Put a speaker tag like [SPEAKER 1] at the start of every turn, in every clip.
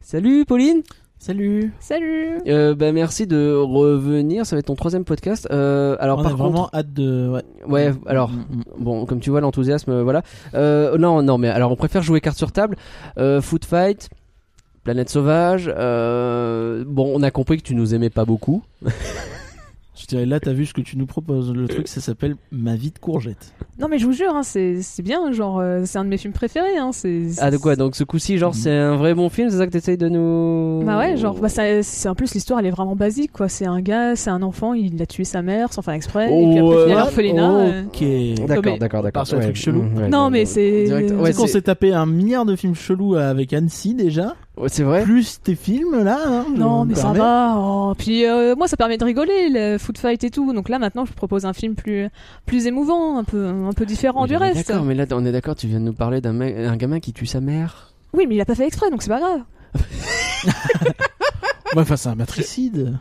[SPEAKER 1] Salut Pauline
[SPEAKER 2] Salut
[SPEAKER 3] Salut
[SPEAKER 1] Euh, bah, Merci de revenir, ça va être ton troisième podcast. Euh, alors
[SPEAKER 2] On
[SPEAKER 1] par
[SPEAKER 2] a
[SPEAKER 1] contre...
[SPEAKER 2] vraiment hâte de... Ouais,
[SPEAKER 1] Ouais, alors,
[SPEAKER 2] Mm, mm.
[SPEAKER 1] bon, comme tu vois, l'enthousiasme, euh, voilà. Euh, non, non, mais alors on préfère jouer carte sur table. Euh, foot Fight, Planète Sauvage. euh, bon, on a compris que tu nous aimais pas beaucoup.
[SPEAKER 2] Je dirais là, t'as vu ce que tu nous proposes. Le truc, ça s'appelle Ma vie de courgette.
[SPEAKER 3] Non mais je vous jure, hein, c'est c'est bien, genre euh, c'est un de mes films préférés. Hein, c'est c'est-
[SPEAKER 1] Ah, de quoi Donc ce coup-ci, genre, c'est un vrai bon film, c'est ça que t'essayes de nous.
[SPEAKER 3] Bah ouais, genre bah, ça- c'est en plus l'histoire elle est vraiment basique quoi. C'est un gars, c'est un enfant, il a tué sa mère sans faire exprès, et puis après
[SPEAKER 1] Oh, Ouais.
[SPEAKER 3] il est à l'orphelinat. euh.
[SPEAKER 2] Ok.
[SPEAKER 1] D'accord,
[SPEAKER 3] mais-
[SPEAKER 1] d'accord,
[SPEAKER 2] part
[SPEAKER 1] d'accord.
[SPEAKER 2] sur un truc chelou.
[SPEAKER 1] mmh, ouais,
[SPEAKER 3] Non
[SPEAKER 1] ouais,
[SPEAKER 3] mais
[SPEAKER 1] ouais.
[SPEAKER 3] c'est
[SPEAKER 1] Direct- ouais,
[SPEAKER 2] Tu sais qu'on
[SPEAKER 1] c'est-
[SPEAKER 2] s'est tapé un milliard de films chelous avec Annecy déjà,
[SPEAKER 1] Ouais, c'est vrai.
[SPEAKER 2] plus tes films là. hein, je
[SPEAKER 3] non
[SPEAKER 2] me
[SPEAKER 3] mais ça
[SPEAKER 2] permets.
[SPEAKER 3] va. oh. Puis euh, moi ça permet de rigoler, le foot fight et tout. Donc là maintenant je vous propose un film plus plus émouvant, un peu un peu différent
[SPEAKER 1] Oui,
[SPEAKER 3] du
[SPEAKER 1] on est
[SPEAKER 3] reste.
[SPEAKER 1] D'accord, mais là, on est d'accord, tu viens de nous parler d'un mec- un gamin qui tue sa mère.
[SPEAKER 3] Oui mais il a pas fait exprès donc c'est pas grave.
[SPEAKER 2] Ouais, enfin, c'est un matricide.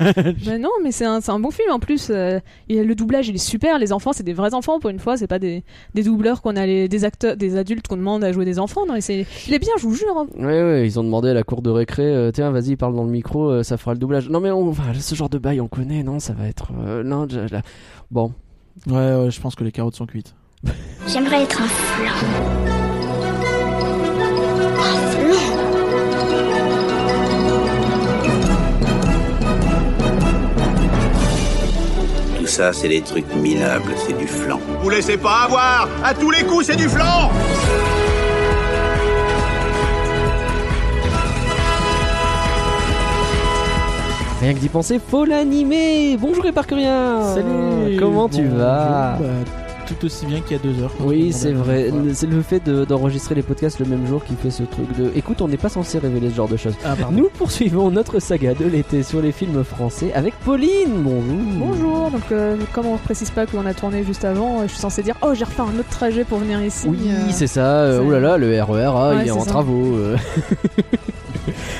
[SPEAKER 3] Mais Bah non, mais c'est un, c'est un bon film en plus. euh, il- le doublage, il est super. Les enfants, c'est des vrais enfants pour une fois. C'est pas des, des doubleurs qu'on a les, des acteurs, des adultes qu'on demande à jouer des enfants. Non, et c'est, il est bien, je vous jure. hein.
[SPEAKER 1] Ouais, ouais, ils ont demandé à la cour de récré, euh, tiens, vas-y, parle dans le micro, euh, ça fera le doublage. Non, mais on, enfin, ce genre de bail, on connaît, non, ça va être. euh, non, je- là- Bon.
[SPEAKER 2] Ouais, ouais, je pense que les carottes sont cuites.
[SPEAKER 4] J'aimerais être un flan. Un flan
[SPEAKER 5] Tout ça, c'est des trucs minables, c'est du flan.
[SPEAKER 6] Vous laissez pas avoir À tous les coups, c'est du flanc
[SPEAKER 1] Rien que d'y penser, faut l'animer Bonjour
[SPEAKER 3] Oh.
[SPEAKER 1] Éparcurien Comment tu
[SPEAKER 2] Bonjour,
[SPEAKER 1] vas
[SPEAKER 2] bah, Tout aussi bien qu'il y a deux heures.
[SPEAKER 1] Oui, c'est vrai.
[SPEAKER 2] Ouais.
[SPEAKER 1] Le- C'est le fait de- d'enregistrer les podcasts le même jour qui fait ce truc de. Écoute, on n'est pas censé révéler ce genre de choses.
[SPEAKER 2] Ah, pardon.
[SPEAKER 1] Nous poursuivons notre saga de l'été sur les films français avec Pauline. Bonjour.
[SPEAKER 3] Bonjour. Donc, euh, comme on précise pas qu'on a tourné juste avant, euh, je suis censée dire, oh, j'ai refait un autre trajet pour venir ici.
[SPEAKER 1] Oui,
[SPEAKER 3] euh.
[SPEAKER 1] c'est ça.
[SPEAKER 3] c'est-
[SPEAKER 1] oh là là, le RER, ah,
[SPEAKER 3] Ouais,
[SPEAKER 1] il est,
[SPEAKER 3] c'est
[SPEAKER 1] en
[SPEAKER 3] ça.
[SPEAKER 1] travaux. euh.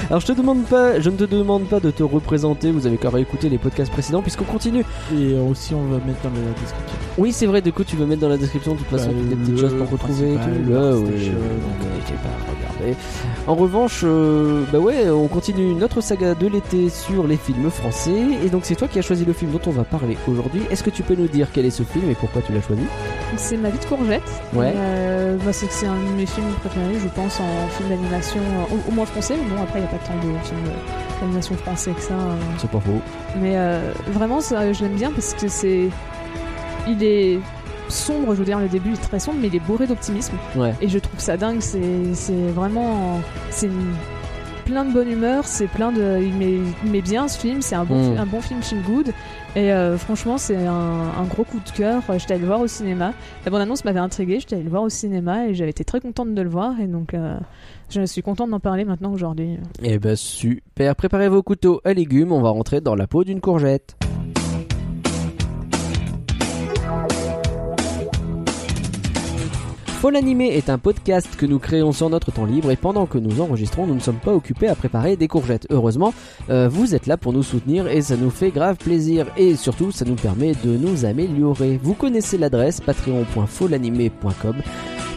[SPEAKER 1] Alors je te demande pas, je ne te demande pas de te représenter. Vous avez qu'à réécouter les podcasts précédents puisqu'on continue.
[SPEAKER 2] Et aussi, on va mettre dans la description.
[SPEAKER 1] Oui, c'est vrai. Du coup, tu veux mettre dans la description de toute façon
[SPEAKER 2] Bah,
[SPEAKER 1] toutes les
[SPEAKER 2] le
[SPEAKER 1] petites choses pour retrouver. et tout.
[SPEAKER 2] principal,
[SPEAKER 1] Ouais,
[SPEAKER 2] l'artiste
[SPEAKER 1] ouais,
[SPEAKER 2] chez-
[SPEAKER 1] donc, euh, n'hésitez pas à regarder. En revanche, euh, bah ouais, on continue notre saga de l'été sur les films français. Et donc c'est toi qui as choisi le film dont on va parler aujourd'hui. Est-ce que tu peux nous dire quel est ce film et pourquoi tu l'as choisi
[SPEAKER 3] Donc, c'est ma vie de courgette.
[SPEAKER 1] Ouais.
[SPEAKER 3] Et, euh, bah, c'est que c'est un de mes films préférés, je pense, en film d'animation, euh, au, au moins français. Mais bon, après, il n'y a pas tant de films euh, d'animation français que ça. euh.
[SPEAKER 1] C'est pas faux.
[SPEAKER 3] Mais euh, vraiment, ça, je l'aime bien parce que c'est. Il est sombre, je veux dire, le début est très sombre, mais il est bourré d'optimisme.
[SPEAKER 1] Ouais.
[SPEAKER 3] Et je trouve ça dingue, c'est c'est vraiment. C'est une- plein de bonne humeur, c'est plein de. Il met, il met bien ce film, c'est un, bon,
[SPEAKER 1] Mm.
[SPEAKER 3] fi- un bon film, film good. Et euh, franchement, c'est un, un gros coup de cœur. J'étais allée le voir au cinéma. La bande-annonce m'avait intriguée, j'étais allée le voir au cinéma et j'avais été très contente de le voir. Et donc, euh, je suis contente d'en parler maintenant aujourd'hui.
[SPEAKER 1] Eh ben super, préparez vos couteaux à légumes, on va rentrer dans la peau d'une courgette. Faut l'animer est un podcast que nous créons sur notre temps libre et pendant que nous enregistrons, nous ne sommes pas occupés à préparer des courgettes. Heureusement, euh, vous êtes là pour nous soutenir et ça nous fait grave plaisir et surtout ça nous permet de nous améliorer. Vous connaissez l'adresse patreon.folanimé.com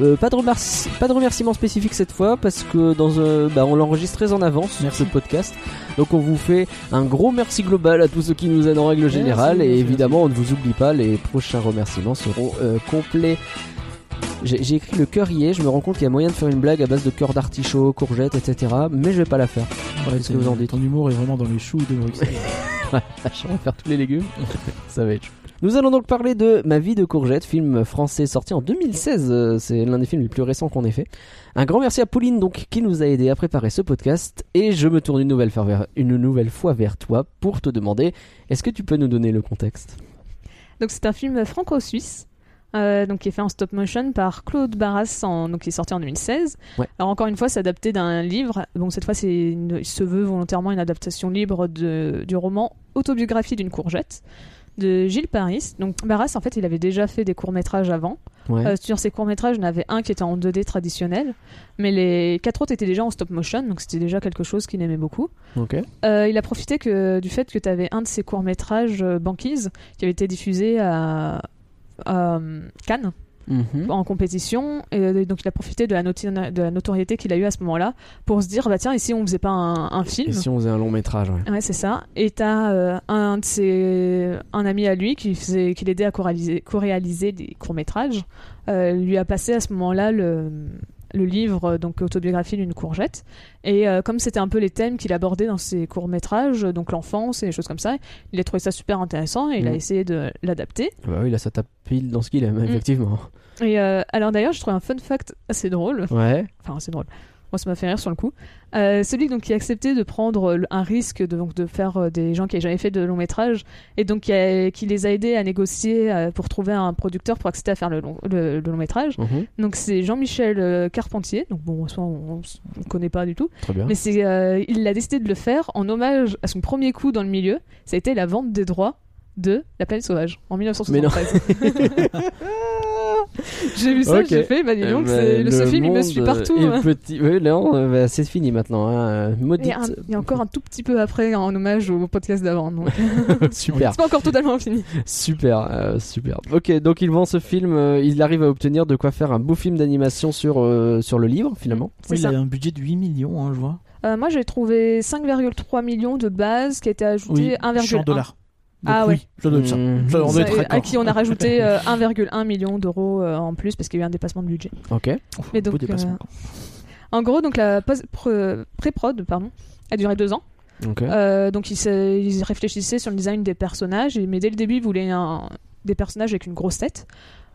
[SPEAKER 1] euh, pas, de remerci- pas de remerciements spécifiques cette fois parce que dans euh, bah, on l'enregistre très en avance ce
[SPEAKER 2] Merci.
[SPEAKER 1] podcast. Donc on vous fait un gros merci global à tous ceux qui nous aident en règle
[SPEAKER 2] Merci,
[SPEAKER 1] générale et
[SPEAKER 2] merci,
[SPEAKER 1] évidemment on ne vous oublie pas, les prochains remerciements seront euh, complets. J'ai j'ai écrit le cœur y est, je me rends compte qu'il y a moyen de faire une blague à base de cœur d'artichaut, courgette, etc. Mais je vais pas la faire. Qu'est-ce que vous en dites
[SPEAKER 2] Ton humour est vraiment dans les choux de Bruxelles.
[SPEAKER 1] on va faire tous les légumes. Ça va être chaud. Nous allons donc parler de Ma vie de courgette, film français sorti en 2016. Euh, C'est l'un des films les plus récents qu'on ait fait. Un grand merci à Pauline donc qui nous a aidé à préparer ce podcast et je me tourne une nouvelle, fois vers- une nouvelle fois vers toi pour te demander est-ce que tu peux nous donner le contexte
[SPEAKER 3] Donc c'est un film franco-suisse. euh, donc qui est fait en stop motion par Claude Barras, en- donc qui est sorti en 2016.
[SPEAKER 1] Ouais.
[SPEAKER 3] Alors encore une fois, c'est adapté d'un livre. Bon, cette fois, c'est une- il se veut volontairement une adaptation libre de- du roman Autobiographie d'une courgette de Gilles Paris. Donc Barras, en fait, il avait déjà fait des courts métrages avant.
[SPEAKER 1] Ouais.
[SPEAKER 3] Euh, sur ces courts-métrages, il y en avait un qui était en 2D traditionnel, mais les quatre autres étaient déjà en stop-motion, donc c'était déjà quelque chose qu'il aimait beaucoup.
[SPEAKER 1] Ok.
[SPEAKER 3] Euh, il a profité que, du fait que tu avais un de ses courts-métrages, euh, Banquise, qui avait été diffusé à, à, euh, Cannes.
[SPEAKER 1] Mhm.
[SPEAKER 3] en compétition. Et euh, donc, il a profité de la, noti- de la notoriété qu'il a eue à ce moment-là pour se dire bah tiens, ici on faisait pas un, un film
[SPEAKER 1] Et si on faisait un long métrage, ouais.
[SPEAKER 3] Ouais, c'est ça. Et t'as euh, un de ses, un ami à lui qui faisait, qui l'aidait à co-réaliser, co-réaliser des courts métrages. lui a passé à ce moment-là le le livre euh, donc autobiographie d'une courgette et euh, comme c'était un peu les thèmes qu'il abordait dans ses courts métrages euh, donc l'enfance et des choses comme ça il a trouvé ça super intéressant et il a
[SPEAKER 1] Mhm.
[SPEAKER 3] essayé de l'adapter
[SPEAKER 1] Ah Bah oui, là ça tape pile dans ce qu'il
[SPEAKER 3] Mm.
[SPEAKER 1] aime, effectivement.
[SPEAKER 3] et euh, alors d'ailleurs je trouve un fun fact assez drôle
[SPEAKER 1] Ouais.
[SPEAKER 3] Enfin, c'est drôle. Moi, ça m'a fait rire sur le coup. Euh, celui donc, qui a accepté de prendre euh, le- un risque de, donc, de faire euh, des gens qui n'avaient jamais fait de long métrage et donc qui, a- qui les a aidés à négocier euh, pour trouver un producteur pour accepter à faire le long, le, le long métrage.
[SPEAKER 1] Mhm.
[SPEAKER 3] Donc, c'est Jean-Michel euh, Carpentier. Donc, bon, soit on ne connaît pas du tout,
[SPEAKER 1] Très bien.
[SPEAKER 3] mais c'est, euh, il a décidé de le faire en hommage à son premier coup dans le milieu. Ça a été la vente des droits de La planète sauvage en 1973. j'ai vu ça,
[SPEAKER 1] Ok.
[SPEAKER 3] j'ai fait, bah dis donc,
[SPEAKER 1] Euh,
[SPEAKER 3] c'est-
[SPEAKER 1] bah,
[SPEAKER 3] le, ce film il me
[SPEAKER 1] monde
[SPEAKER 3] suit partout.
[SPEAKER 1] est
[SPEAKER 3] hein.
[SPEAKER 1] petit... Oui, non, euh, bah, c'est fini maintenant. hein.
[SPEAKER 3] Il y,
[SPEAKER 1] Maudite.
[SPEAKER 3] a un- il y a encore un tout petit peu après en hommage au podcast d'avant. donc
[SPEAKER 2] Ah.
[SPEAKER 1] Super.
[SPEAKER 3] C'est pas encore totalement fini.
[SPEAKER 1] Super, euh, super. Ok, donc il vend ce film, euh, il arrive à obtenir de quoi faire un beau film d'animation sur, euh, sur le livre finalement.
[SPEAKER 3] C'est
[SPEAKER 2] Oui, il
[SPEAKER 3] ça.
[SPEAKER 2] a un budget de 8 millions, hein, je vois.
[SPEAKER 3] Euh, moi j'ai trouvé 5,3 millions de base qui a été ajouté
[SPEAKER 2] Oui, je suis en
[SPEAKER 3] 1,1
[SPEAKER 2] dollars. Donc
[SPEAKER 3] Ah
[SPEAKER 2] oui,
[SPEAKER 3] ouais.
[SPEAKER 2] je donne Mm-hmm. ça.
[SPEAKER 1] Mhm.
[SPEAKER 2] Je- on doit
[SPEAKER 3] Ça,
[SPEAKER 2] être
[SPEAKER 3] et à
[SPEAKER 2] d'accord.
[SPEAKER 3] qui on a rajouté euh, 1,1 million d'euros euh, en plus parce qu'il y a eu un dépassement de budget.
[SPEAKER 1] Ok.
[SPEAKER 2] Ouf,
[SPEAKER 3] Mais
[SPEAKER 2] beau
[SPEAKER 3] donc,
[SPEAKER 2] dépassement.
[SPEAKER 3] euh, En gros, donc la pos- pre- pré-prod pardon, a duré deux ans.
[SPEAKER 1] Ok.
[SPEAKER 3] Euh, donc ils, se- ils réfléchissaient sur le design des personnages, et- mais dès le début, ils voulaient un- des personnages avec une grosse tête.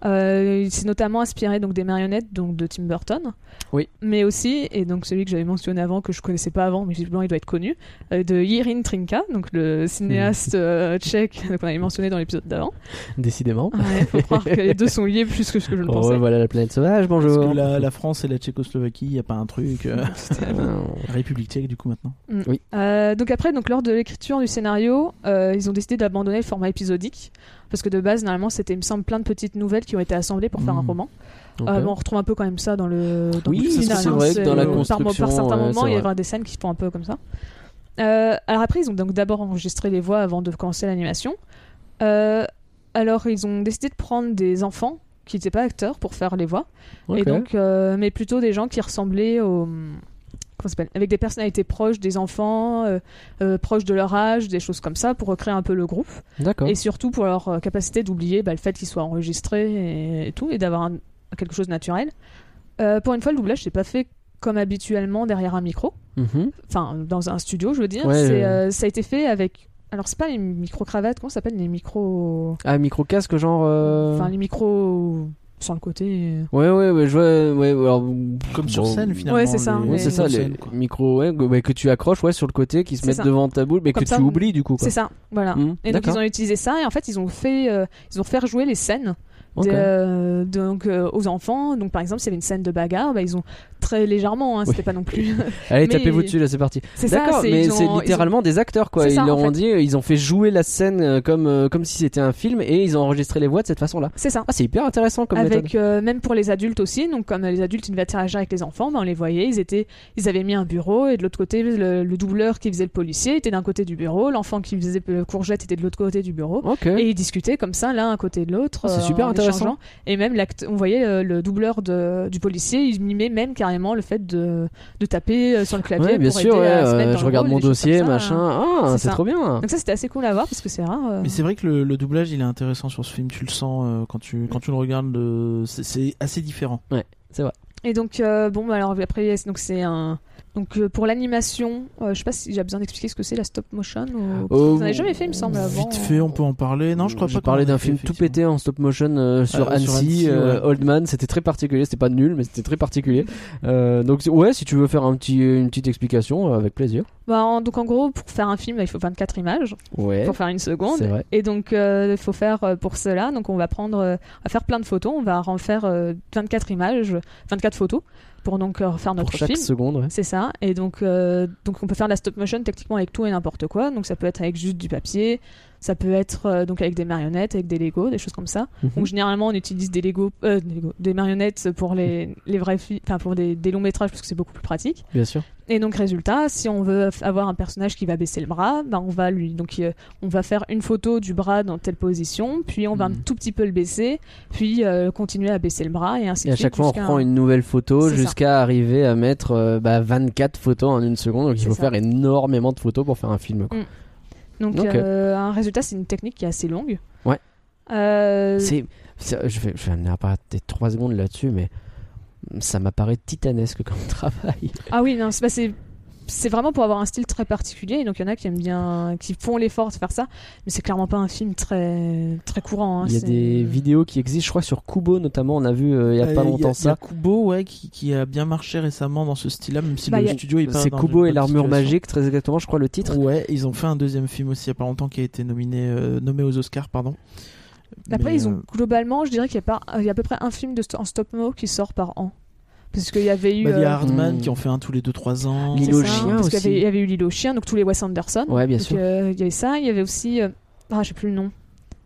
[SPEAKER 3] Euh, il s'est notamment inspiré donc des marionnettes donc de Tim Burton.
[SPEAKER 1] Oui.
[SPEAKER 3] Mais aussi et donc celui que j'avais mentionné avant que je connaissais pas avant mais visiblement il doit être connu euh, de Jirin Trinka donc le cinéaste euh, tchèque qu'on avait mentionné dans l'épisode d'avant.
[SPEAKER 1] Décidément.
[SPEAKER 3] Ouais, faut croire que les deux sont liés plus que ce que je le pensais.
[SPEAKER 1] Oh, voilà la planète sauvage,
[SPEAKER 2] Parce
[SPEAKER 1] bonjour.
[SPEAKER 2] que la, la France et la Tchécoslovaquie, il n'y a pas un truc. euh,
[SPEAKER 1] Euh,
[SPEAKER 2] la République tchèque, du coup, maintenant.
[SPEAKER 3] Euh, donc après, donc lors de l'écriture du scénario, euh, ils ont décidé d'abandonner le format épisodique parce que de base, normalement, c'était, il me semble, plein de petites nouvelles qui ont été assemblées pour faire un
[SPEAKER 2] Mhm.
[SPEAKER 3] roman.
[SPEAKER 1] Hmm, ok.
[SPEAKER 3] Euh, bon, on retrouve un peu quand même ça dans le. Dans
[SPEAKER 1] Oui,
[SPEAKER 3] le
[SPEAKER 1] ça,
[SPEAKER 3] film,
[SPEAKER 1] c'est
[SPEAKER 3] hein,
[SPEAKER 1] vrai que dans la
[SPEAKER 3] par mo-
[SPEAKER 1] construction,
[SPEAKER 3] par,
[SPEAKER 1] ouais,
[SPEAKER 3] certains moments,
[SPEAKER 1] c'est
[SPEAKER 3] il y
[SPEAKER 1] vrai.
[SPEAKER 3] aura des scènes qui font un peu comme ça. Euh, alors après, ils ont donc d'abord enregistré les voix avant de commencer l'animation. Euh, alors ils ont décidé de prendre des enfants qui n'étaient pas acteurs pour faire les voix.
[SPEAKER 1] Ok.
[SPEAKER 3] Et donc, euh, mais plutôt des gens qui ressemblaient aux. Comment ça s'appelle Avec des personnalités proches des enfants, euh, euh, proches de leur âge, des choses comme ça, pour recréer un peu le groupe.
[SPEAKER 1] D'accord.
[SPEAKER 3] Et surtout pour leur euh, capacité d'oublier bah, le fait qu'ils soient enregistrés et, et tout, et d'avoir un- quelque chose de naturel. Euh, pour une fois, le doublage, c'est pas fait comme habituellement derrière un micro.
[SPEAKER 1] Mhm.
[SPEAKER 3] Enfin, dans un studio, je veux dire.
[SPEAKER 1] Ouais,
[SPEAKER 3] C'est,
[SPEAKER 1] ouais.
[SPEAKER 3] euh, ça a été fait avec. Alors, c'est pas les micro-cravates, comment ça s'appelle Les micros.
[SPEAKER 1] Ah, micro-casque genre. euh,
[SPEAKER 3] Enfin, les micros sans le côté. euh,
[SPEAKER 1] Ouais, ouais, ouais, je vois. Ouais, alors,
[SPEAKER 2] Comme sur
[SPEAKER 1] bon,
[SPEAKER 2] scène, finalement.
[SPEAKER 3] Ouais, c'est ça,
[SPEAKER 1] Ouais,
[SPEAKER 3] mais-
[SPEAKER 1] c'est ça,
[SPEAKER 2] sur
[SPEAKER 1] les
[SPEAKER 2] scène, quoi.
[SPEAKER 1] micros ouais, que- ouais, que tu accroches ouais, sur le côté, qui se
[SPEAKER 3] C'est
[SPEAKER 1] mettent
[SPEAKER 3] ça.
[SPEAKER 1] devant ta boule, mais
[SPEAKER 3] Comme
[SPEAKER 1] que
[SPEAKER 3] ça,
[SPEAKER 1] tu
[SPEAKER 3] on-
[SPEAKER 1] oublies du coup. quoi.
[SPEAKER 3] C'est ça, voilà.
[SPEAKER 1] Mhm,
[SPEAKER 3] Et donc ils
[SPEAKER 1] d'accord.
[SPEAKER 3] ont utilisé ça et en fait ils ont fait, euh, ils ont fait rejouer les scènes
[SPEAKER 1] Ok.
[SPEAKER 3] de- euh, donc euh, aux enfants. Donc par exemple s'il y avait une scène de bagarre, bah, ils ont très légèrement, hein, c'était
[SPEAKER 1] Oui.
[SPEAKER 3] pas non plus.
[SPEAKER 1] Allez,
[SPEAKER 3] mais-
[SPEAKER 1] tapez-vous dessus là, c'est parti.
[SPEAKER 3] c'est ça.
[SPEAKER 1] D'accord,
[SPEAKER 3] c'est-
[SPEAKER 1] mais
[SPEAKER 3] ils
[SPEAKER 1] c'est
[SPEAKER 3] ont-
[SPEAKER 1] littéralement des acteurs quoi.
[SPEAKER 3] C'est
[SPEAKER 1] Ils
[SPEAKER 3] ça,
[SPEAKER 1] leur
[SPEAKER 3] en
[SPEAKER 1] ont
[SPEAKER 3] fait.
[SPEAKER 1] dit, euh, ils ont fait jouer la scène euh, comme euh, comme si c'était un film et ils ont enregistré les voix de cette façon-là.
[SPEAKER 3] C'est ça.
[SPEAKER 1] Ah, c'est hyper intéressant comme méthode.
[SPEAKER 3] avec euh, même pour les adultes aussi. Donc comme euh, les adultes ils devaient interagir avec les enfants, bah, on les voyait. Ils étaient, ils avaient mis un bureau et de l'autre côté le, le doubleur qui faisait le policier était d'un côté du bureau, l'enfant qui faisait le courgette était de l'autre côté du bureau.
[SPEAKER 1] Ok.
[SPEAKER 3] Et ils discutaient comme ça, l'un à côté de l'autre. euh,
[SPEAKER 1] Ah, Mm. c'est super
[SPEAKER 3] en
[SPEAKER 1] intéressant.
[SPEAKER 3] échangeant. Et même, l'acte- on voyait euh, le doubleur de- du policier, il mimait même carrément le fait de, de taper euh, sur le clavier.
[SPEAKER 1] Ouais, bien
[SPEAKER 3] pour
[SPEAKER 1] sûr.
[SPEAKER 3] aider
[SPEAKER 1] ouais,
[SPEAKER 3] à se mettre
[SPEAKER 1] euh,
[SPEAKER 3] dans
[SPEAKER 1] je
[SPEAKER 3] le
[SPEAKER 1] regarde
[SPEAKER 3] rôle,
[SPEAKER 1] mon
[SPEAKER 3] des choses
[SPEAKER 1] dossier,
[SPEAKER 3] comme ça.
[SPEAKER 1] machin. Ah, c'est
[SPEAKER 3] C'est ça.
[SPEAKER 1] trop bien.
[SPEAKER 3] Donc, ça, c'était assez cool à voir parce que c'est rare. euh.
[SPEAKER 2] Mais c'est vrai que le, le doublage, il est intéressant sur ce film. Tu le sens euh, quand tu quand tu le regardes. le- c'est- C'est assez différent.
[SPEAKER 3] Et donc, euh, bon, bah, alors après, yes, donc c'est un. Donc, euh, pour l'animation, euh, je sais pas si j'ai besoin d'expliquer ce que c'est la stop motion. Ou...
[SPEAKER 1] Oh,
[SPEAKER 3] Vous en avez jamais fait, il me semble. Avant.
[SPEAKER 2] Vite fait, on peut en parler. Non, je crois
[SPEAKER 1] J'ai
[SPEAKER 2] pas.
[SPEAKER 1] parlé
[SPEAKER 2] qu'on en
[SPEAKER 1] d'un
[SPEAKER 2] ait
[SPEAKER 1] film
[SPEAKER 2] fait,
[SPEAKER 1] tout pété en stop motion euh, sur
[SPEAKER 2] Ah, sur
[SPEAKER 1] Annecy,
[SPEAKER 2] Annecy,
[SPEAKER 1] euh,
[SPEAKER 2] ouais.
[SPEAKER 1] Old Man. C'était très particulier. C'était pas nul, mais c'était très particulier. Euh, donc c'est- ouais, si tu veux faire un petit une petite explication, euh, avec plaisir.
[SPEAKER 3] Bah, en- donc, en gros, pour faire un film, bah, il faut 24 images
[SPEAKER 1] Ouais.
[SPEAKER 3] pour faire une seconde.
[SPEAKER 1] C'est vrai.
[SPEAKER 3] Et donc, euh, il faut faire euh, pour cela. Donc, on va prendre, euh, on va faire plein de photos. On va en faire euh, 24 images, 24 photos pour donc euh, faire
[SPEAKER 1] Pour
[SPEAKER 3] notre
[SPEAKER 1] chaque
[SPEAKER 3] film.
[SPEAKER 1] seconde. ouais.
[SPEAKER 3] C'est ça. Et donc, euh, donc, on peut faire de la stop motion techniquement avec tout et n'importe quoi. Donc, ça peut être avec juste du papier. Ça peut être euh, donc avec des marionnettes, avec des Lego, des choses comme ça.
[SPEAKER 1] Mhm.
[SPEAKER 3] Donc généralement on utilise des Lego, euh, des, Lego, des marionnettes pour les, les vrais fi- enfin pour des, des longs métrages parce que c'est beaucoup plus pratique.
[SPEAKER 1] Bien sûr.
[SPEAKER 3] Et donc résultat, si on veut f- avoir un personnage qui va baisser le bras, ben on va lui donc euh, on va faire une photo du bras dans telle position, puis on va un
[SPEAKER 2] Mhm.
[SPEAKER 3] tout petit peu le baisser, puis euh, continuer à baisser le bras et ainsi
[SPEAKER 1] Et
[SPEAKER 3] de
[SPEAKER 1] à
[SPEAKER 3] suite.
[SPEAKER 1] chaque fois, on
[SPEAKER 3] jusqu'à
[SPEAKER 1] reprend
[SPEAKER 3] un-
[SPEAKER 1] une nouvelle photo
[SPEAKER 3] C'est ça.
[SPEAKER 1] jusqu'à arriver à mettre euh, bah, 24 photos en une seconde. Donc il
[SPEAKER 3] C'est
[SPEAKER 1] faut
[SPEAKER 3] ça.
[SPEAKER 1] faire énormément de photos pour faire un film. quoi.
[SPEAKER 3] Donc
[SPEAKER 1] Ok.
[SPEAKER 3] euh, un résultat, c'est une technique qui est assez longue.
[SPEAKER 1] Ouais.
[SPEAKER 3] Euh,
[SPEAKER 1] C'est, c'est- je vais, je vais amener à part des 3 secondes là-dessus, mais ça m'apparaît titanesque comme travail.
[SPEAKER 3] Ah oui, non, c'est pas- c'est c'est vraiment pour avoir un style très particulier. Donc il y en a qui aiment bien, qui font l'effort de faire ça, mais c'est clairement pas un film très très courant. hein,
[SPEAKER 1] il y a
[SPEAKER 3] c'est-
[SPEAKER 1] des vidéos qui existent, je crois sur Kubo notamment, on a vu euh, il y a
[SPEAKER 2] Euh,
[SPEAKER 1] pas longtemps
[SPEAKER 2] y y
[SPEAKER 1] ça.
[SPEAKER 2] Kubo, ouais, qui, qui a bien marché récemment dans ce style-là, même si
[SPEAKER 3] Bah,
[SPEAKER 2] le
[SPEAKER 3] y a-
[SPEAKER 2] studio est pas
[SPEAKER 1] C'est
[SPEAKER 2] dans
[SPEAKER 1] Kubo
[SPEAKER 2] une
[SPEAKER 1] et
[SPEAKER 2] bonne
[SPEAKER 1] l'armure
[SPEAKER 2] situation.
[SPEAKER 1] magique, très exactement, je crois le titre.
[SPEAKER 2] Ouais, ils ont fait un deuxième film aussi il y a pas longtemps qui a été nominé, euh, nommé aux Oscars, pardon.
[SPEAKER 3] Après,
[SPEAKER 2] Mais,
[SPEAKER 3] ils ont
[SPEAKER 2] euh,
[SPEAKER 3] globalement, je dirais qu'il y a pas, euh, il y a à peu près un film de st- en stop mo qui sort par an, parce qu'il y avait eu.
[SPEAKER 2] bah, il y a
[SPEAKER 3] euh,
[SPEAKER 2] Hardman
[SPEAKER 1] Hmm.
[SPEAKER 2] qui en fait un tous les 2-3 ans.
[SPEAKER 3] c'est
[SPEAKER 1] Lilo
[SPEAKER 3] ça,
[SPEAKER 1] Chien
[SPEAKER 3] parce qu'il y
[SPEAKER 1] aussi.
[SPEAKER 3] avait- Il y avait eu Lilo Chien, donc tous les Wes Anderson.
[SPEAKER 1] Ouais, bien
[SPEAKER 3] Donc,
[SPEAKER 1] sûr.
[SPEAKER 3] euh, il y avait ça, il y avait aussi. euh, Ah, je sais plus le nom.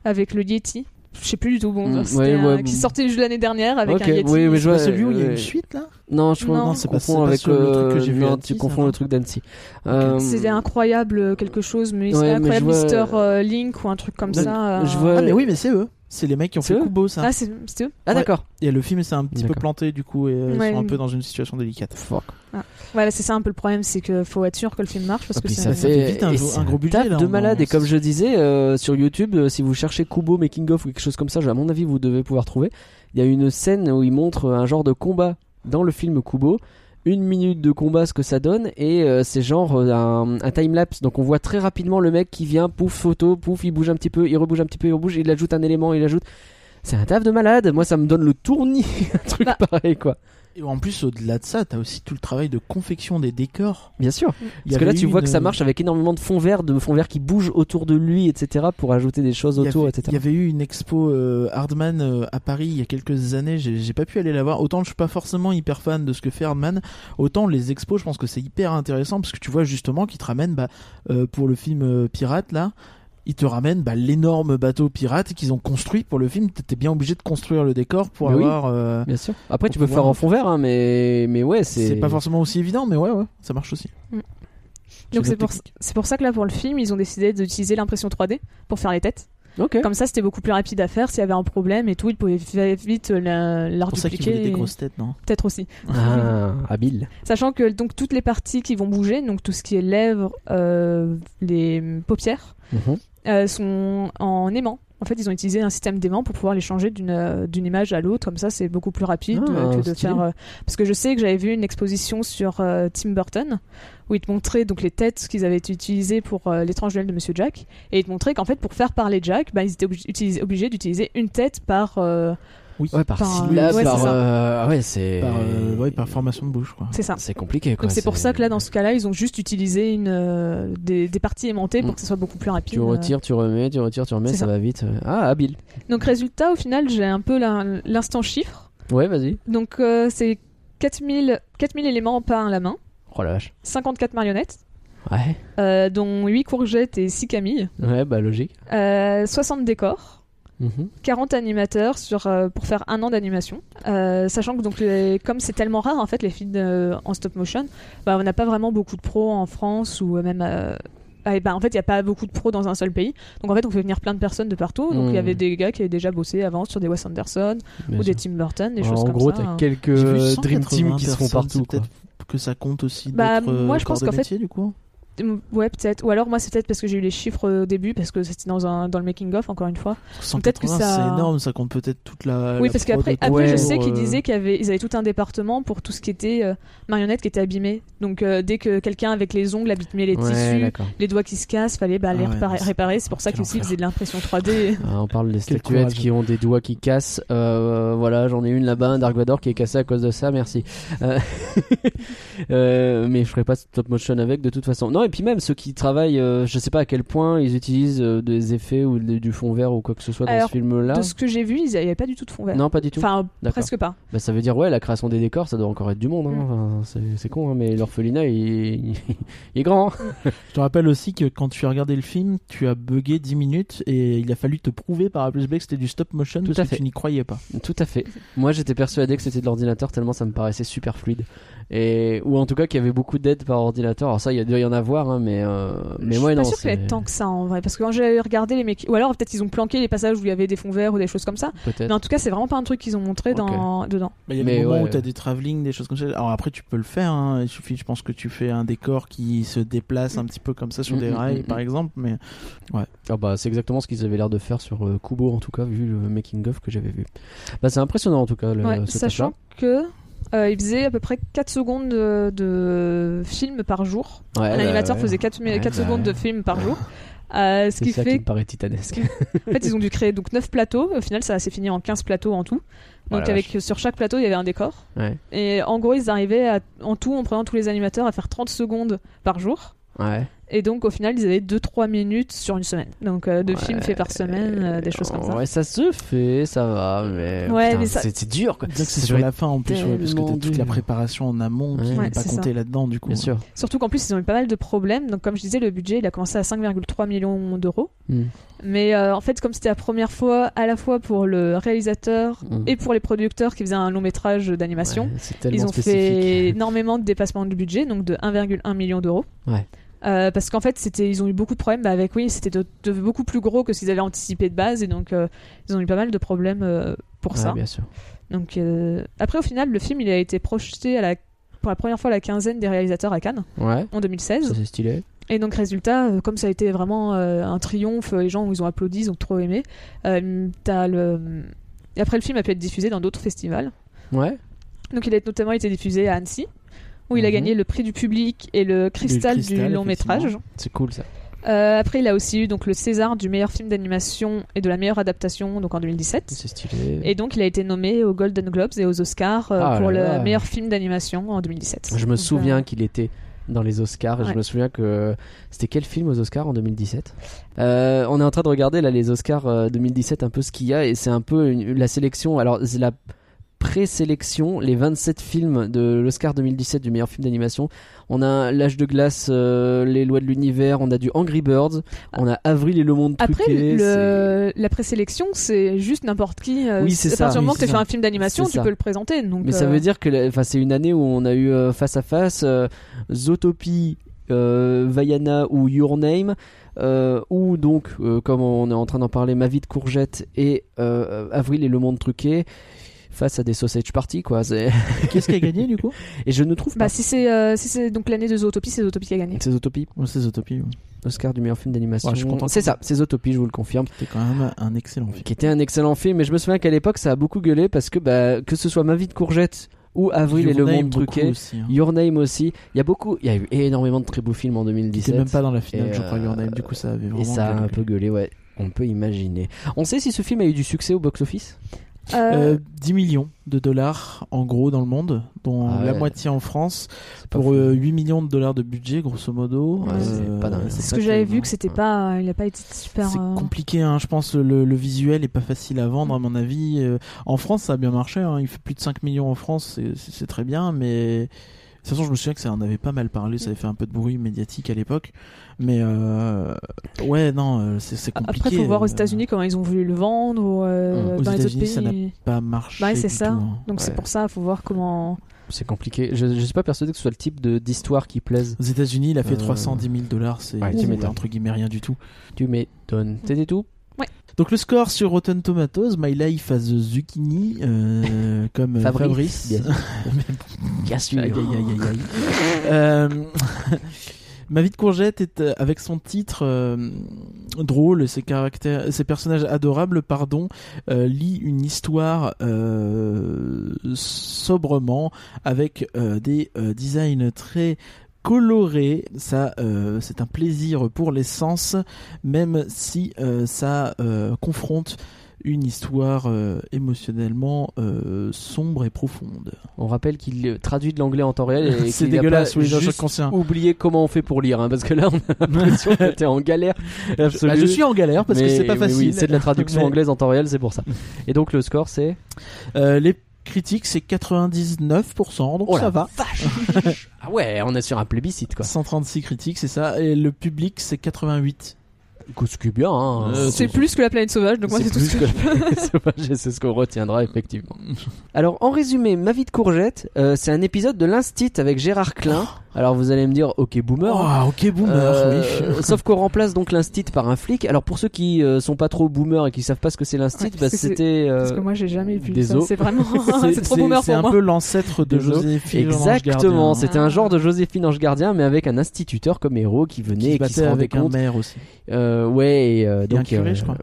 [SPEAKER 3] Avec le Yeti. Je sais plus du tout. Bon,
[SPEAKER 1] Mm,
[SPEAKER 3] c'était
[SPEAKER 1] ouais,
[SPEAKER 3] un-
[SPEAKER 1] ouais,
[SPEAKER 3] qui
[SPEAKER 1] bon.
[SPEAKER 3] sortait juste l'année dernière avec
[SPEAKER 1] Ok,
[SPEAKER 3] un Yeti.
[SPEAKER 1] oui, oui, je
[SPEAKER 2] C'est
[SPEAKER 1] vois
[SPEAKER 2] pas Bah, celui où il y a
[SPEAKER 1] euh,
[SPEAKER 2] une suite là
[SPEAKER 1] Non, je crois
[SPEAKER 3] Non.
[SPEAKER 1] non,
[SPEAKER 3] Non,
[SPEAKER 1] c'est
[SPEAKER 2] c'est
[SPEAKER 1] pas,
[SPEAKER 2] pas- c'est
[SPEAKER 1] confond
[SPEAKER 2] pas
[SPEAKER 1] avec
[SPEAKER 2] sur le
[SPEAKER 1] euh,
[SPEAKER 2] truc que j'ai vu
[SPEAKER 1] non,
[SPEAKER 2] à
[SPEAKER 1] tu
[SPEAKER 2] Annecy,
[SPEAKER 1] confonds
[SPEAKER 2] ça,
[SPEAKER 1] le
[SPEAKER 2] non
[SPEAKER 1] truc d'Annecy. Euh,
[SPEAKER 3] C'était incroyable euh, quelque chose, mais
[SPEAKER 1] Ouais,
[SPEAKER 3] c'est
[SPEAKER 1] mais
[SPEAKER 3] incroyable
[SPEAKER 1] je vois-
[SPEAKER 3] Mister euh, Link ou un truc comme
[SPEAKER 1] Donc,
[SPEAKER 3] ça. euh,
[SPEAKER 1] je vois-
[SPEAKER 2] Ah, mais oui, mais c'est eux. C'est les mecs qui ont
[SPEAKER 1] C'est
[SPEAKER 2] fait
[SPEAKER 1] eux
[SPEAKER 2] Kubo, ça.
[SPEAKER 3] Ah, c'est c'est eux
[SPEAKER 1] Ah
[SPEAKER 2] Ouais.
[SPEAKER 1] d'accord.
[SPEAKER 2] Et le film, c'est un petit peu
[SPEAKER 1] D'accord.
[SPEAKER 2] planté, du coup, et euh,
[SPEAKER 3] Ouais.
[SPEAKER 2] ils sont un peu dans une situation délicate.
[SPEAKER 1] Fuck.
[SPEAKER 3] Voilà, c'est ça un peu le problème, c'est que faut être sûr que le film marche parce
[SPEAKER 1] Ah,
[SPEAKER 3] que
[SPEAKER 1] puis
[SPEAKER 3] c'est-
[SPEAKER 1] ça fait-
[SPEAKER 2] vite un
[SPEAKER 1] et
[SPEAKER 2] gros-
[SPEAKER 1] c'est
[SPEAKER 2] un gros budget,
[SPEAKER 1] taf
[SPEAKER 2] là,
[SPEAKER 1] de
[SPEAKER 2] on-
[SPEAKER 1] malade. Et
[SPEAKER 2] on-
[SPEAKER 1] comme je disais euh, sur YouTube, euh, si vous cherchez Kubo making of ou quelque chose comme ça, je- à mon avis, vous devez pouvoir trouver. Il y a une scène où il montre un genre de combat dans le film Kubo. Une minute de combat, ce que ça donne, et euh, c'est genre euh, un, un time lapse. Donc on voit très rapidement le mec qui vient, pouf photo, pouf, il bouge un petit peu, il rebouge un petit peu, il rebouge, il ajoute un élément, il ajoute. C'est un taf de malade. Moi, ça me donne le tournis, un truc
[SPEAKER 3] Bah.
[SPEAKER 1] pareil, quoi.
[SPEAKER 2] Et en plus, au-delà de ça, t'as aussi tout le travail de confection des décors.
[SPEAKER 1] Bien sûr.
[SPEAKER 2] Il y
[SPEAKER 1] Parce que là,
[SPEAKER 2] avait
[SPEAKER 1] tu
[SPEAKER 2] eu
[SPEAKER 1] vois que
[SPEAKER 2] une- euh,
[SPEAKER 1] ça marche avec énormément de fonds verts, de fonds verts qui bougent autour de lui, etc., pour ajouter des choses
[SPEAKER 2] Il y
[SPEAKER 1] autour,
[SPEAKER 2] avait- Il y
[SPEAKER 1] etc.
[SPEAKER 2] avait eu une expo euh, Hardman euh, à Paris il y a quelques années, j'ai j'ai pas pu aller la voir. Autant je suis pas forcément hyper fan de ce que fait Hardman, autant les expos, je pense que c'est hyper intéressant parce que tu vois justement qu'ils te ramènent bah, euh, pour le film euh, Pirate là. Ils te ramènent bah, l'énorme bateau pirate qu'ils ont construit pour le film. T'étais bien obligé de construire le décor pour
[SPEAKER 1] Mais oui.
[SPEAKER 2] avoir. euh,
[SPEAKER 1] Bien sûr. Après,
[SPEAKER 2] Pour
[SPEAKER 1] tu peux
[SPEAKER 2] pouvoir-
[SPEAKER 1] faire en fond vert, hein, mais... mais ouais, c'est.
[SPEAKER 2] C'est pas forcément aussi évident, mais ouais, ouais, ça marche aussi.
[SPEAKER 3] Donc
[SPEAKER 2] C'est
[SPEAKER 3] c'est pour,
[SPEAKER 2] notre technique.
[SPEAKER 3] c'est pour ça que là, pour le film, ils ont décidé d'utiliser l'impression 3D pour faire les têtes.
[SPEAKER 1] Ok.
[SPEAKER 3] Comme ça, c'était beaucoup plus rapide à faire. S'il y avait un problème et tout, ils pouvaient vi- vite euh, la, la
[SPEAKER 2] C'est pour ça qu'ils
[SPEAKER 3] redupliquer.
[SPEAKER 2] voulaient des
[SPEAKER 3] et-
[SPEAKER 2] grosses têtes, non
[SPEAKER 3] Peut-être aussi.
[SPEAKER 1] Ah, habile.
[SPEAKER 3] Sachant que donc toutes les parties qui vont bouger, donc tout ce qui est lèvres, euh, les paupières,
[SPEAKER 1] Mhm.
[SPEAKER 3] euh, sont en aimant. En fait, ils ont utilisé un système d'aimant pour pouvoir les changer d'une euh, d'une image à l'autre. Comme ça, c'est beaucoup plus rapide
[SPEAKER 1] Ah,
[SPEAKER 3] euh, que de
[SPEAKER 1] stylé.
[SPEAKER 3] faire. euh, Parce que je sais que j'avais vu une exposition sur euh, Tim Burton où ils te montraient donc les têtes qu'ils avaient utilisées pour euh, l'étrange duel de Monsieur Jack et ils te montraient qu'en fait pour faire parler Jack, bah, ils étaient obli- utilis- obligés d'utiliser une tête par. euh,
[SPEAKER 2] Oui.
[SPEAKER 1] Ouais, par
[SPEAKER 3] Par-
[SPEAKER 1] syllabe,
[SPEAKER 3] ouais, c'est
[SPEAKER 1] par.
[SPEAKER 3] ça.
[SPEAKER 1] euh, ah Ouais, c'est. Ah,
[SPEAKER 2] Par, euh, ouais, par formation de bouche, quoi.
[SPEAKER 3] C'est ça.
[SPEAKER 1] C'est compliqué, quoi.
[SPEAKER 3] Donc c'est pour ça que là, dans ce cas-là, ils ont juste utilisé une, euh, des, des parties aimantées
[SPEAKER 1] Mm.
[SPEAKER 3] pour que ce soit beaucoup plus rapide.
[SPEAKER 1] Tu retires, tu remets, tu retires, tu remets,
[SPEAKER 3] C'est
[SPEAKER 1] ça,
[SPEAKER 3] ça.
[SPEAKER 1] va vite. Ah, habile.
[SPEAKER 3] Donc résultat, au final, j'ai un peu l'in- l'instant chiffre.
[SPEAKER 1] Ouais, vas-y.
[SPEAKER 3] Donc euh, c'est 4000, 4000 éléments par la main,
[SPEAKER 1] Oh la vache.
[SPEAKER 3] 54 marionnettes,
[SPEAKER 1] Ouais.
[SPEAKER 3] euh, dont 8 courgettes et 6 camilles,
[SPEAKER 1] Ouais, bah logique.
[SPEAKER 3] euh, 60 décors.
[SPEAKER 1] Mhm.
[SPEAKER 3] 40 animateurs sur, euh, pour faire un an d'animation. Euh, sachant que donc les- comme c'est tellement rare en fait les films euh, en stop motion, bah, on n'a pas vraiment beaucoup de pros en France ou même euh, ah, et bah, en fait il n'y a pas beaucoup de pros dans un seul pays. Donc en fait on fait venir plein de personnes de partout. Donc il
[SPEAKER 1] Mm.
[SPEAKER 3] y avait des gars qui avaient déjà bossé avant sur des Wes Anderson
[SPEAKER 1] Bien
[SPEAKER 3] ou
[SPEAKER 1] sûr.
[SPEAKER 3] des Tim Burton, des
[SPEAKER 1] Alors,
[SPEAKER 3] choses
[SPEAKER 1] en
[SPEAKER 3] comme
[SPEAKER 1] gros,
[SPEAKER 3] ça.
[SPEAKER 1] t'as
[SPEAKER 3] hein.
[SPEAKER 1] quelques
[SPEAKER 2] J'ai vu
[SPEAKER 1] euh,
[SPEAKER 2] 180
[SPEAKER 1] Dream Team qui se font
[SPEAKER 2] personnes,
[SPEAKER 1] partout,
[SPEAKER 2] c'est
[SPEAKER 1] quoi.
[SPEAKER 2] peut-être que ça compte aussi
[SPEAKER 3] Bah,
[SPEAKER 2] d'autres, euh,
[SPEAKER 3] moi, je
[SPEAKER 2] corps
[SPEAKER 3] pense
[SPEAKER 2] de
[SPEAKER 3] qu'en fait-
[SPEAKER 2] métier, du coup
[SPEAKER 3] Ouais peut-être. Ou alors moi c'est peut-être parce que j'ai eu les chiffres euh, au début parce que c'était dans, un, dans le making of encore une fois. Peut-être que
[SPEAKER 2] 180,
[SPEAKER 3] ça-
[SPEAKER 2] c'est énorme ça compte peut-être toute la
[SPEAKER 3] Oui,
[SPEAKER 2] la
[SPEAKER 3] parce
[SPEAKER 2] prod
[SPEAKER 3] qu'après,
[SPEAKER 2] autour,
[SPEAKER 3] après, je
[SPEAKER 1] Euh, Ouais.
[SPEAKER 3] sais qu'ils
[SPEAKER 2] euh,
[SPEAKER 3] disaient qu'ils avaient, ils avaient tout un département pour tout ce qui était euh, marionnette qui était abîmé. Donc, euh, dès que quelqu'un avec les ongles abîmait les
[SPEAKER 1] Ouais,
[SPEAKER 3] tissus,
[SPEAKER 1] d'accord.
[SPEAKER 3] les doigts qui se cassent, fallait bah, les
[SPEAKER 2] Ah ouais,
[SPEAKER 3] repara-
[SPEAKER 2] non, c'est-
[SPEAKER 3] réparer. C'est pour ça
[SPEAKER 2] Quel
[SPEAKER 3] qu'ils aussi
[SPEAKER 2] enfer.
[SPEAKER 3] faisaient de l'impression 3D.
[SPEAKER 1] Ah, on parle des
[SPEAKER 2] Quel
[SPEAKER 1] statuettes
[SPEAKER 2] courage.
[SPEAKER 1] qui ont des doigts qui cassent. Euh, voilà, j'en ai une là-bas, un Dark Vador qui est cassé à cause de ça, merci. Euh, euh, mais je ferai pas stop motion avec de toute façon. Non, Non, et puis même ceux qui travaillent, euh, je sais pas à quel point ils utilisent euh, des effets ou de- du fond vert ou quoi que ce soit dans
[SPEAKER 3] Alors,
[SPEAKER 1] ce film-là.
[SPEAKER 3] De ce que j'ai vu, il n'y avait pas du tout de fond vert.
[SPEAKER 1] Non, pas du tout.
[SPEAKER 3] Enfin,
[SPEAKER 1] D'accord.
[SPEAKER 3] presque pas.
[SPEAKER 1] Bah, ça veut dire, ouais, la création des décors, ça doit encore être du monde. hein.
[SPEAKER 3] Mm.
[SPEAKER 1] Enfin, c'est- c'est con, hein, mais l'orphelinat, il... il est grand. hein.
[SPEAKER 2] Je te rappelle aussi que quand tu as regardé le film, tu as bugué 10 minutes et il a fallu te prouver par A plus B que c'était du stop motion
[SPEAKER 1] Tout à
[SPEAKER 2] parce que
[SPEAKER 1] fait.
[SPEAKER 2] tu n'y croyais pas.
[SPEAKER 1] Tout à fait. Moi, j'étais persuadé que c'était de l'ordinateur tellement ça me paraissait super fluide. Et... Ou en tout cas qu'il y avait beaucoup d'aide par ordinateur. Alors ça, il y a- doit y en avoir, hein, mais, euh, mais
[SPEAKER 3] je suis
[SPEAKER 1] moi,
[SPEAKER 3] pas
[SPEAKER 1] non.
[SPEAKER 3] sûr qu'il y ait
[SPEAKER 1] c'est-
[SPEAKER 3] tant que ça en vrai. Parce que quand j'ai regardé les mecs. Ou alors peut-être qu'ils ont planqué les passages où il y avait des fonds verts ou des choses comme ça. Mais
[SPEAKER 1] Peut-être.
[SPEAKER 3] en tout cas, c'est vraiment pas un truc qu'ils ont montré
[SPEAKER 1] Ok.
[SPEAKER 3] dans... dedans.
[SPEAKER 2] Il y a
[SPEAKER 1] Mais
[SPEAKER 2] des moments
[SPEAKER 1] ouais.
[SPEAKER 2] où tu as des travelling, des choses comme ça. Alors après, tu peux le faire. hein. Il suffit, je pense que tu fais un décor qui se déplace un petit peu comme ça sur
[SPEAKER 1] Mm,
[SPEAKER 2] des
[SPEAKER 1] mm,
[SPEAKER 2] rails,
[SPEAKER 1] mm,
[SPEAKER 2] par
[SPEAKER 1] mm.
[SPEAKER 2] exemple. Mais
[SPEAKER 1] Ah bah, c'est exactement ce qu'ils avaient l'air de faire sur euh, Kubo, en tout cas, vu le making-of que j'avais vu. Bah, c'est impressionnant, en tout cas, le,
[SPEAKER 3] Ouais,
[SPEAKER 1] ce
[SPEAKER 3] sachant
[SPEAKER 1] taf-là.
[SPEAKER 3] que. euh, il faisait à peu près 4 secondes de, de film par jour.
[SPEAKER 1] Ouais, bah,
[SPEAKER 3] L'animateur
[SPEAKER 1] ouais.
[SPEAKER 3] faisait 4,
[SPEAKER 1] Ouais, bah,
[SPEAKER 3] secondes de
[SPEAKER 1] ouais.
[SPEAKER 3] film par jour. Euh, ce
[SPEAKER 1] C'est
[SPEAKER 3] qui
[SPEAKER 1] ça
[SPEAKER 3] fait
[SPEAKER 1] qui me paraît titanesque.
[SPEAKER 3] En fait, ils ont dû créer donc 9 plateaux. Au final, ça s'est fini en 15 plateaux en tout.
[SPEAKER 1] Oh
[SPEAKER 3] Donc,
[SPEAKER 1] la
[SPEAKER 3] avec sur chaque plateau, il y avait un décor.
[SPEAKER 1] Ouais.
[SPEAKER 3] Et en gros, ils arrivaient à- en tout, en prenant tous les animateurs, à faire 30 secondes par jour.
[SPEAKER 1] Ouais.
[SPEAKER 3] Et donc, au final, ils avaient 2-3 minutes sur une semaine. Donc, euh, deux films faits par semaine, euh, des choses comme ça.
[SPEAKER 1] Ouais, ça se fait, ça va, mais,
[SPEAKER 3] Ouais,
[SPEAKER 1] putain,
[SPEAKER 3] mais ça-
[SPEAKER 1] c'est c'est dur quoi.
[SPEAKER 2] Bien que c'est
[SPEAKER 1] Ça
[SPEAKER 2] sur
[SPEAKER 1] doit
[SPEAKER 2] la fin en plus, ouais, parce que
[SPEAKER 1] tellement
[SPEAKER 2] t'as toute la
[SPEAKER 1] dur.
[SPEAKER 2] préparation en amont qui
[SPEAKER 1] Ouais.
[SPEAKER 2] n'est
[SPEAKER 1] Ouais,
[SPEAKER 2] pas
[SPEAKER 3] c'est ça.
[SPEAKER 2] comptée là-dedans, du
[SPEAKER 1] être-
[SPEAKER 2] coup.
[SPEAKER 1] Bien sûr.
[SPEAKER 3] Surtout qu'en plus, ils ont eu pas mal de problèmes. Donc, comme je disais, le budget, il a commencé à 5,3 millions d'euros.
[SPEAKER 1] Mm.
[SPEAKER 3] Mais euh, en fait, comme c'était la première fois, à la fois pour le réalisateur
[SPEAKER 1] Mm.
[SPEAKER 3] et pour les producteurs qui faisaient un long métrage d'animation,
[SPEAKER 1] Ouais, c'est tellement
[SPEAKER 3] Ils ont fait
[SPEAKER 1] spécifique.
[SPEAKER 3] énormément de dépassements du budget, donc de 1,1 million d'euros.
[SPEAKER 1] Ouais.
[SPEAKER 3] Euh, parce qu'en fait, c'était, ils ont eu beaucoup de problèmes bah, avec, oui, c'était de, de- beaucoup plus gros que ce qu'ils avaient anticipé de base, et donc euh, ils ont eu pas mal de problèmes euh, pour
[SPEAKER 1] Ouais,
[SPEAKER 3] ça.
[SPEAKER 1] bien sûr.
[SPEAKER 3] Donc, euh, Après, au final, le film il a été projeté à la, pour la première fois à la quinzaine des réalisateurs à Cannes
[SPEAKER 1] Ouais.
[SPEAKER 3] en
[SPEAKER 1] Ça
[SPEAKER 3] 2016.
[SPEAKER 1] c'est stylé.
[SPEAKER 3] Et donc, résultat, euh, comme ça a été vraiment euh, un triomphe, les gens ils ont applaudi, ils ont trop aimé. euh, t'as le... Et après, le film a pu être diffusé dans d'autres festivals.
[SPEAKER 1] Ouais.
[SPEAKER 3] Donc il a notamment été diffusé à Annecy, où il a
[SPEAKER 1] Mhm.
[SPEAKER 3] gagné le prix du public et le cristal du,
[SPEAKER 2] cristal,
[SPEAKER 3] long métrage.
[SPEAKER 1] C'est cool ça.
[SPEAKER 3] Euh, après, il a aussi eu donc le César du meilleur film d'animation et de la meilleure adaptation, donc en 2017.
[SPEAKER 1] C'est stylé.
[SPEAKER 3] Et donc il a été nommé aux Golden Globes et aux Oscars euh,
[SPEAKER 1] Ah
[SPEAKER 3] pour
[SPEAKER 1] là
[SPEAKER 3] le
[SPEAKER 1] là.
[SPEAKER 3] meilleur film d'animation en 2017.
[SPEAKER 1] Je me
[SPEAKER 3] Donc,
[SPEAKER 1] souviens
[SPEAKER 3] euh,
[SPEAKER 1] qu'il était dans les Oscars. et Je
[SPEAKER 3] Ouais.
[SPEAKER 1] me souviens que euh, c'était quel film aux Oscars en 2017 Euh, On est en train de regarder là les Oscars euh, 2017 un peu ce qu'il y a et c'est un peu une- la sélection. Alors c'est la présélection, les 27 films de l'Oscar 2017 du meilleur film d'animation. On a L'âge de glace, euh, Les lois de l'univers, on a du Angry Birds, on a Avril et le monde
[SPEAKER 3] Ah. Après,
[SPEAKER 1] truqué. c'est-
[SPEAKER 3] le- la présélection, c'est juste n'importe qui. euh,
[SPEAKER 1] Oui, c'est
[SPEAKER 3] à
[SPEAKER 1] ça.
[SPEAKER 3] partir du moment
[SPEAKER 2] Oui,
[SPEAKER 3] que
[SPEAKER 2] c'est
[SPEAKER 3] tu fais
[SPEAKER 2] ça.
[SPEAKER 3] un film d'animation,
[SPEAKER 1] C'est
[SPEAKER 3] tu
[SPEAKER 1] ça.
[SPEAKER 3] peux le présenter. Donc,
[SPEAKER 1] Mais ça
[SPEAKER 3] euh,
[SPEAKER 1] veut dire que la- enfin, c'est une année où on a eu euh, face à face euh, Zootopie, euh, Vaiana ou Your Name, euh, ou donc, euh, comme on est en train d'en parler, Ma vie de courgette et euh, Avril et le monde truqué, face à des sausage parties, quoi. c'est-
[SPEAKER 2] Qu'est-ce qui a gagné, du coup
[SPEAKER 1] Et je ne trouve pas
[SPEAKER 3] bah, si c'est euh, si c'est donc l'année de Zootopie, c'est Zootopie qui a gagné.
[SPEAKER 1] ces Zootopie,
[SPEAKER 2] Oh, C'est Zootopie, ouais.
[SPEAKER 1] Oscar du meilleur film d'animation.
[SPEAKER 2] Ouais, je suis content.
[SPEAKER 1] c'est ça, c'est Zootopie, je vous le confirme.
[SPEAKER 2] c'était quand même un excellent film.
[SPEAKER 1] qui était un excellent film. Mais je me souviens qu'à l'époque, ça a beaucoup gueulé parce que, bah, que ce soit Ma vie de courgette ou Avril et le
[SPEAKER 2] Your Name,
[SPEAKER 1] monde
[SPEAKER 2] beaucoup
[SPEAKER 1] truqué.
[SPEAKER 2] aussi, hein.
[SPEAKER 1] Your Name aussi. Il y a beaucoup, il y a eu énormément de très beaux films en
[SPEAKER 2] Il était
[SPEAKER 1] 2017.
[SPEAKER 2] même pas dans la finale,
[SPEAKER 1] Et,
[SPEAKER 2] je crois, Your
[SPEAKER 1] euh,
[SPEAKER 2] Name. Du coup, ça avait vraiment. Euh,
[SPEAKER 1] et ça a
[SPEAKER 2] gueulé.
[SPEAKER 1] un peu gueulé, ouais. On peut imaginer. On sait si ce film a eu du succès au box-office
[SPEAKER 3] Euh,
[SPEAKER 2] Euh, 10 millions de dollars en gros dans le monde, dont
[SPEAKER 1] Ah
[SPEAKER 2] la
[SPEAKER 1] ouais.
[SPEAKER 2] moitié en France,
[SPEAKER 1] C'est pas
[SPEAKER 2] pour
[SPEAKER 1] fou.
[SPEAKER 2] euh, 8 millions de dollars de budget, grosso modo.
[SPEAKER 1] Ouais,
[SPEAKER 2] Euh,
[SPEAKER 1] c'est pas dingue.
[SPEAKER 2] c'est
[SPEAKER 1] C'est
[SPEAKER 3] parce
[SPEAKER 2] ça
[SPEAKER 3] que
[SPEAKER 2] qui
[SPEAKER 3] j'avais
[SPEAKER 2] est-
[SPEAKER 3] vu que c'était
[SPEAKER 1] ouais.
[SPEAKER 3] pas, euh, il a pas été super.
[SPEAKER 2] C'est
[SPEAKER 3] euh,
[SPEAKER 2] compliqué, hein. je pense le, le visuel est pas facile à vendre à mon avis. Euh, En France, ça a bien marché, hein. il fait plus de 5 millions en France, c'est- c'est c'est très bien, mais de toute façon, je me souviens que ça en avait pas mal parlé, ça avait fait un peu de bruit médiatique à l'époque, mais euh, ouais, non, euh, c'est c'est compliqué.
[SPEAKER 3] Après, faut voir aux
[SPEAKER 2] euh,
[SPEAKER 3] États-Unis comment ils ont voulu le vendre ou euh,
[SPEAKER 2] Aux
[SPEAKER 3] dans les autres
[SPEAKER 2] États-Unis, ça n'a
[SPEAKER 3] pays.
[SPEAKER 2] Pas marché.
[SPEAKER 3] Ouais, c'est
[SPEAKER 2] du
[SPEAKER 3] ça.
[SPEAKER 2] tout, hein.
[SPEAKER 3] Donc c'est
[SPEAKER 1] Ouais.
[SPEAKER 3] pour ça, faut voir comment.
[SPEAKER 1] C'est compliqué. Je, je suis pas persuadé que ce soit le type de- d'histoire qui plaise.
[SPEAKER 2] Aux États-Unis, il a fait
[SPEAKER 1] Euh,
[SPEAKER 2] 310 000 dollars, c'est
[SPEAKER 1] ouais, tu
[SPEAKER 2] c'est
[SPEAKER 1] m'étonnes.
[SPEAKER 2] entre guillemets rien du tout.
[SPEAKER 1] Tu m'étonnes. C'était tout
[SPEAKER 2] Donc le score sur Rotten Tomatoes, My Life as a Zucchini, euh, comme euh, Fabrice.
[SPEAKER 1] Bien sûr. Bien sûr.
[SPEAKER 2] Aïe, aïe, aïe, aïe, aïe. Euh, Ma vie de courgette est euh, avec son titre euh, drôle, ses caractères, ses personnages adorables, pardon, euh, lit une histoire euh, sobrement avec euh, des euh, designs très colorés. Ça, euh, c'est un plaisir pour les sens, même si euh, ça euh, confronte une histoire euh, émotionnellement euh, sombre et profonde.
[SPEAKER 1] On rappelle qu'il euh, traduit de l'anglais en temps réel et
[SPEAKER 2] C'est
[SPEAKER 1] qu'il n'a
[SPEAKER 2] dégueulasse,
[SPEAKER 1] pas
[SPEAKER 2] oui, j'en suis
[SPEAKER 1] juste
[SPEAKER 2] conscient.
[SPEAKER 1] oublié comment on fait pour lire, hein, parce que là on a l'impression que t'es en galère absolue.
[SPEAKER 2] Bah, je suis en galère parce que
[SPEAKER 1] Mais
[SPEAKER 2] c'est pas
[SPEAKER 1] oui, oui,
[SPEAKER 2] facile.
[SPEAKER 1] c'est de la traduction
[SPEAKER 2] Mais,
[SPEAKER 1] anglaise en temps réel, c'est pour ça. Et donc le score c'est
[SPEAKER 2] euh, les critiques, c'est 99%, donc
[SPEAKER 1] Oh la
[SPEAKER 2] ça va.
[SPEAKER 1] ah ouais, on est sur un plébiscite quoi.
[SPEAKER 2] 136 critiques, c'est ça. Et le public, c'est 88.
[SPEAKER 1] Écoute, ce qui est bien. hein.
[SPEAKER 2] Euh,
[SPEAKER 3] C'est plus que la planète sauvage, donc moi c'est tout
[SPEAKER 1] plus
[SPEAKER 3] ce que.
[SPEAKER 1] que- sauvage, et c'est ce qu'on retiendra effectivement. Alors en résumé, ma vie de courgette, euh, c'est un épisode de l'Instit avec Gérard Klein.
[SPEAKER 3] Oh.
[SPEAKER 1] Alors vous allez me dire, ok boomer. hein.
[SPEAKER 2] Ah, ok, boomer,
[SPEAKER 1] Euh,
[SPEAKER 2] oui.
[SPEAKER 1] sauf qu'on remplace donc l'instit par un flic. Alors pour ceux qui euh, sont pas trop boomers et qui savent pas ce que c'est l'instit,
[SPEAKER 3] Ouais,
[SPEAKER 1] bah,
[SPEAKER 3] parce que c'est-
[SPEAKER 1] c'était euh,
[SPEAKER 3] Parce que moi j'ai jamais vu
[SPEAKER 1] des
[SPEAKER 3] ça.
[SPEAKER 1] os.
[SPEAKER 3] C'est vraiment.
[SPEAKER 2] C'est-
[SPEAKER 3] c'est trop
[SPEAKER 2] c'est-
[SPEAKER 3] boomer
[SPEAKER 2] C'est
[SPEAKER 3] pour
[SPEAKER 2] un
[SPEAKER 3] moi.
[SPEAKER 2] peu l'ancêtre de
[SPEAKER 1] Des os.
[SPEAKER 2] Joséphine. Ange
[SPEAKER 1] Exactement,
[SPEAKER 2] Gardien, hein,
[SPEAKER 1] c'était un genre de Joséphine Ange Gardien, mais avec un instituteur comme héros qui
[SPEAKER 2] qui se
[SPEAKER 1] venait et qui se
[SPEAKER 2] battait
[SPEAKER 1] rendait
[SPEAKER 2] avec un
[SPEAKER 1] compte.
[SPEAKER 2] maire aussi.
[SPEAKER 1] Euh, ouais, et, euh,
[SPEAKER 2] Et un
[SPEAKER 1] donc
[SPEAKER 2] curé,
[SPEAKER 1] euh,
[SPEAKER 2] je crois.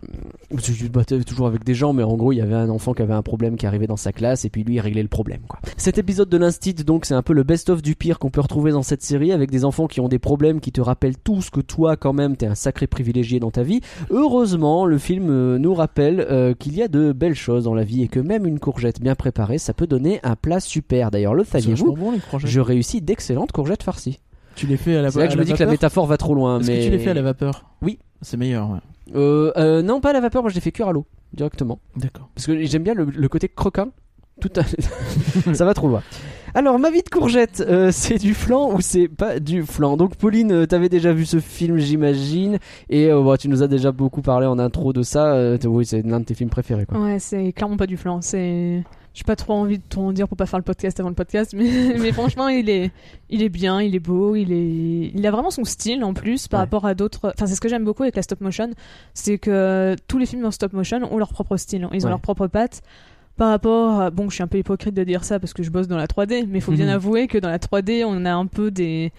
[SPEAKER 1] Parce que tu te battais toujours avec des gens, mais en gros, il y avait un enfant qui avait un problème qui arrivait dans sa classe, et puis lui, il réglait le problème. Quoi. Cet épisode de l'Instit, donc, c'est un peu le best-of du pire qu'on peut retrouver dans cette série, avec des enfants qui ont des problèmes qui te rappellent tous que toi, quand même, t'es un sacré privilégié dans ta vie. Heureusement, le film euh, nous rappelle euh, qu'il y a de belles choses dans la vie, et que même une courgette bien préparée, ça peut donner un plat super. D'ailleurs, le
[SPEAKER 2] C'est vachement
[SPEAKER 1] saviez-vous
[SPEAKER 2] bon, les courgettes.
[SPEAKER 1] Je réussis d'excellentes courgettes farcies.
[SPEAKER 2] Tu les fais à la
[SPEAKER 1] C'est là que je
[SPEAKER 2] bah,
[SPEAKER 1] me
[SPEAKER 2] à
[SPEAKER 1] dis que la
[SPEAKER 2] vapeur
[SPEAKER 1] métaphore va trop loin.
[SPEAKER 2] Est-ce
[SPEAKER 1] mais...
[SPEAKER 2] que tu les fais à la vapeur
[SPEAKER 1] Oui.
[SPEAKER 2] C'est meilleur, ouais.
[SPEAKER 1] Euh, euh, non, pas à la vapeur, moi je l'ai fait cuire à l'eau directement.
[SPEAKER 2] D'accord.
[SPEAKER 1] Parce que j'aime bien le, le côté croquin. Tout à- Ça va trop loin. Alors, ma vie de courgette, euh, c'est du flan ou c'est pas du flan Donc, Pauline, euh, t'avais déjà vu ce film, j'imagine, et euh, bah, tu nous as déjà beaucoup parlé en intro de ça. euh, t'as- oui, c'est l'un de tes films préférés, quoi.
[SPEAKER 3] Ouais, c'est clairement pas du flan. C'est. J'ai pas trop envie de tout en dire pour pas faire le podcast avant le podcast, mais, mais franchement, il est, il est bien, il est beau, il est, il a vraiment son style en plus par
[SPEAKER 1] Ouais.
[SPEAKER 3] rapport à d'autres. Enfin, c'est ce que j'aime beaucoup avec la stop motion, c'est que tous les films en stop motion ont leur propre style, hein. ils ont
[SPEAKER 1] Ouais.
[SPEAKER 3] leur propre patte. Par rapport, à- bon, je suis un peu hypocrite de dire ça parce que je bosse dans la 3D, mais il faut bien
[SPEAKER 2] Mhm.
[SPEAKER 3] avouer que dans la 3D, on a un peu des,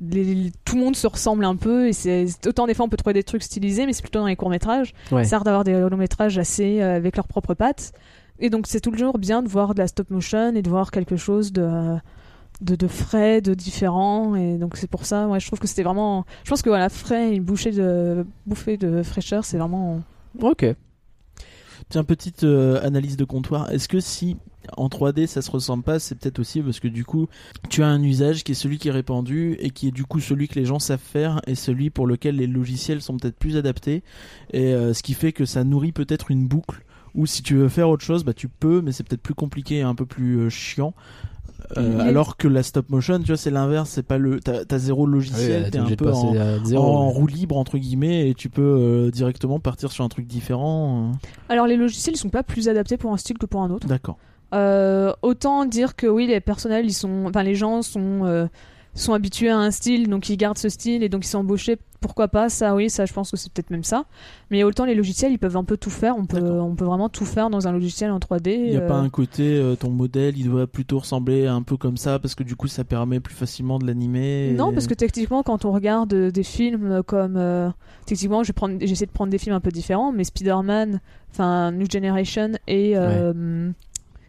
[SPEAKER 3] les- tout le monde se ressemble un peu et c'est autant des fois on peut trouver des trucs stylisés, mais c'est plutôt dans les courts métrages.
[SPEAKER 1] Ouais.
[SPEAKER 3] C'est rare d'avoir des longs métrages assez euh, avec leurs propres pattes. Et donc c'est toujours bien de voir de la stop motion et de voir quelque chose de euh, de, de frais, de différent. Et donc c'est pour ça, ouais, je trouve que c'était vraiment. Je pense que voilà, frais, une bouchée de bouffée de fraîcheur, c'est vraiment.
[SPEAKER 1] Mm. Ok.
[SPEAKER 2] Tiens, petite euh, analyse de comptoir. Est-ce que si en 3D ça se ressemble pas, c'est peut-être aussi parce que du coup tu as un usage qui est celui qui est répandu et qui est du coup celui que les gens savent faire et celui pour lequel les logiciels sont peut-être plus adaptés et euh, ce qui fait que ça nourrit peut-être une boucle ou si tu veux faire autre chose bah tu peux mais c'est peut-être plus compliqué et un peu plus euh, chiant Euh,
[SPEAKER 3] Mais-
[SPEAKER 2] alors que la stop motion tu vois c'est l'inverse c'est pas le t'as t'as zéro logiciel t'es un peu en, en roue libre entre guillemets et tu peux euh, directement partir sur un truc différent euh.
[SPEAKER 3] Alors les logiciels sont pas plus adaptés pour un style que pour un autre.
[SPEAKER 2] d'accord
[SPEAKER 3] Euh, autant dire que oui, les personnels, ils sont, enfin les gens sont euh, sont habitués à un style, donc ils gardent ce style et donc ils sont embauchés. Pourquoi pas ça Oui, ça, je pense que c'est peut-être même ça. Mais autant les logiciels, ils peuvent un peu tout faire. On peut,
[SPEAKER 2] D'accord.
[SPEAKER 3] on peut vraiment tout faire dans un logiciel en 3D.
[SPEAKER 2] Il n'y a
[SPEAKER 3] euh,
[SPEAKER 2] pas un côté, euh, ton modèle, il doit plutôt ressembler un peu comme ça, parce que du coup, ça permet plus facilement de l'animer.
[SPEAKER 3] Non,
[SPEAKER 2] et-
[SPEAKER 3] parce que techniquement, quand on regarde euh, des films comme. euh, techniquement, je vais prendre- j'essaie de prendre des films un peu différents, mais Spider-Man, enfin New Generation et. euh,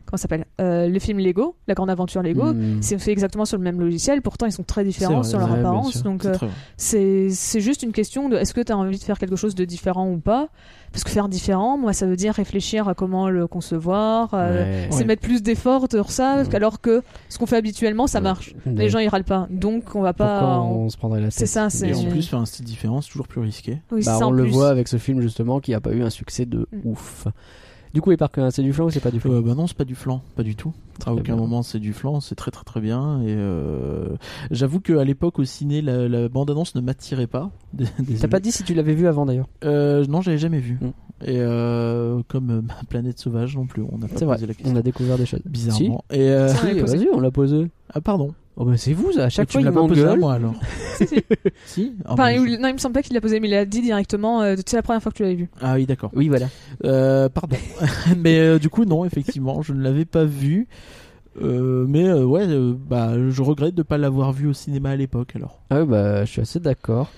[SPEAKER 3] Comment ça s'appelle Euh, Le film Lego, La Grande Aventure Lego.
[SPEAKER 1] Mm.
[SPEAKER 3] C'est fait exactement sur le même logiciel, pourtant ils sont très différents
[SPEAKER 2] Mm. C'est vrai,
[SPEAKER 3] sur leur
[SPEAKER 2] ouais, bien
[SPEAKER 3] apparence.
[SPEAKER 2] sûr.
[SPEAKER 3] Donc
[SPEAKER 2] C'est
[SPEAKER 3] euh,
[SPEAKER 2] très vrai.
[SPEAKER 3] c'est c'est juste une question de est-ce que tu as envie de faire quelque chose de différent ou pas Parce que faire différent, moi ça veut dire réfléchir à comment le concevoir, euh, c'est
[SPEAKER 2] Ouais. Mm.
[SPEAKER 3] mettre plus d'efforts sur ça,
[SPEAKER 1] Ouais.
[SPEAKER 3] alors que ce qu'on fait habituellement ça marche. Les gens ils râlent pas. Donc on va pas. on-
[SPEAKER 1] on se prendrait la tête
[SPEAKER 3] C'est ça, c'est.
[SPEAKER 2] Et en plus, faire un style différent, c'est toujours plus risqué.
[SPEAKER 3] Oui,
[SPEAKER 1] Bah,
[SPEAKER 3] c'est ça,
[SPEAKER 1] on
[SPEAKER 3] en
[SPEAKER 1] le
[SPEAKER 3] plus.
[SPEAKER 1] voit avec ce film justement qui a pas eu un succès de
[SPEAKER 3] Mm.
[SPEAKER 1] ouf. Du coup, les parcs, hein, c'est du flan ou c'est pas du flan
[SPEAKER 2] Euh, bah non, c'est pas du flan, pas du tout. À aucun
[SPEAKER 1] bien.
[SPEAKER 2] moment, c'est du flan, c'est très très très bien. Et euh, j'avoue qu'à l'époque, au ciné, la, la bande-annonce ne m'attirait pas.
[SPEAKER 1] T'as
[SPEAKER 2] Désolé.
[SPEAKER 1] pas dit si tu l'avais vu avant d'ailleurs.
[SPEAKER 2] Euh, non, j'avais jamais vu.
[SPEAKER 1] Mm.
[SPEAKER 2] Et euh, comme euh, ma planète sauvage non plus, on n'a pas
[SPEAKER 1] C'est
[SPEAKER 2] posé
[SPEAKER 1] vrai,
[SPEAKER 2] la question.
[SPEAKER 1] on a découvert des choses.
[SPEAKER 2] Bizarrement. Et euh,
[SPEAKER 1] Si,
[SPEAKER 3] On l'a posé.
[SPEAKER 1] Ah vas-y, on l'a posé.
[SPEAKER 2] ah pardon.
[SPEAKER 1] Oh bah c'est vous, ça. à chaque
[SPEAKER 2] Tu
[SPEAKER 1] fois
[SPEAKER 2] me
[SPEAKER 1] il
[SPEAKER 2] l'as pas posé à
[SPEAKER 1] m'engueule.
[SPEAKER 2] moi alors.
[SPEAKER 3] Si, si.
[SPEAKER 2] si. Ah,
[SPEAKER 3] Enfin,
[SPEAKER 2] bah, je-
[SPEAKER 3] il- Non, il me semble pas qu'il l'a posé, mais il a dit directement euh, c'est la première fois que tu l'avais vu.
[SPEAKER 2] Ah oui, d'accord.
[SPEAKER 1] Oui, voilà.
[SPEAKER 2] Euh, pardon. mais euh, du coup, non, effectivement, je ne l'avais pas vu. Euh, mais euh, ouais, euh, bah, je regrette de ne pas l'avoir vu au cinéma à l'époque alors.
[SPEAKER 1] Ah ouais, bah je suis assez d'accord.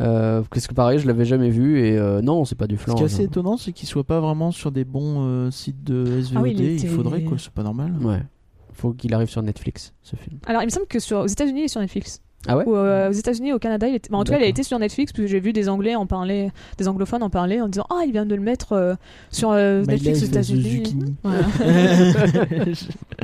[SPEAKER 1] Euh, parce que pareil, je l'avais jamais vu et euh, non, c'est pas du
[SPEAKER 2] Ce
[SPEAKER 1] flan.
[SPEAKER 2] qui est assez
[SPEAKER 1] hein.
[SPEAKER 2] étonnant, c'est qu'il soit pas vraiment sur des bons euh, sites de SVOD.
[SPEAKER 3] Ah oui, il
[SPEAKER 2] il,
[SPEAKER 3] était-
[SPEAKER 2] faudrait quoi, c'est pas normal.
[SPEAKER 1] Ouais. Faut qu'il arrive sur Netflix, ce film.
[SPEAKER 3] Alors il me semble que sur... aux États-Unis il est sur Netflix.
[SPEAKER 1] Ah ouais
[SPEAKER 3] Ou, euh, aux États-Unis, au Canada, il était... enfin, en tout cas, il a
[SPEAKER 1] D'accord.
[SPEAKER 3] été sur Netflix parce que j'ai vu des Anglais en parler, des anglophones en parler en disant ah il vient de le mettre euh, sur
[SPEAKER 1] Bah,
[SPEAKER 3] euh,
[SPEAKER 2] My
[SPEAKER 3] Netflix
[SPEAKER 2] life as
[SPEAKER 3] aux
[SPEAKER 2] a
[SPEAKER 3] États-Unis.
[SPEAKER 2] zucchini.
[SPEAKER 3] Voilà.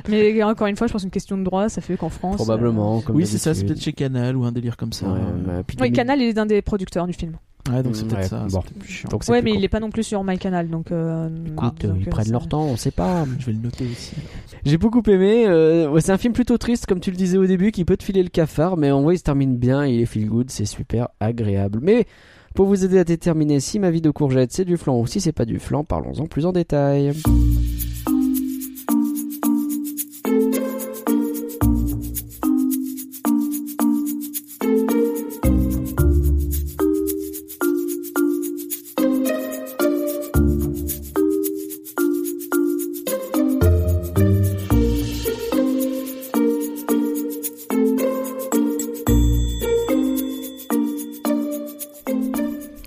[SPEAKER 3] Mais encore une fois, je pense une question de droit, ça fait qu'en France. euh,
[SPEAKER 1] Probablement. comme
[SPEAKER 2] oui, c'est ça, c'est
[SPEAKER 1] d'habitude.
[SPEAKER 2] peut-être hein. chez Canal ou un délire comme ça.
[SPEAKER 1] Ouais, bah, puis
[SPEAKER 3] Oui,
[SPEAKER 1] deux-
[SPEAKER 3] Canal il est un des producteurs du film.
[SPEAKER 2] Ouais, donc c'est
[SPEAKER 1] Mm,
[SPEAKER 2] peut-être
[SPEAKER 1] ouais,
[SPEAKER 2] ça.
[SPEAKER 1] bon.
[SPEAKER 2] c'est peut-être chiant.
[SPEAKER 1] Donc c'est
[SPEAKER 3] Ouais,
[SPEAKER 1] plus
[SPEAKER 3] mais il
[SPEAKER 1] compliqué.
[SPEAKER 3] est pas non plus sur My Canal, donc. euh,
[SPEAKER 1] Écoute,
[SPEAKER 3] disons
[SPEAKER 1] ils
[SPEAKER 3] que
[SPEAKER 1] prennent
[SPEAKER 3] ça-
[SPEAKER 1] leur temps, on sait pas.
[SPEAKER 2] Je vais le noter aussi.
[SPEAKER 1] J'ai beaucoup aimé. euh, ouais, c'est un film plutôt triste, comme tu le disais au début, qui peut te filer le cafard, mais en vrai, il se termine bien, il est feel good, c'est super agréable. Mais pour vous aider à déterminer si ma vie de courgette c'est du flan ou si c'est pas du flan, parlons-en plus en détail.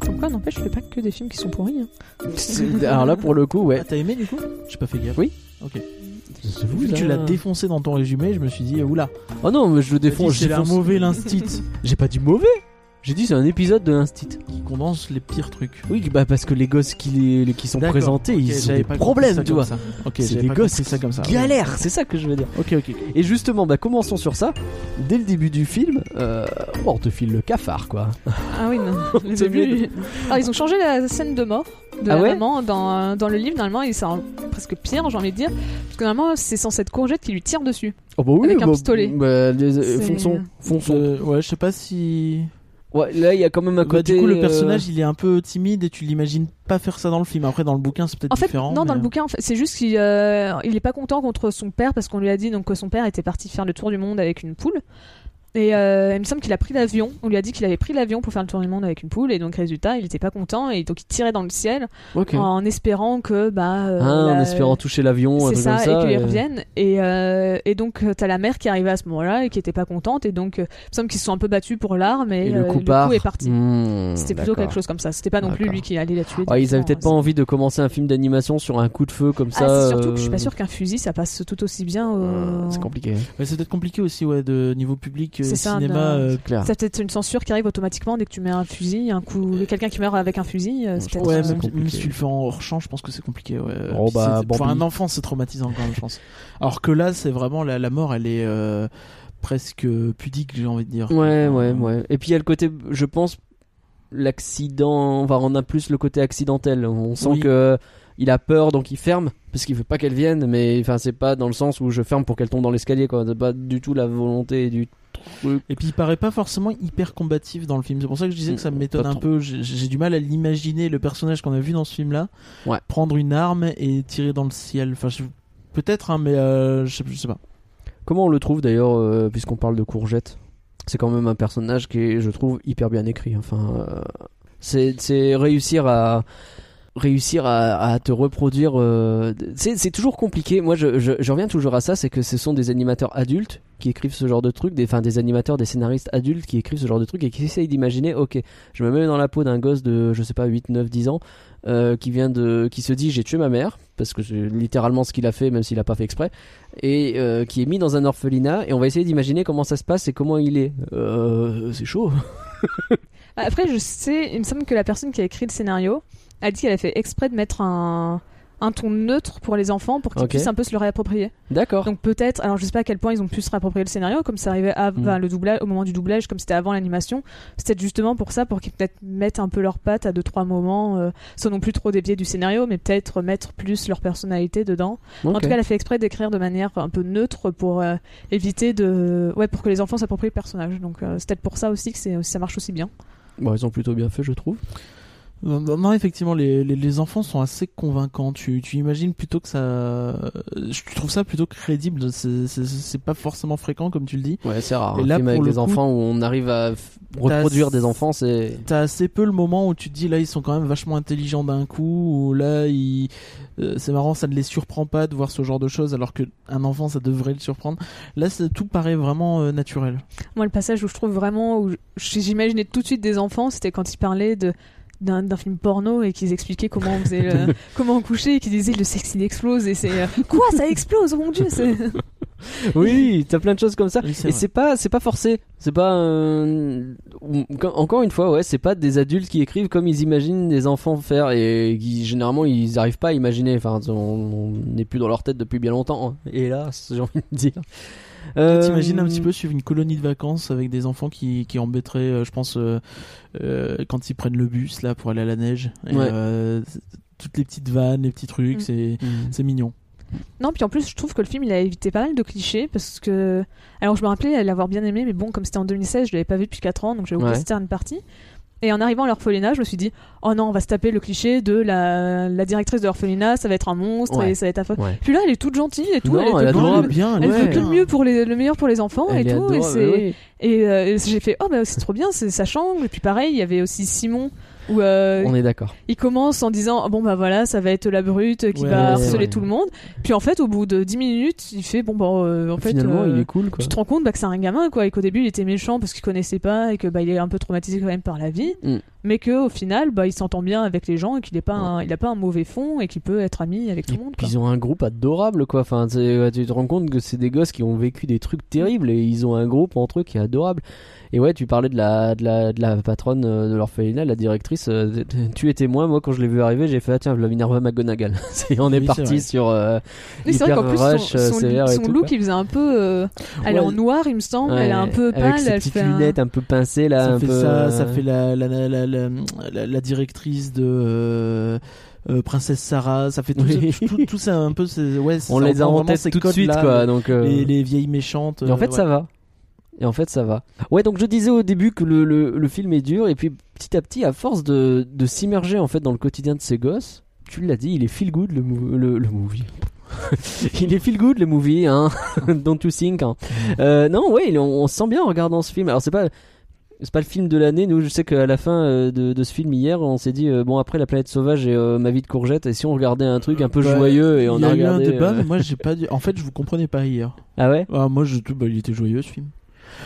[SPEAKER 3] Comme quoi, n'empêche, je fais pas que des films qui sont pourris. hein.
[SPEAKER 1] C'est- Alors là, pour le coup, ouais.
[SPEAKER 2] Ah, t'as aimé du coup J'ai pas fait gaffe.
[SPEAKER 1] Oui.
[SPEAKER 2] Ok.
[SPEAKER 1] C'est
[SPEAKER 2] Vu que tu l'as défoncé dans ton résumé, je me suis dit, oula,
[SPEAKER 1] Oh non, mais je le
[SPEAKER 2] t'as dit,
[SPEAKER 1] défonce.
[SPEAKER 2] c'est un
[SPEAKER 1] défonce-
[SPEAKER 2] mauvais l'instit
[SPEAKER 1] J'ai pas dit mauvais. J'ai dit c'est un épisode de l'instit.
[SPEAKER 2] qui condense les pires trucs.
[SPEAKER 1] Oui, bah parce que les gosses qui, les, qui sont
[SPEAKER 2] D'accord,
[SPEAKER 1] présentés,
[SPEAKER 2] ok,
[SPEAKER 1] ils ont
[SPEAKER 2] j'avais
[SPEAKER 1] des
[SPEAKER 2] pas compris
[SPEAKER 1] problèmes,
[SPEAKER 2] ça
[SPEAKER 1] tu
[SPEAKER 2] comme
[SPEAKER 1] vois.
[SPEAKER 2] ça. Ok,
[SPEAKER 1] C'est
[SPEAKER 2] j'avais
[SPEAKER 1] des
[SPEAKER 2] pas
[SPEAKER 1] gosses
[SPEAKER 2] compris ça comme ça. ouais.
[SPEAKER 1] Galère, c'est ça que je veux dire.
[SPEAKER 2] Ok, ok.
[SPEAKER 1] Et justement, bah, commençons sur ça. Dès le début du film, euh, on te file le cafard, quoi.
[SPEAKER 3] Ah oui, non. le
[SPEAKER 1] C'est
[SPEAKER 3] début-
[SPEAKER 1] mieux
[SPEAKER 3] Alors, ils ont changé la scène de mort de
[SPEAKER 1] Ah
[SPEAKER 3] la
[SPEAKER 1] ouais
[SPEAKER 3] maman dans, euh, dans le livre. Normalement, il- c'est un- presque pire, j'ai envie de dire. Parce que normalement, c'est censé être courgette qui lui tire dessus.
[SPEAKER 1] Oh bah oui,
[SPEAKER 3] Avec un
[SPEAKER 1] bah,
[SPEAKER 3] pistolet.
[SPEAKER 1] bah, les- euh,
[SPEAKER 3] C'est-
[SPEAKER 1] fonçons, fonçons.
[SPEAKER 2] Euh, ouais, je sais pas si.
[SPEAKER 1] Ouais, là, il y a quand même un
[SPEAKER 2] Bah,
[SPEAKER 1] côté.
[SPEAKER 2] du coup,
[SPEAKER 1] euh,
[SPEAKER 2] le personnage, il est un peu timide et tu l'imagines pas faire ça dans le film. Après, dans le bouquin, c'est peut-être
[SPEAKER 3] En fait,
[SPEAKER 2] différent.
[SPEAKER 3] non, dans
[SPEAKER 2] mais- euh,
[SPEAKER 3] le bouquin, en fait, c'est juste qu'il euh, il est pas content contre son père parce qu'on lui a dit donc, que son père était parti faire le tour du monde avec une poule. Et euh, il me semble qu'il a pris l'avion. On lui a dit qu'il avait pris l'avion pour faire le tour du monde avec une poule. Et donc, résultat, il était pas content. Et donc, il tirait dans le ciel
[SPEAKER 1] Ok.
[SPEAKER 3] en espérant que. Bah, euh,
[SPEAKER 1] Hein, en
[SPEAKER 3] la-
[SPEAKER 1] espérant toucher l'avion, un
[SPEAKER 3] C'est
[SPEAKER 1] truc
[SPEAKER 3] ça,
[SPEAKER 1] comme ça.
[SPEAKER 3] et qu'ils
[SPEAKER 1] euh,
[SPEAKER 3] reviennent. Et, euh, et donc, euh, t'as la mère qui arrivait à ce moment-là et qui était pas contente. Et donc, euh, il me semble qu'ils se sont un peu battus pour l'arme. Et,
[SPEAKER 1] Et
[SPEAKER 3] euh,
[SPEAKER 1] le coup part.
[SPEAKER 3] est parti.
[SPEAKER 1] Mmh,
[SPEAKER 3] C'était plutôt
[SPEAKER 1] d'accord.
[SPEAKER 3] quelque chose comme ça. C'était pas non plus
[SPEAKER 1] D'accord.
[SPEAKER 3] lui qui allait la tuer.
[SPEAKER 1] Ouais, ils avaient
[SPEAKER 3] directement,
[SPEAKER 1] peut-être pas
[SPEAKER 3] hein,
[SPEAKER 1] envie de commencer un film d'animation sur un coup de feu comme ça.
[SPEAKER 3] ah, c'est surtout que je suis
[SPEAKER 1] euh,
[SPEAKER 3] pas sûr qu'un fusil ça passe tout aussi bien.
[SPEAKER 1] euh,
[SPEAKER 3] au-
[SPEAKER 1] C'est compliqué,
[SPEAKER 2] Ouais, c'est peut-être compliqué aussi, ouais, de niveau public, euh,
[SPEAKER 3] C'est ça,
[SPEAKER 2] cinéma.
[SPEAKER 3] non.
[SPEAKER 2] euh,
[SPEAKER 1] c'est clair.
[SPEAKER 3] C'est peut-être une censure qui arrive automatiquement dès que tu mets un fusil, un coup, quelqu'un qui meurt avec un fusil. euh,
[SPEAKER 1] Ouais,
[SPEAKER 3] c'est
[SPEAKER 1] je
[SPEAKER 3] peut-être,
[SPEAKER 1] pense
[SPEAKER 2] Ouais,
[SPEAKER 1] c'est
[SPEAKER 3] euh,
[SPEAKER 2] même,
[SPEAKER 1] compliqué.
[SPEAKER 2] même si tu le fais en hors champ, je pense que c'est compliqué. Ouais.
[SPEAKER 1] Oh,
[SPEAKER 2] Puis
[SPEAKER 1] bah,
[SPEAKER 2] c'est- pour
[SPEAKER 1] Bambi.
[SPEAKER 2] un enfant, c'est traumatisant quand même, je pense. Alors que là, c'est vraiment la, la mort, elle est euh, presque euh, pudique, j'ai envie de dire.
[SPEAKER 1] Ouais, ouais,
[SPEAKER 2] Euh,
[SPEAKER 1] ouais. Et puis il y a le côté, je pense, l'accident. Enfin, on a plus le côté accidentel. On sent
[SPEAKER 2] Oui.
[SPEAKER 1] que il a peur, donc il ferme parce qu'il veut pas qu'elle vienne. Mais enfin, c'est pas dans le sens où je ferme pour qu'elle tombe dans l'escalier. Quoi, c'est pas du tout la volonté du truc.
[SPEAKER 2] Et puis il paraît pas forcément hyper combatif dans le film. C'est pour ça que je disais que ça
[SPEAKER 1] Mm,
[SPEAKER 2] m'étonne
[SPEAKER 1] pas
[SPEAKER 2] un
[SPEAKER 1] trop.
[SPEAKER 2] peu. J'ai j'ai du mal à l'imaginer, le personnage qu'on a vu dans ce film-là,
[SPEAKER 1] Ouais.
[SPEAKER 2] prendre une arme et tirer dans le ciel. Enfin, je- peut-être, hein, mais euh, je, sais, je sais pas.
[SPEAKER 1] Comment on le trouve d'ailleurs, euh, puisqu'on parle de courgette C'est quand même un personnage qui est, je trouve, hyper bien écrit. Enfin, euh, c'est c'est réussir à réussir à, à te reproduire. euh, c'est c'est toujours compliqué. Moi, je, je, je reviens toujours à ça, c'est que ce sont des animateurs adultes qui écrivent ce genre de truc, des, enfin des animateurs, des scénaristes adultes qui écrivent ce genre de truc et qui essayent d'imaginer. Ok, je me mets dans la peau d'un gosse de, je sais pas, 8, 9, 10 ans euh, qui vient de, qui se dit j'ai tué ma mère parce que c'est littéralement ce qu'il a fait, même s'il a pas fait exprès et euh, qui est mis dans un orphelinat et on va essayer d'imaginer comment ça se passe et comment il est. Euh, c'est chaud.
[SPEAKER 3] Ah, Après, je sais, il me semble que la personne qui a écrit le scénario a dit qu'elle a fait exprès de mettre un, un ton neutre pour les enfants pour qu'ils
[SPEAKER 1] Ok.
[SPEAKER 3] puissent un peu se le réapproprier.
[SPEAKER 1] D'accord.
[SPEAKER 3] Donc peut-être, alors je sais pas à quel point ils ont pu se réapproprier le scénario, comme ça arrivait av-
[SPEAKER 1] Mm.
[SPEAKER 3] enfin, le doublage, au moment du doublage, comme c'était avant l'animation, c'était justement pour ça, pour qu'ils peut-être mettent un peu leurs pattes à deux trois moments, euh, sans non plus trop dévier du scénario, mais peut-être mettre plus leur personnalité dedans. En
[SPEAKER 1] Ok.
[SPEAKER 3] tout cas, elle a fait exprès d'écrire de manière un peu neutre pour euh, éviter de, ouais, pour que les enfants s'approprient le personnage. Donc euh, c'est peut-être pour ça aussi que c'est, ça marche aussi bien.
[SPEAKER 1] Bon, ils ont plutôt bien fait, je trouve.
[SPEAKER 2] Non, non, non, effectivement, les, les, les enfants sont assez convaincants. Tu, tu imagines plutôt que ça. euh, Je trouve ça plutôt crédible. C'est- C'est c'est pas forcément fréquent, comme tu le dis.
[SPEAKER 1] Ouais, c'est rare.
[SPEAKER 2] Et
[SPEAKER 1] un
[SPEAKER 2] là,
[SPEAKER 1] film avec
[SPEAKER 2] pour le
[SPEAKER 1] des
[SPEAKER 2] coup,
[SPEAKER 1] enfants où on arrive à f- reproduire des enfants, c'est.
[SPEAKER 2] T'as assez peu le moment où tu te dis là ils sont quand même vachement intelligents d'un coup ou là ils... euh, c'est marrant ça ne les surprend pas de voir ce genre de choses alors que un enfant ça devrait le surprendre. Là c'est- tout paraît vraiment euh, naturel.
[SPEAKER 3] Moi, le passage où je trouve vraiment où je- j'imaginais tout de suite des enfants, c'était quand il parlait de d'un d'un film porno et qu'ils expliquaient comment on faisait le- comment on couchait et qu'ils disaient le sexe il explose et c'est euh, quoi ça explose oh mon dieu c'est
[SPEAKER 1] Oui, t'as plein de choses comme ça.
[SPEAKER 2] Oui, c'est
[SPEAKER 1] et
[SPEAKER 2] vrai.
[SPEAKER 1] c'est pas, c'est pas forcé. C'est pas. euh, ou- quand- Encore une fois, ouais, c'est pas des adultes qui écrivent comme ils imaginent des enfants faire et qui généralement ils arrivent pas à imaginer. Enfin, on- on n'est plus dans leur tête depuis bien longtemps. hein. Et là, j'ai envie de dire. Euh,
[SPEAKER 2] T'imagines un petit peu suivre une colonie de vacances avec des enfants qui, qui embêteraient, euh, je pense, euh, euh, quand ils prennent le bus là pour aller à la neige. Et,
[SPEAKER 1] Ouais.
[SPEAKER 2] euh, c'est- toutes les petites vannes, les petits trucs,
[SPEAKER 3] Mm.
[SPEAKER 2] c'est c'est mignon.
[SPEAKER 3] Non, puis en plus, je trouve que le film, il a évité pas mal de clichés parce que. Alors, je me rappelais l'avoir bien aimé, mais bon, comme c'était en 2016, je l'avais pas vu depuis 4 ans, donc j'avais oublié
[SPEAKER 1] Ouais.
[SPEAKER 3] c'était une partie. Et en arrivant à l'orphelinat, je me suis dit, oh non, on va se taper le cliché de la, la directrice de l'orphelinat, ça va être un monstre
[SPEAKER 1] Ouais.
[SPEAKER 3] et ça va être affreux.
[SPEAKER 1] Ouais.
[SPEAKER 3] Puis là, elle est toute gentille et tout.
[SPEAKER 1] Non,
[SPEAKER 3] elle est
[SPEAKER 1] elle adore-
[SPEAKER 3] toute bonne.
[SPEAKER 1] adorable.
[SPEAKER 2] bien,
[SPEAKER 3] Elle
[SPEAKER 1] ouais.
[SPEAKER 3] veut que le mieux pour les, le meilleur pour les enfants
[SPEAKER 1] Elle
[SPEAKER 3] et
[SPEAKER 1] est
[SPEAKER 3] tout. et
[SPEAKER 1] adorable,
[SPEAKER 3] c'est-
[SPEAKER 1] oui.
[SPEAKER 3] et, euh, et j'ai fait, oh bah c'est trop bien, c'est- ça change. Et puis pareil, il y avait aussi Simon où euh,
[SPEAKER 1] On est d'accord.
[SPEAKER 3] il commence en disant bon bah voilà ça va être la brute qui
[SPEAKER 2] Ouais,
[SPEAKER 3] va
[SPEAKER 2] ouais,
[SPEAKER 3] harceler
[SPEAKER 1] ouais.
[SPEAKER 3] tout le monde puis en fait au bout de 10 minutes il fait bon bah euh, en fait
[SPEAKER 1] Finalement,
[SPEAKER 3] euh,
[SPEAKER 1] il est cool, quoi.
[SPEAKER 3] tu te rends compte bah, que c'est un gamin quoi et qu'au début il était méchant parce qu'il connaissait pas et que bah il est un peu traumatisé quand même par la vie
[SPEAKER 1] Mm.
[SPEAKER 3] mais que au final bah il s'entend bien avec les gens et qu'il est pas un- il a pas un mauvais fond et qu'il peut être ami avec tout
[SPEAKER 1] Et
[SPEAKER 3] le monde
[SPEAKER 1] puis
[SPEAKER 3] quoi.
[SPEAKER 1] ils ont un groupe adorable quoi. Enfin, c'est- ouais, tu te rends compte que c'est des gosses qui ont vécu des trucs terribles et ils ont un groupe entre eux qui est adorable. Et ouais, tu parlais de la, de la, de la patronne euh, de l'orphelinat, la directrice. euh, t- Tu étais moi, moi quand je l'ai vu arriver, j'ai fait ah, tiens, la Minerva McGonagall. C'est- on est
[SPEAKER 2] Oui, c'est
[SPEAKER 1] parti
[SPEAKER 2] vrai.
[SPEAKER 1] sur euh,
[SPEAKER 3] Mais c'est vrai
[SPEAKER 1] hyper
[SPEAKER 3] qu'en plus
[SPEAKER 1] rush,
[SPEAKER 3] son,
[SPEAKER 1] euh,
[SPEAKER 3] son-
[SPEAKER 1] sévère et
[SPEAKER 3] son
[SPEAKER 1] tout,
[SPEAKER 3] look
[SPEAKER 1] quoi.
[SPEAKER 3] il faisait un peu euh, elle est
[SPEAKER 2] Ouais.
[SPEAKER 3] en noir il me semble elle est un
[SPEAKER 1] ouais,
[SPEAKER 3] peu pâle
[SPEAKER 1] avec ses
[SPEAKER 3] elle
[SPEAKER 1] petites
[SPEAKER 3] fait un-
[SPEAKER 1] lunettes un peu pincées là.
[SPEAKER 2] Ça
[SPEAKER 1] un
[SPEAKER 2] fait
[SPEAKER 1] peu,
[SPEAKER 2] ça,
[SPEAKER 1] euh,
[SPEAKER 2] ça fait la, la, la, la, la- la- la directrice de euh, euh, Princesse Sarah, ça fait tout,
[SPEAKER 1] Oui.
[SPEAKER 2] ça, tout, tout ça un peu. c'est- Ouais,
[SPEAKER 1] On les a en tête tout de suite quoi. Donc euh,
[SPEAKER 2] les, les vieilles méchantes.
[SPEAKER 1] Et en fait,
[SPEAKER 2] euh,
[SPEAKER 1] ça va. Et en fait, ça va. Ouais, donc je disais au début que le, le, le film est dur, et puis petit à petit, à force de, de s'immerger en fait dans le quotidien de ces gosses, tu l'as dit, il est feel good le, mou- le, le movie. il est feel good le movie, hein. Don't you think. hein. Euh, non, ouais, il- on, on se sent bien en regardant ce film. Alors c'est pas c'est pas le film de l'année. Nous, je sais qu'à la fin euh, de, de ce film hier, on s'est dit euh, bon après la planète sauvage et euh, ma vie de courgette, et si on regardait un truc un peu
[SPEAKER 2] bah,
[SPEAKER 1] joyeux et on
[SPEAKER 2] il y
[SPEAKER 1] a
[SPEAKER 2] a eu un
[SPEAKER 1] regardé.
[SPEAKER 2] débat,
[SPEAKER 1] euh,
[SPEAKER 2] mais moi j'ai pas. du- En fait, je vous comprenais pas hier.
[SPEAKER 1] Ah ouais.
[SPEAKER 2] Ah, moi, je... bah, il était joyeux ce film.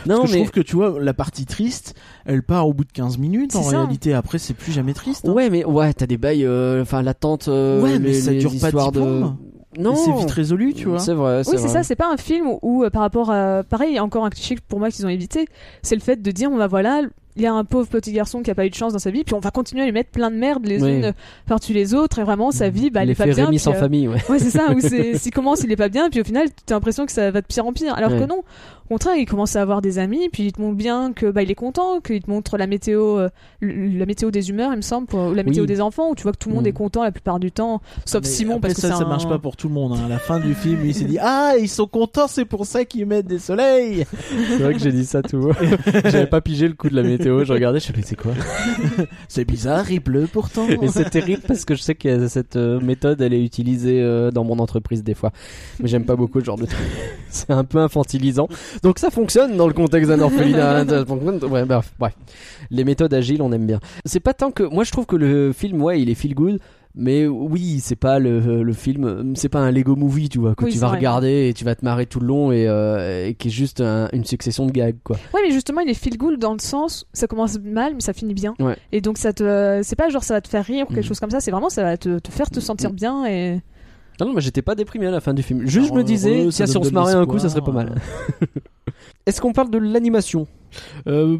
[SPEAKER 1] Non mais
[SPEAKER 2] Parce que je trouve que tu vois, la partie triste, elle part au bout de 15 minutes. En
[SPEAKER 3] C'est ça.
[SPEAKER 2] réalité, après, c'est plus jamais triste. hein.
[SPEAKER 1] Ouais, mais ouais, t'as des bails, euh, enfin l'attente. euh,
[SPEAKER 2] Ouais, mais
[SPEAKER 1] les-
[SPEAKER 2] ça
[SPEAKER 1] les
[SPEAKER 2] dure pas
[SPEAKER 1] histoires
[SPEAKER 2] 10 plombes.
[SPEAKER 1] Non, Euh,
[SPEAKER 2] Et C'est vite résolu, tu vois.
[SPEAKER 1] C'est vrai.
[SPEAKER 3] Oui, c'est
[SPEAKER 1] vrai.
[SPEAKER 3] ça, c'est pas un film où, où, euh, par rapport à. Pareil, il y a encore un cliché que pour moi qu'ils ont évité, c'est le fait de dire, bon bah voilà, il y a un pauvre petit garçon qui a pas eu de chance dans sa vie, puis on va continuer à lui mettre plein de merde les
[SPEAKER 1] Oui. Mm.
[SPEAKER 3] unes par-dessus les autres, et vraiment sa vie, bah, elle est pas
[SPEAKER 1] L'effet
[SPEAKER 3] bien.
[SPEAKER 1] Rémi
[SPEAKER 3] puis,
[SPEAKER 1] sans
[SPEAKER 3] euh,
[SPEAKER 1] famille, ouais.
[SPEAKER 3] Ouais, c'est ça, où c'est- s'il commence, il est pas bien, puis au final, t'as l'impression que ça va de pire en pire. Alors
[SPEAKER 1] Ouais.
[SPEAKER 3] que non, au contraire, il commence à avoir des amis, puis il te montre bien que bah, il est content, qu'il te montre la météo, euh, l- la météo des humeurs, il me semble, pour- ou la météo
[SPEAKER 1] Oui.
[SPEAKER 3] des enfants, où tu vois que tout le monde
[SPEAKER 1] Mm.
[SPEAKER 3] est content la plupart du temps, sauf
[SPEAKER 2] Mais
[SPEAKER 3] Simon,
[SPEAKER 2] après,
[SPEAKER 3] parce que
[SPEAKER 2] ça,
[SPEAKER 3] c'est
[SPEAKER 2] ça
[SPEAKER 3] un-
[SPEAKER 2] marche pas pour tout le monde. hein. À la fin du film, lui, il s'est dit Ah, ils sont contents, c'est pour ça qu'ils mettent des soleils.
[SPEAKER 1] C'est vrai que j'ai dit ça tout. J'avais pas pigé le coup de la météo. Je regardais, je sais c'est quoi.
[SPEAKER 2] C'est bizarre, il pleut pourtant.
[SPEAKER 1] Et c'est terrible parce que je sais que cette euh, méthode, elle est utilisée euh, dans mon entreprise des fois. Mais j'aime pas beaucoup ce genre de truc. C'est un peu infantilisant. Donc ça fonctionne dans le contexte d'un orphelinat. Ça fonctionne- ouais, bah, bref. Les méthodes agiles, on aime bien. C'est pas tant que. Moi, je trouve que le film, ouais, il est feel good. Mais oui, c'est pas le, le film, c'est pas un Lego movie, tu vois, que
[SPEAKER 3] Oui,
[SPEAKER 1] tu
[SPEAKER 3] c'est
[SPEAKER 1] vas
[SPEAKER 3] vrai.
[SPEAKER 1] regarder et tu vas te marrer tout le long et, euh, et qui est juste un- une succession de gags, quoi.
[SPEAKER 3] Ouais, mais justement, il est feel good dans le sens, ça commence mal, mais ça finit bien.
[SPEAKER 1] Ouais.
[SPEAKER 3] Et donc, ça te, c'est pas genre ça va te faire rire ou quelque
[SPEAKER 1] Mm.
[SPEAKER 3] chose comme ça, c'est vraiment ça va te, te
[SPEAKER 2] Mm.
[SPEAKER 3] faire te sentir bien et.
[SPEAKER 1] Non, non, mais j'étais pas déprimé à la fin du film. Juste, je me
[SPEAKER 2] Alors,
[SPEAKER 1] disais,
[SPEAKER 2] heureux, ça
[SPEAKER 1] tiens, si on
[SPEAKER 2] donne
[SPEAKER 1] se
[SPEAKER 2] de
[SPEAKER 1] marrait un coup, ça
[SPEAKER 2] l'espoir.
[SPEAKER 1] serait pas mal. Est-ce qu'on parle de l'animation
[SPEAKER 2] Euh,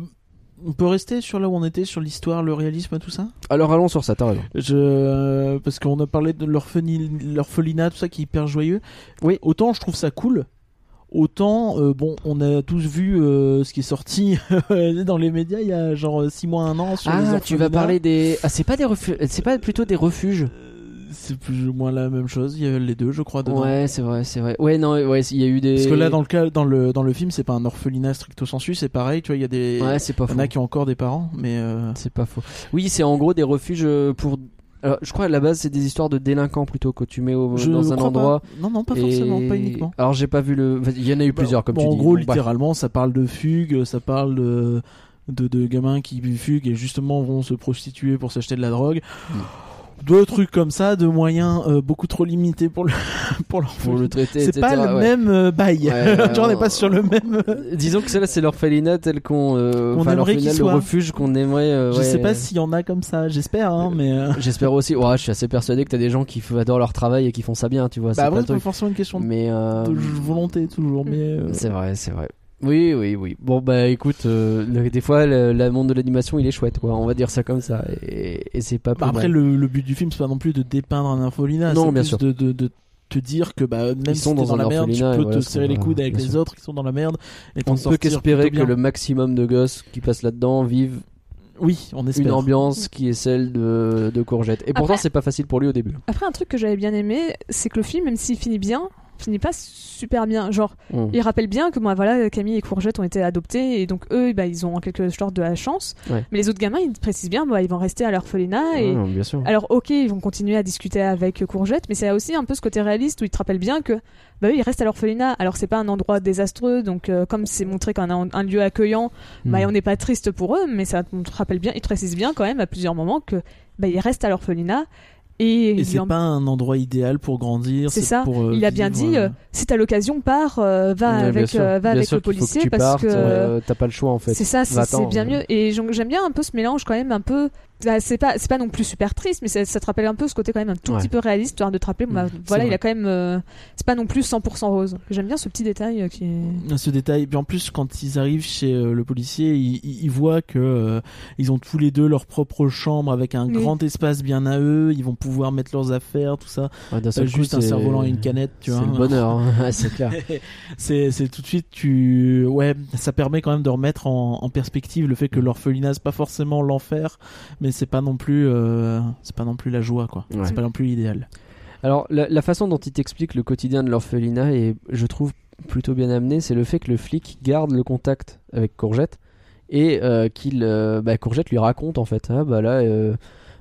[SPEAKER 2] on peut rester sur là où on était, sur l'histoire, le réalisme, tout ça
[SPEAKER 1] Alors allons sur ça, t'as raison.
[SPEAKER 2] Je euh, parce qu'on a parlé de l'orpheni- l'orphelinat, tout ça qui est hyper joyeux.
[SPEAKER 1] Oui.
[SPEAKER 2] Autant je trouve ça cool. Autant euh, bon, on a tous vu euh, ce qui est sorti dans les médias il y a genre 6 mois, un an sur les
[SPEAKER 1] Ah,
[SPEAKER 2] orphelinats.
[SPEAKER 1] tu vas parler des. Ah, c'est pas des refu- c'est pas plutôt des refuges.
[SPEAKER 2] Euh, C'est plus ou moins la même chose. Il y a les deux, je crois, dedans.
[SPEAKER 1] Ouais, c'est vrai, c'est vrai. Ouais, non, ouais, il y a eu des.
[SPEAKER 2] Parce que là, dans le cas, dans le dans le film, c'est pas un orphelinat stricto sensu. C'est pareil, tu vois, il y a des
[SPEAKER 1] Ouais, c'est pas
[SPEAKER 2] il y
[SPEAKER 1] faux.
[SPEAKER 2] en a qui ont encore des parents, mais euh,
[SPEAKER 1] C'est pas faux. Oui, c'est en gros des refuges euh, pour. Alors, je crois à la base c'est des histoires de délinquants plutôt que tu mets au-
[SPEAKER 2] je
[SPEAKER 1] dans
[SPEAKER 2] ne
[SPEAKER 1] un
[SPEAKER 2] crois pas.
[SPEAKER 1] endroit.
[SPEAKER 2] Non, non, pas
[SPEAKER 1] et-
[SPEAKER 2] forcément, pas uniquement. Bah,
[SPEAKER 1] Alors j'ai pas vu le. Il y en a eu plusieurs comme
[SPEAKER 2] Bon,
[SPEAKER 1] tu
[SPEAKER 2] en
[SPEAKER 1] dis. bah,
[SPEAKER 2] gros,
[SPEAKER 1] Bref.
[SPEAKER 2] littéralement, ça parle de fugue, ça parle de,
[SPEAKER 1] Hmm.
[SPEAKER 2] de, de gamins qui fuguent et justement vont se prostituer pour s'acheter de la drogue. deux trucs comme ça, de moyens euh, beaucoup trop limités pour le pour leur
[SPEAKER 1] pour le traiter,
[SPEAKER 2] C'est
[SPEAKER 1] etc.
[SPEAKER 2] pas le
[SPEAKER 1] ouais.
[SPEAKER 2] même euh, bail.
[SPEAKER 1] Ouais, ouais,
[SPEAKER 2] Genre, on n'est
[SPEAKER 1] on-
[SPEAKER 2] pas sur le même. euh,
[SPEAKER 1] Disons que celle-là, c'est l'orphelinat tel qu'on. euh,
[SPEAKER 2] Qu'on
[SPEAKER 1] enfin,
[SPEAKER 2] aimerait qu'il
[SPEAKER 1] l'orphelinat, le
[SPEAKER 2] soit.
[SPEAKER 1] refuge qu'on aimerait. euh,
[SPEAKER 2] Je
[SPEAKER 1] ouais.
[SPEAKER 2] sais pas s'il y en a comme ça. J'espère, hein, mais. euh,
[SPEAKER 1] J'espère aussi. Ouais, je suis assez persuadé que t'as des gens qui f- adorent leur travail et qui font ça bien, tu vois. c'est
[SPEAKER 2] Bah
[SPEAKER 1] pas
[SPEAKER 2] après,
[SPEAKER 1] le
[SPEAKER 2] c'est pas
[SPEAKER 1] truc.
[SPEAKER 2] forcément une question de
[SPEAKER 1] Mais. euh,
[SPEAKER 2] de volonté toujours, mais. euh,
[SPEAKER 1] C'est vrai, c'est vrai. Oui, oui, oui. Bon, bah écoute, euh, le- des fois, le, la monde de l'animation, il est chouette, quoi. On va dire ça comme ça. Et, et c'est pas
[SPEAKER 2] bah,
[SPEAKER 1] plus
[SPEAKER 2] après,
[SPEAKER 1] mal.
[SPEAKER 2] le, le but du film, c'est pas non plus de dépeindre un orphelinat.
[SPEAKER 1] Non,
[SPEAKER 2] c'est
[SPEAKER 1] bien
[SPEAKER 2] plus
[SPEAKER 1] sûr.
[SPEAKER 2] De, de, de te dire que bah, même
[SPEAKER 1] Ils
[SPEAKER 2] si
[SPEAKER 1] sont
[SPEAKER 2] t'es
[SPEAKER 1] dans
[SPEAKER 2] dans,
[SPEAKER 1] un
[SPEAKER 2] la merde, tu
[SPEAKER 1] orphelinat, et
[SPEAKER 2] peux
[SPEAKER 1] voilà
[SPEAKER 2] te
[SPEAKER 1] ce qu'on
[SPEAKER 2] serrer les
[SPEAKER 1] va-
[SPEAKER 2] coudes avec
[SPEAKER 1] bien
[SPEAKER 2] les
[SPEAKER 1] sûr.
[SPEAKER 2] autres qui sont dans la merde et
[SPEAKER 1] On
[SPEAKER 2] t'en
[SPEAKER 1] ne peut
[SPEAKER 2] sortir
[SPEAKER 1] qu'espérer
[SPEAKER 2] plutôt
[SPEAKER 1] que
[SPEAKER 2] bien.
[SPEAKER 1] le maximum de gosses qui passent là-dedans vivent
[SPEAKER 2] Oui, on espère.
[SPEAKER 1] une ambiance qui est celle de, de Courgette. Et pourtant,
[SPEAKER 3] Après-
[SPEAKER 1] c'est pas facile pour lui au début.
[SPEAKER 3] Après, un truc que j'avais bien aimé, c'est que le film, même s'il finit bien, finit pas super bien. Genre,
[SPEAKER 1] Mm.
[SPEAKER 3] il rappelle bien que moi, voilà, Camille et Courgette ont été adoptés et donc eux, bah, ils ont en quelque sorte de la chance.
[SPEAKER 1] Ouais. Ah.
[SPEAKER 3] Mais les autres gamins, ils précisent bien, bah, ils vont rester à l'orphelinat ah, et
[SPEAKER 1] Ouais, bien sûr.
[SPEAKER 3] Alors ok, ils vont continuer à discuter avec Courgette, mais c'est aussi un peu ce côté réaliste où ils te rappellent bien que bah eux, ils restent à l'orphelinat. Alors c'est pas un endroit désastreux, donc euh, comme c'est montré comme un, un lieu accueillant, bah
[SPEAKER 1] Mm.
[SPEAKER 3] on n'est pas triste pour eux, mais ça on te rappelle bien, ils te précisent bien quand même à plusieurs moments que bah ils restent à l'orphelinat et,
[SPEAKER 2] Et
[SPEAKER 3] ils
[SPEAKER 2] c'est
[SPEAKER 3] en-
[SPEAKER 2] pas un endroit idéal pour grandir.
[SPEAKER 3] C'est ça,
[SPEAKER 2] pour, euh,
[SPEAKER 3] il a bien
[SPEAKER 2] vivre,
[SPEAKER 3] dit,
[SPEAKER 2] euh,
[SPEAKER 3] euh, si t'as l'occasion, pars, euh, va
[SPEAKER 1] Ouais, bien
[SPEAKER 3] avec,
[SPEAKER 1] sûr.
[SPEAKER 3] euh, va
[SPEAKER 1] Bien
[SPEAKER 3] avec
[SPEAKER 1] sûr
[SPEAKER 3] le
[SPEAKER 1] qu'il faut
[SPEAKER 3] policier
[SPEAKER 1] tu
[SPEAKER 3] parce
[SPEAKER 1] partes,
[SPEAKER 3] que
[SPEAKER 1] euh, t'as pas le choix en fait.
[SPEAKER 3] c'est ça, c'est
[SPEAKER 1] Va-t'en,
[SPEAKER 3] c'est bien
[SPEAKER 1] euh.
[SPEAKER 3] mieux. Et j'en- j'aime bien un peu ce mélange quand même, un peu. ça, C'est pas, c'est pas non plus super triste, mais ça, ça te rappelle un peu ce côté quand même un tout
[SPEAKER 1] Ouais. Mmh,
[SPEAKER 3] petit peu réaliste, histoire de te rappeler, bah, voilà,
[SPEAKER 2] vrai.
[SPEAKER 3] il a quand même. euh, c'est pas non plus 100% rose. J'aime bien ce petit détail euh, qui est.
[SPEAKER 2] ce détail. Puis en plus, quand ils arrivent chez euh, le policier, ils, ils- ils voient que euh, ils ont tous les deux leur propre chambre avec un
[SPEAKER 3] Oui.
[SPEAKER 2] grand espace bien à eux. Ils vont pouvoir mettre leurs affaires, tout ça.
[SPEAKER 1] Ouais, Ah, d'un
[SPEAKER 2] Euh,
[SPEAKER 1] seul coup,
[SPEAKER 2] juste un
[SPEAKER 1] c'est-
[SPEAKER 2] cerf-volant et une canette, tu vois.
[SPEAKER 1] C'est le bonheur, hein. Ouais, c'est clair.
[SPEAKER 2] c'est c'est tout de suite tu ouais ça permet quand même de remettre en, en perspective le fait que l'orphelinat c'est pas forcément l'enfer mais c'est pas non plus euh, c'est pas non plus la joie quoi
[SPEAKER 1] Ouais.
[SPEAKER 2] c'est pas non plus l'idéal
[SPEAKER 1] Alors, la, la façon dont il t'explique le quotidien de l'orphelinat est, je trouve, plutôt bien amené. C'est le fait que le flic garde le contact avec Courgette et euh, qu'il, euh, bah, Courgette lui raconte en fait. Ah bah là, euh,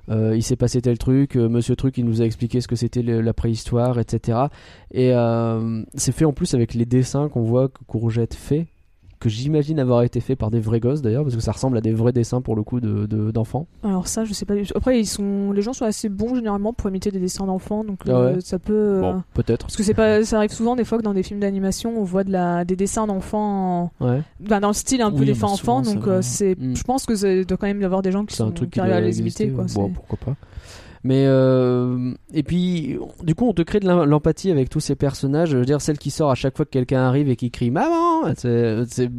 [SPEAKER 1] euh, il s'est passé tel truc. euh, Monsieur truc, il nous a expliqué ce que c'était le- la préhistoire, etc. Et euh, c'est fait en plus avec les dessins qu'on voit que Courgette fait, que j'imagine avoir été fait par des vrais gosses d'ailleurs, parce que ça ressemble à des vrais dessins pour le coup de- de- d'enfants.
[SPEAKER 3] Alors ça, je sais pas. du tout. Après, ils sont, les gens sont assez bons généralement pour imiter des dessins d'enfants, donc
[SPEAKER 1] Ah
[SPEAKER 3] euh,
[SPEAKER 1] ouais
[SPEAKER 3] ça peut. euh,
[SPEAKER 1] bon, peut-être.
[SPEAKER 3] Parce que c'est pas, ça arrive souvent des fois que dans des films d'animation, on voit de la, des dessins d'enfants, en-
[SPEAKER 1] Ouais.
[SPEAKER 3] ben, dans le style un peu
[SPEAKER 2] Oui,
[SPEAKER 3] des
[SPEAKER 2] mais
[SPEAKER 3] fins
[SPEAKER 2] souvent,
[SPEAKER 3] enfants.
[SPEAKER 2] ça
[SPEAKER 3] Donc
[SPEAKER 2] va.
[SPEAKER 3] euh, c'est,
[SPEAKER 1] Mm.
[SPEAKER 3] je pense que c'est doit quand même y avoir des gens qui
[SPEAKER 1] c'est
[SPEAKER 3] sont
[SPEAKER 1] un truc
[SPEAKER 3] qui
[SPEAKER 1] qui
[SPEAKER 3] arrivent
[SPEAKER 1] doit
[SPEAKER 3] à les
[SPEAKER 1] exister,
[SPEAKER 3] imiter. Quoi.
[SPEAKER 1] ouais. Bon,
[SPEAKER 3] C'est-
[SPEAKER 1] pourquoi pas. Mais euh, et puis, du coup, on te crée de l'em- l'empathie avec tous ces personnages. Je veux dire, celle qui sort à chaque fois que quelqu'un arrive et qui crie maman. C'est, c'est-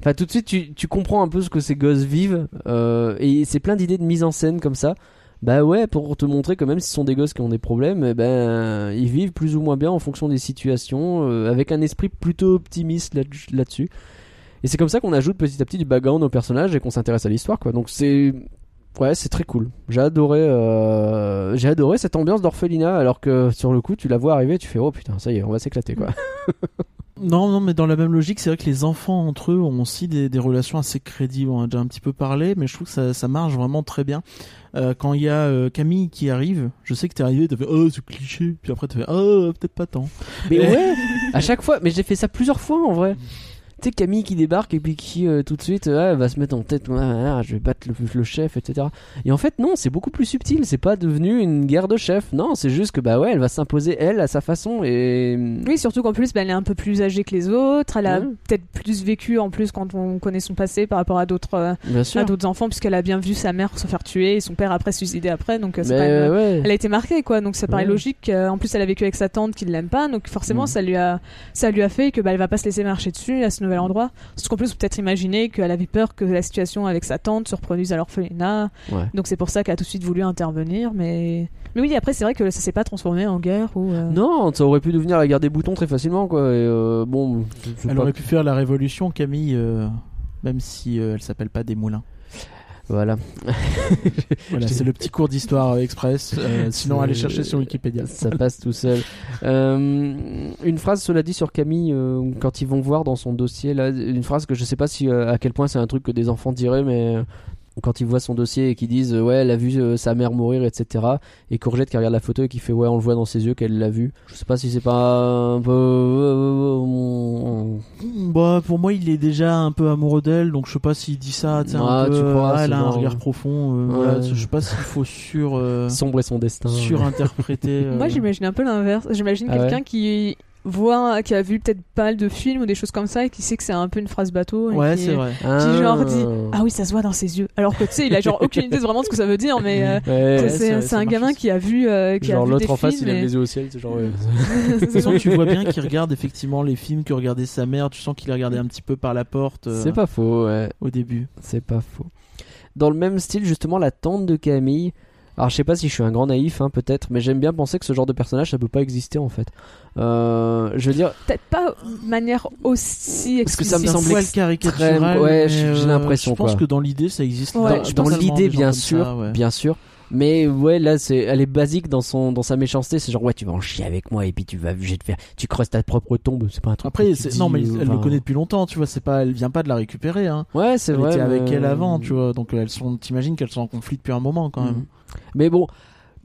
[SPEAKER 1] enfin, tout de suite, tu, tu comprends un peu ce que ces gosses vivent. euh, et c'est plein d'idées de mise en scène comme ça. Bah ouais, pour te montrer quand même, si ce sont des gosses qui ont des problèmes, eh ben ils vivent plus ou moins bien en fonction des situations, euh, avec un esprit plutôt optimiste là- là-dessus. et c'est comme ça qu'on ajoute petit à petit du background aux personnages et qu'on s'intéresse à l'histoire, quoi. Donc c'est Ouais, c'est très cool. J'ai adoré, euh, j'ai adoré cette ambiance d'orphelinat, alors que sur le coup, tu la vois arriver, tu fais oh putain, ça y est, on va s'éclater quoi.
[SPEAKER 2] non non mais dans la même logique c'est vrai que les enfants entre eux ont aussi des, des relations assez crédibles on en a déjà un petit peu parlé mais je trouve que ça, ça marche vraiment très bien Euh, quand il y a euh, Camille qui arrive je sais que t'es arrivé t'as fait oh c'est cliché puis après t'as fait oh peut-être pas tant
[SPEAKER 1] Mais
[SPEAKER 2] Eh.
[SPEAKER 1] ouais, à chaque fois, mais j'ai fait ça plusieurs fois en vrai. Tu sais, Camille qui débarque et puis qui euh, tout de suite euh, elle va se mettre en tête, ouais, ouais, ouais, je vais battre le, le chef, etc. Et en fait, non, c'est beaucoup plus subtil, c'est pas devenu une guerre de chef, non, c'est juste que bah ouais, elle va s'imposer elle à sa façon et.
[SPEAKER 3] Oui, surtout qu'en plus, bah, elle est un peu plus âgée que les autres. Elle a
[SPEAKER 1] Ouais.
[SPEAKER 3] peut-être plus vécu en plus quand on connaît son passé par rapport à d'autres euh,
[SPEAKER 1] Bien sûr.
[SPEAKER 3] à d'autres enfants, puisqu'elle a bien vu sa mère se faire tuer et son père après se suicider après. Donc euh, c'est
[SPEAKER 1] Mais
[SPEAKER 3] pas une-
[SPEAKER 1] ouais.
[SPEAKER 3] Elle a été marquée, quoi. Donc ça paraît
[SPEAKER 1] Ouais.
[SPEAKER 3] logique. Euh, En plus, elle a vécu avec sa tante qui ne l'aime pas, donc forcément,
[SPEAKER 1] Mhm.
[SPEAKER 3] ça lui a ça lui a fait que bah, elle va pas se laisser marcher dessus à ce nouvel endroit. Surtout qu'en plus, on peut peut-être imaginer qu'elle avait peur que la situation avec sa tante se reproduise à l'orphelinat.
[SPEAKER 1] Ouais.
[SPEAKER 3] Donc c'est pour ça qu'elle a tout de suite voulu intervenir. Mais mais oui, après, c'est vrai que ça s'est pas transformé en guerre ou. euh,
[SPEAKER 1] Non, ça aurait pu devenir la guerre des boutons très facilement quoi. Et, euh, bon, je- je sais
[SPEAKER 2] elle
[SPEAKER 1] pas
[SPEAKER 2] aurait pu faire la révolution Camille euh, même si euh, elle s'appelle pas des moulins
[SPEAKER 1] Voilà.
[SPEAKER 2] Voilà, c'est le petit cours d'histoire euh, express. euh, sinon,
[SPEAKER 1] C'est-
[SPEAKER 2] allez chercher sur Wikipédia.
[SPEAKER 1] Ça passe tout seul. Euh, une phrase, cela dit, sur Camille, euh, quand ils vont voir dans son dossier, là, une phrase que je sais pas si euh, à quel point c'est un truc que des enfants diraient, mais quand il voit son dossier et qu'ils disent euh, ouais elle a vu euh, sa mère mourir etc et Courgette qui regarde la photo et qui fait ouais on le voit dans ses yeux qu'elle l'a vu je sais pas si c'est pas un peu euh,
[SPEAKER 2] Mm, Bah, pour moi, il est déjà un peu amoureux d'elle, donc je sais pas s'il dit ça. tu sais,
[SPEAKER 1] Ah,
[SPEAKER 2] un peu,
[SPEAKER 1] tu crois,
[SPEAKER 2] ah,
[SPEAKER 1] c'est
[SPEAKER 2] elle a un
[SPEAKER 1] genre-
[SPEAKER 2] regard profond. euh, voilà,
[SPEAKER 1] Ouais.
[SPEAKER 2] je sais pas s'il faut sur euh,
[SPEAKER 1] sombre et son destin
[SPEAKER 2] surinterpréter. euh,
[SPEAKER 3] Moi, j'imagine un peu l'inverse. J'imagine
[SPEAKER 1] Ah ouais
[SPEAKER 3] quelqu'un qui voit, qui a vu peut-être pas mal de films ou des choses comme ça et qui sait que c'est un peu une phrase bateau. et
[SPEAKER 2] Ouais,
[SPEAKER 3] qui-
[SPEAKER 2] c'est vrai.
[SPEAKER 3] Qui genre dit Ah oui, ça se voit dans ses yeux. Alors que tu sais, il a genre aucune idée de vraiment de ce que ça veut dire, mais. euh,
[SPEAKER 1] Ouais.
[SPEAKER 2] Ouais,
[SPEAKER 3] c'est- c'est
[SPEAKER 2] ça-
[SPEAKER 3] c'est
[SPEAKER 2] ça
[SPEAKER 3] un
[SPEAKER 2] marche
[SPEAKER 3] gamin
[SPEAKER 2] aussi.
[SPEAKER 3] qui a vu euh, qui
[SPEAKER 1] genre
[SPEAKER 3] a vu des
[SPEAKER 1] l'autre en face
[SPEAKER 3] films
[SPEAKER 1] il a
[SPEAKER 3] et-
[SPEAKER 1] les yeux au ciel c'est genre ouais.
[SPEAKER 2] De toute façon, tu vois bien qu'il regarde effectivement les films que regardait sa mère. Tu sens qu'il a regardé un petit peu par la porte euh,
[SPEAKER 1] c'est pas faux ouais
[SPEAKER 2] au début.
[SPEAKER 1] C'est pas faux. Dans le même style, justement, la tante de Camille. Alors, je sais pas si je suis un grand naïf, hein, peut-être, mais j'aime bien penser que ce genre de personnage, ça peut pas exister en fait. Euh, je veux dire,
[SPEAKER 3] Peut-être pas de manière aussi
[SPEAKER 1] Parce que ça me
[SPEAKER 3] explicite.
[SPEAKER 2] C'est un
[SPEAKER 1] semble
[SPEAKER 2] poil
[SPEAKER 1] extrême,
[SPEAKER 2] caricatural.
[SPEAKER 1] ouais,
[SPEAKER 2] mais,
[SPEAKER 1] j'ai- j'ai
[SPEAKER 2] euh,
[SPEAKER 1] l'impression,
[SPEAKER 2] Je pense
[SPEAKER 1] quoi.
[SPEAKER 2] que dans l'idée, ça existe.
[SPEAKER 3] Ouais,
[SPEAKER 1] dans,
[SPEAKER 2] je
[SPEAKER 1] dans
[SPEAKER 2] pense tellement
[SPEAKER 1] l'idée,
[SPEAKER 2] des gens
[SPEAKER 1] bien
[SPEAKER 2] comme
[SPEAKER 1] sûr,
[SPEAKER 2] ça, ouais.
[SPEAKER 1] bien sûr. Mais ouais, là, c'est, elle est basique dans son, dans sa méchanceté. C'est genre, ouais, tu vas en chier avec moi et puis tu vas, je vais te faire, tu creuses ta propre tombe. C'est pas un truc. que
[SPEAKER 2] Après,
[SPEAKER 1] tu
[SPEAKER 2] c'est-
[SPEAKER 1] dis,
[SPEAKER 2] non, mais
[SPEAKER 1] euh,
[SPEAKER 2] elle le
[SPEAKER 1] enfin,
[SPEAKER 2] connaît depuis longtemps. Tu vois, c'est pas, elle vient pas de la récupérer. Hein.
[SPEAKER 1] Ouais, c'est
[SPEAKER 2] Elle
[SPEAKER 1] vrai.
[SPEAKER 2] était avec
[SPEAKER 1] mais- euh,
[SPEAKER 2] elle avant, tu vois. Donc elles sont, t'imagines qu'elles sont en conflit depuis un moment quand même.
[SPEAKER 1] Mm. Mais bon,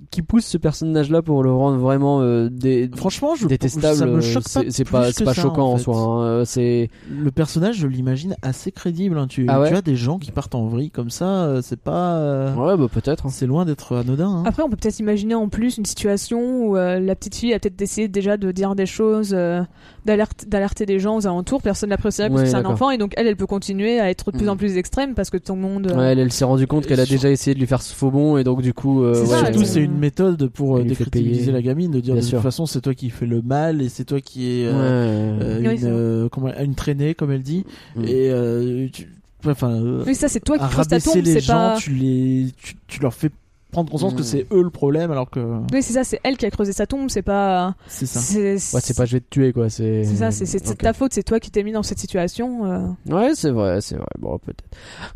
[SPEAKER 1] qui pousse ce personnage-là pour le rendre vraiment euh, des,
[SPEAKER 2] Franchement, je
[SPEAKER 1] détestable.
[SPEAKER 2] Ça me
[SPEAKER 1] euh,
[SPEAKER 2] choque pas.
[SPEAKER 1] c'est- C'est
[SPEAKER 2] plus
[SPEAKER 1] pas,
[SPEAKER 2] que
[SPEAKER 1] c'est pas
[SPEAKER 2] ça,
[SPEAKER 1] choquant en,
[SPEAKER 2] fait.
[SPEAKER 1] soi. hein, euh, C'est
[SPEAKER 2] Le personnage, je l'imagine assez crédible. hein. Tu,
[SPEAKER 1] Ah ouais
[SPEAKER 2] tu as des gens qui partent en vrille comme ça. euh, C'est pas, euh,
[SPEAKER 1] ouais, bah peut-être.
[SPEAKER 2] c'est loin d'être anodin. hein.
[SPEAKER 3] Après, on peut peut-être imaginer en plus une situation où euh, la petite fille a peut-être essayé déjà de dire des choses, euh, d'alerte- d'alerter des gens aux alentours. Personne n'appréciera parce
[SPEAKER 1] Ouais,
[SPEAKER 3] que c'est un
[SPEAKER 1] d'accord.
[SPEAKER 3] enfant et donc elle, elle peut continuer à être de plus
[SPEAKER 2] Mm.
[SPEAKER 3] en plus extrême parce que tout le monde. euh,
[SPEAKER 1] Ouais, elle, elle s'est rendue compte qu'elle a
[SPEAKER 2] sur-
[SPEAKER 1] déjà essayé de lui faire ce faux bon et donc du coup. euh,
[SPEAKER 3] C'est
[SPEAKER 1] ouais,
[SPEAKER 3] ça,
[SPEAKER 2] Surtout,
[SPEAKER 1] euh,
[SPEAKER 2] c'est une méthode pour euh,
[SPEAKER 1] Elle lui fait
[SPEAKER 2] décrédibiliser
[SPEAKER 1] payer.
[SPEAKER 2] la gamine, de dire
[SPEAKER 1] Bien
[SPEAKER 2] de
[SPEAKER 1] sûr.
[SPEAKER 2] toute façon, c'est toi qui fais le mal et c'est toi qui es
[SPEAKER 1] ouais,
[SPEAKER 2] euh,
[SPEAKER 1] ouais.
[SPEAKER 2] euh,
[SPEAKER 3] Oui,
[SPEAKER 2] une,
[SPEAKER 3] c'est vrai.
[SPEAKER 2] euh, comment- une traînée, comme elle dit.
[SPEAKER 1] Mm.
[SPEAKER 2] Et euh, tu- enfin, euh,
[SPEAKER 3] Oui, ça, c'est toi
[SPEAKER 2] à
[SPEAKER 3] qui creuses ta
[SPEAKER 2] rabaisser
[SPEAKER 3] tombe,
[SPEAKER 2] les
[SPEAKER 3] c'est
[SPEAKER 2] gens,
[SPEAKER 3] pas.
[SPEAKER 2] tu les, tu, tu leur fais prendre conscience
[SPEAKER 1] Mm.
[SPEAKER 2] que c'est eux le problème, alors que
[SPEAKER 3] Oui, c'est ça, c'est elle qui a creusé sa tombe, c'est pas.
[SPEAKER 2] c'est ça.
[SPEAKER 3] C'est
[SPEAKER 1] Ouais, c'est pas je vais te tuer quoi. C'est
[SPEAKER 3] c'est ça, c'est c'est de
[SPEAKER 1] Ok.
[SPEAKER 3] ta faute, c'est toi qui t'es mis dans cette situation. euh.
[SPEAKER 1] Ouais, c'est vrai, c'est vrai. Bon, peut-être.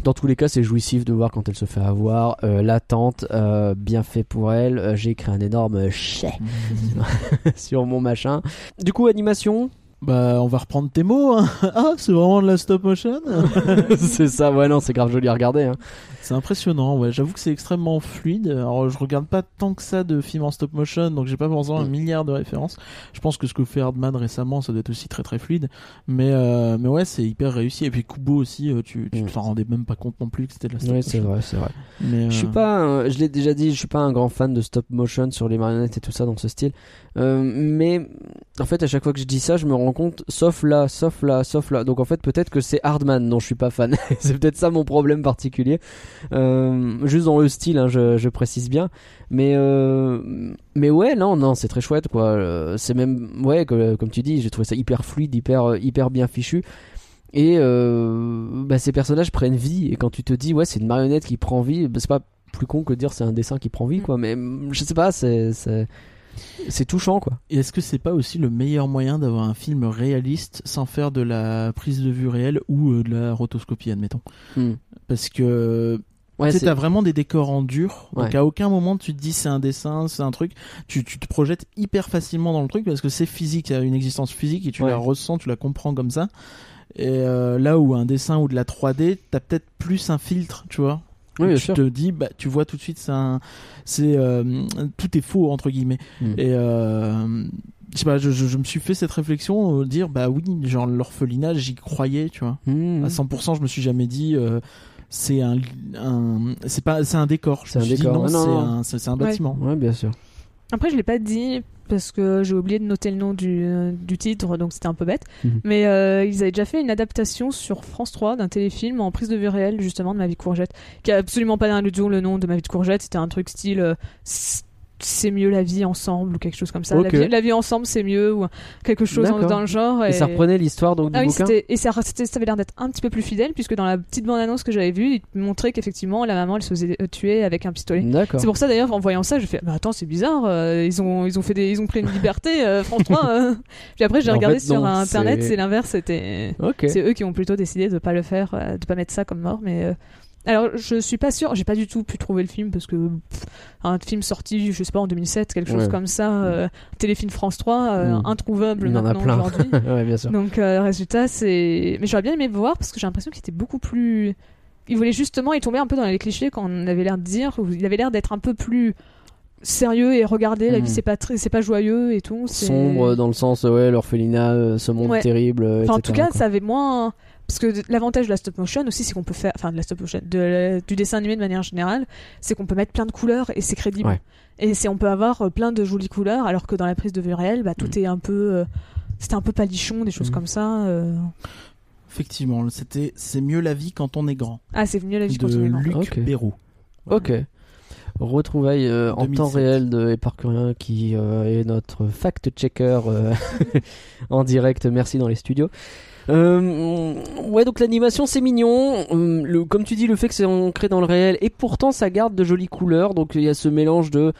[SPEAKER 1] Dans tous les cas, c'est jouissif de voir quand elle se fait avoir. Euh, L'attente, euh, bien fait pour elle. Euh, J'ai écrit un énorme chais sur mon machin. Du coup, animation.
[SPEAKER 2] Bah, on va reprendre tes mots. hein. Ah, c'est vraiment de la stop motion.
[SPEAKER 1] c'est ça, ouais, non, c'est grave joli à regarder. Hein.
[SPEAKER 2] c'est impressionnant. Ouais, j'avoue que c'est extrêmement fluide. Alors, je regarde pas tant que ça de films en stop motion, donc j'ai pas forcément un
[SPEAKER 1] Mm.
[SPEAKER 2] milliard de références. Je pense que ce que fait Hardman récemment, ça doit être aussi très très fluide. Mais euh, mais ouais, c'est hyper réussi. Et puis Kubo aussi, euh, tu tu
[SPEAKER 1] Mm.
[SPEAKER 2] t'en rendais même pas compte non plus que c'était de la stop
[SPEAKER 1] Ouais,
[SPEAKER 2] motion.
[SPEAKER 1] c'est vrai, c'est vrai.
[SPEAKER 2] Mais,
[SPEAKER 1] Je suis
[SPEAKER 2] euh,
[SPEAKER 1] pas, un- je l'ai déjà dit, je suis pas un grand fan de stop motion sur les marionnettes et tout ça dans ce style. Euh, mais en fait, à chaque fois que je dis ça, je me rends compte, sauf là, sauf là, sauf là. Donc en fait, peut-être que c'est Hardman dont je suis pas fan. c'est peut-être ça mon problème particulier. Euh, juste dans le style, hein, je, je précise bien. Mais euh, mais ouais, non, non, c'est très chouette quoi. Euh, C'est même ouais, comme, comme tu dis, j'ai trouvé ça hyper fluide, hyper hyper bien fichu. Et euh, bah, ces personnages prennent vie. Et quand tu te dis, ouais, c'est une marionnette qui prend vie, bah, c'est pas plus con que de dire c'est un dessin qui prend vie, quoi. Mais mm, je sais pas, c'est c'est c'est touchant, quoi.
[SPEAKER 2] Et est-ce que c'est pas aussi le meilleur moyen d'avoir un film réaliste sans faire de la prise de vue réelle ou euh, de la rotoscopie, admettons
[SPEAKER 1] Mm.
[SPEAKER 2] Parce que
[SPEAKER 1] Ouais,
[SPEAKER 2] tu sais,
[SPEAKER 1] c'est
[SPEAKER 2] t'as vraiment des décors en dur. Donc
[SPEAKER 1] Ouais.
[SPEAKER 2] à aucun moment tu te dis c'est un dessin, c'est un truc. Tu, tu te projettes hyper facilement dans le truc parce que c'est physique, ça a une existence physique et tu
[SPEAKER 1] Ouais.
[SPEAKER 2] la ressens, tu la comprends comme ça. Et euh, là où un dessin ou de la 3D, t'as peut-être plus un filtre, tu vois.
[SPEAKER 1] oui, bien
[SPEAKER 2] tu
[SPEAKER 1] sûr.
[SPEAKER 2] te dis, bah, tu vois tout de suite, c'est un- c'est euh, tout est faux entre guillemets.
[SPEAKER 1] Mm.
[SPEAKER 2] Et euh, je sais pas, je, je- je me suis fait cette réflexion, euh, dire bah oui, genre l'orphelinat, j'y croyais, tu vois.
[SPEAKER 1] Mm.
[SPEAKER 2] À 100%, je me suis jamais dit. euh, c'est un, un- c'est pas, c'est un décor. Je
[SPEAKER 1] C'est
[SPEAKER 2] me
[SPEAKER 1] un
[SPEAKER 2] suis dit,
[SPEAKER 1] décor, Ah,
[SPEAKER 2] non,
[SPEAKER 1] non,
[SPEAKER 2] c'est
[SPEAKER 1] non.
[SPEAKER 2] un, c'est- c'est un
[SPEAKER 3] Ouais.
[SPEAKER 2] bâtiment.
[SPEAKER 1] Ouais, bien sûr.
[SPEAKER 3] Après, je l'ai pas dit parce que j'ai oublié de noter le nom du, euh, du titre, donc c'était un peu bête.
[SPEAKER 1] Mhm.
[SPEAKER 3] Mais euh, ils avaient déjà fait une adaptation sur France 3 d'un téléfilm en prise de vue réelle, justement, de Ma vie de courgette, qui a absolument pas d'allusion le nom de Ma vie de courgette. C'était un truc style euh, c- c'est mieux la vie ensemble ou quelque chose comme ça.
[SPEAKER 1] Ok.
[SPEAKER 3] La, vie, la vie ensemble, c'est mieux ou quelque chose dans,
[SPEAKER 1] D'accord.
[SPEAKER 3] dans le genre.
[SPEAKER 1] Et, ça reprenait l'histoire donc du
[SPEAKER 3] Ah oui,
[SPEAKER 1] bouquin.
[SPEAKER 3] c'était- et ça, c'était- ça avait l'air d'être un petit peu plus fidèle, puisque dans la petite bande-annonce que j'avais vue, il montrait qu'effectivement, la maman, elle se faisait euh, tuer avec un pistolet.
[SPEAKER 1] D'accord.
[SPEAKER 3] C'est pour ça d'ailleurs en voyant ça, j'ai fait mais attends c'est bizarre, euh, ils ont ils ont fait des ils ont pris une liberté euh, France 3. euh. Puis après j'ai
[SPEAKER 1] En
[SPEAKER 3] regardé
[SPEAKER 1] fait,
[SPEAKER 3] sur
[SPEAKER 1] non,
[SPEAKER 3] internet,
[SPEAKER 1] c'est-
[SPEAKER 3] c'est l'inverse, c'était
[SPEAKER 1] Ok.
[SPEAKER 3] c'est eux qui ont plutôt décidé de pas le faire, euh, de pas mettre ça comme mort mais euh, alors je suis pas sûre, j'ai pas du tout pu trouver le film parce que pff, un film sorti je sais pas en 2007, quelque chose
[SPEAKER 1] Ouais.
[SPEAKER 3] comme ça, euh, téléfilm France 3 euh,
[SPEAKER 1] Mm.
[SPEAKER 3] introuvable
[SPEAKER 1] Il y en a plein.
[SPEAKER 3] maintenant aujourd'hui.
[SPEAKER 1] ouais, bien sûr.
[SPEAKER 3] Donc euh, résultat c'est mais j'aurais bien aimé voir parce que j'ai l'impression qu'il était beaucoup plus il voulait justement, il tombait un peu dans les clichés quand on avait l'air de dire. où Il avait l'air d'être un peu plus sérieux et regardez, la
[SPEAKER 1] Mm.
[SPEAKER 3] vie c'est pas très, c'est pas joyeux et tout. c'est-
[SPEAKER 1] Sombre dans le sens, ouais, l'orphelinat, euh, ce monde
[SPEAKER 3] Ouais.
[SPEAKER 1] terrible. euh,
[SPEAKER 3] Enfin, en
[SPEAKER 1] etc.,
[SPEAKER 3] tout cas,
[SPEAKER 1] quoi.
[SPEAKER 3] ça avait moins. Parce que de- l'avantage de la stop motion aussi, c'est qu'on peut faire. Enfin, de la stop motion, de la- du dessin animé de manière générale, c'est qu'on peut mettre plein de couleurs et c'est crédible.
[SPEAKER 1] Ouais.
[SPEAKER 3] Et c'est on peut avoir euh, plein de jolies couleurs, alors que dans la prise de vue réelle, bah, tout
[SPEAKER 1] Mhm.
[SPEAKER 3] est un peu. euh, C'était un peu palichon, des choses
[SPEAKER 2] Mhm.
[SPEAKER 3] comme ça. euh.
[SPEAKER 2] Effectivement, c'était c'est mieux la vie quand on est grand
[SPEAKER 3] Ah, c'est venu la vie Oh.
[SPEAKER 2] de
[SPEAKER 3] continuellement.
[SPEAKER 2] Luc
[SPEAKER 1] Ok.
[SPEAKER 2] Béraud.
[SPEAKER 1] Ok. Retrouvaille euh, en
[SPEAKER 2] 2007.
[SPEAKER 1] temps réel de Éparcurien qui euh, est notre fact-checker euh, en direct. Merci dans les studios. Euh, ouais, donc l'animation c'est mignon. Hum, le- comme tu dis, le fait que c'est ancré dans le réel et pourtant ça garde de jolies couleurs. Donc il y a ce mélange de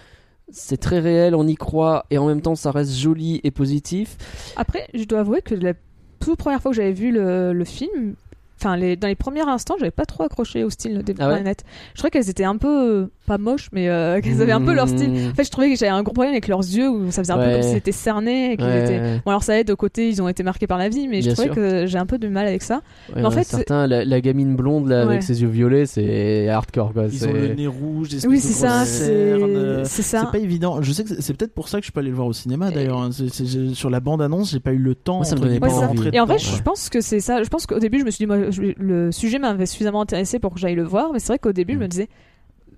[SPEAKER 1] c'est très réel, on y croit et en même temps ça reste joli et positif.
[SPEAKER 3] Après, je dois avouer que la toute première fois que j'avais vu le, le film, enfin les, dans les premiers instants, j'avais pas trop accroché au style des
[SPEAKER 1] Ah ouais
[SPEAKER 3] planètes. Je trouvais qu'elles étaient un peu euh, pas moches, mais euh, qu'elles avaient un peu leur style.
[SPEAKER 1] Hmm.
[SPEAKER 3] En fait, je trouvais que j'avais un gros problème avec leurs yeux où ça faisait un
[SPEAKER 1] Mmh. Ouais.
[SPEAKER 3] peu comme s'ils étaient cernés. Et qu'ils
[SPEAKER 1] Ouais,
[SPEAKER 3] étaient...
[SPEAKER 1] ouais,
[SPEAKER 3] Bon, alors ça aide au côté, ils ont été marqués par la vie, mais
[SPEAKER 1] Bien
[SPEAKER 3] je trouvais
[SPEAKER 1] sûr.
[SPEAKER 3] que j'ai un peu du mal avec ça.
[SPEAKER 1] ouais,
[SPEAKER 3] Mais en
[SPEAKER 1] ouais,
[SPEAKER 3] fait,
[SPEAKER 1] certains, la, la gamine blonde là,
[SPEAKER 3] Ouais.
[SPEAKER 1] avec ses yeux violets, c'est hardcore quoi.
[SPEAKER 2] Ils
[SPEAKER 1] c'est-
[SPEAKER 2] ont le nez rouge, des espèces
[SPEAKER 3] Oui,
[SPEAKER 2] de
[SPEAKER 3] c'est ça,
[SPEAKER 2] grosses cernes, euh,
[SPEAKER 3] c'est c'est ça.
[SPEAKER 2] C'est pas évident. Je sais que c'est- c'est peut-être pour ça que je suis pas allé le voir au cinéma d'ailleurs. hein. C'est- c'est- j'ai- sur la bande-annonce, j'ai pas eu le temps
[SPEAKER 1] Moi, ça me
[SPEAKER 2] entre
[SPEAKER 1] donnait
[SPEAKER 3] pas
[SPEAKER 2] guillemets, de
[SPEAKER 1] envie.
[SPEAKER 2] rentrer
[SPEAKER 3] Et en
[SPEAKER 2] dedans.
[SPEAKER 3] vrai, je pense que c'est ça. Je pense qu'au début, je me suis dit, moi, je- le sujet m'avait suffisamment intéressé pour que j'aille le voir, mais c'est vrai qu'au début, je
[SPEAKER 1] Mm.
[SPEAKER 3] me disais,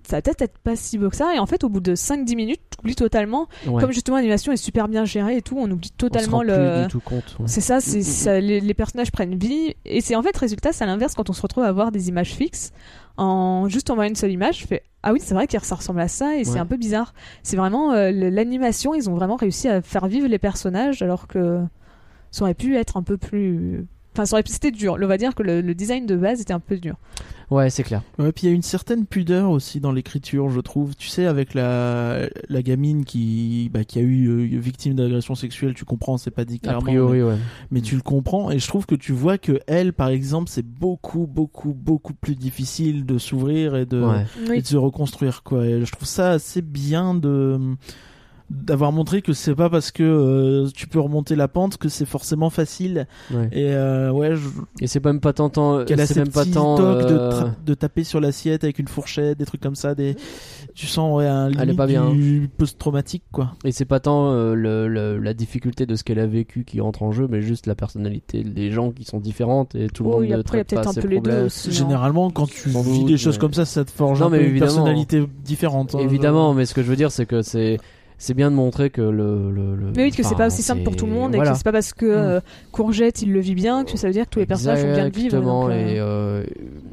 [SPEAKER 3] ça va peut-être être pas si beau que ça. Et en fait, au bout de 5-10 minutes, t'oublies totalement.
[SPEAKER 1] Ouais.
[SPEAKER 3] Comme justement, l'animation est super bien gérée et tout, on oublie
[SPEAKER 1] On se
[SPEAKER 3] totalement
[SPEAKER 1] rend plus
[SPEAKER 3] le.
[SPEAKER 1] du tout compte. ouais.
[SPEAKER 3] C'est ça, c'est ça, les, les personnages prennent vie et c'est en fait résultat c'est à l'inverse quand on se retrouve à voir des images fixes en juste en voyant une seule image, je fais ah oui c'est vrai que ça ressemble à ça et
[SPEAKER 1] Ouais.
[SPEAKER 3] c'est un peu bizarre. C'est vraiment euh, le- l'animation ils ont vraiment réussi à faire vivre les personnages alors que ça aurait pu être un peu plus Enfin, ça aurait pu- c'était dur. On va dire que le, le design de base était un peu dur.
[SPEAKER 1] Ouais, c'est clair.
[SPEAKER 2] Ouais, puis il y a une certaine pudeur aussi dans l'écriture, je trouve. Tu sais, avec la, la gamine qui, bah, qui a eu euh, victime d'agression sexuelle, tu comprends, c'est pas dit
[SPEAKER 1] A
[SPEAKER 2] clairement.
[SPEAKER 1] priori, ouais.
[SPEAKER 2] mais tu le comprends et je trouve que tu vois que elle par exemple c'est beaucoup beaucoup beaucoup plus difficile de s'ouvrir et de
[SPEAKER 1] Ouais.
[SPEAKER 2] et de se reconstruire quoi et je trouve ça assez bien de d'avoir montré que c'est pas parce que euh, tu peux remonter la pente que c'est forcément facile
[SPEAKER 1] ouais.
[SPEAKER 2] et euh, ouais je,
[SPEAKER 1] Et c'est même pas tant, tant
[SPEAKER 2] qu'elle a
[SPEAKER 1] c'est
[SPEAKER 2] ces
[SPEAKER 1] même pas
[SPEAKER 2] petits
[SPEAKER 1] tant
[SPEAKER 2] tocs de,
[SPEAKER 1] euh,
[SPEAKER 2] tra- de taper sur l'assiette avec une fourchette des trucs comme ça des tu sens ouais, un
[SPEAKER 1] est
[SPEAKER 2] limite
[SPEAKER 1] pas bien, hein.
[SPEAKER 2] du post-traumatique quoi
[SPEAKER 1] et c'est pas tant euh, le, le- la difficulté de ce qu'elle a vécu qui rentre en jeu, mais juste la personnalité des gens qui sont différentes et tout le monde
[SPEAKER 3] Oui,
[SPEAKER 1] ne
[SPEAKER 3] après, il y a
[SPEAKER 1] traite pas
[SPEAKER 3] peut-être un
[SPEAKER 1] ses
[SPEAKER 3] peu les deux
[SPEAKER 1] problèmes.
[SPEAKER 3] aussi. non
[SPEAKER 2] généralement quand tu
[SPEAKER 1] Sans
[SPEAKER 2] vis
[SPEAKER 1] doute,
[SPEAKER 2] des choses
[SPEAKER 1] mais-
[SPEAKER 2] comme ça ça te forge
[SPEAKER 1] Non,
[SPEAKER 2] un peu
[SPEAKER 1] mais
[SPEAKER 2] une
[SPEAKER 1] évidemment.
[SPEAKER 2] personnalité différente hein,
[SPEAKER 1] Évidemment, mais ce que je veux dire, c'est que c'est c'est bien de montrer que le, le, le-
[SPEAKER 3] Mais oui, que c'est
[SPEAKER 1] enfin,
[SPEAKER 3] pas aussi simple pour tout le monde et
[SPEAKER 1] voilà. Mm.
[SPEAKER 3] que c'est pas parce que euh, Courgette il le vit bien que ça veut dire que tous les personnages vont bien le vivre.
[SPEAKER 1] Exactement,
[SPEAKER 3] donc, euh,
[SPEAKER 1] et, euh,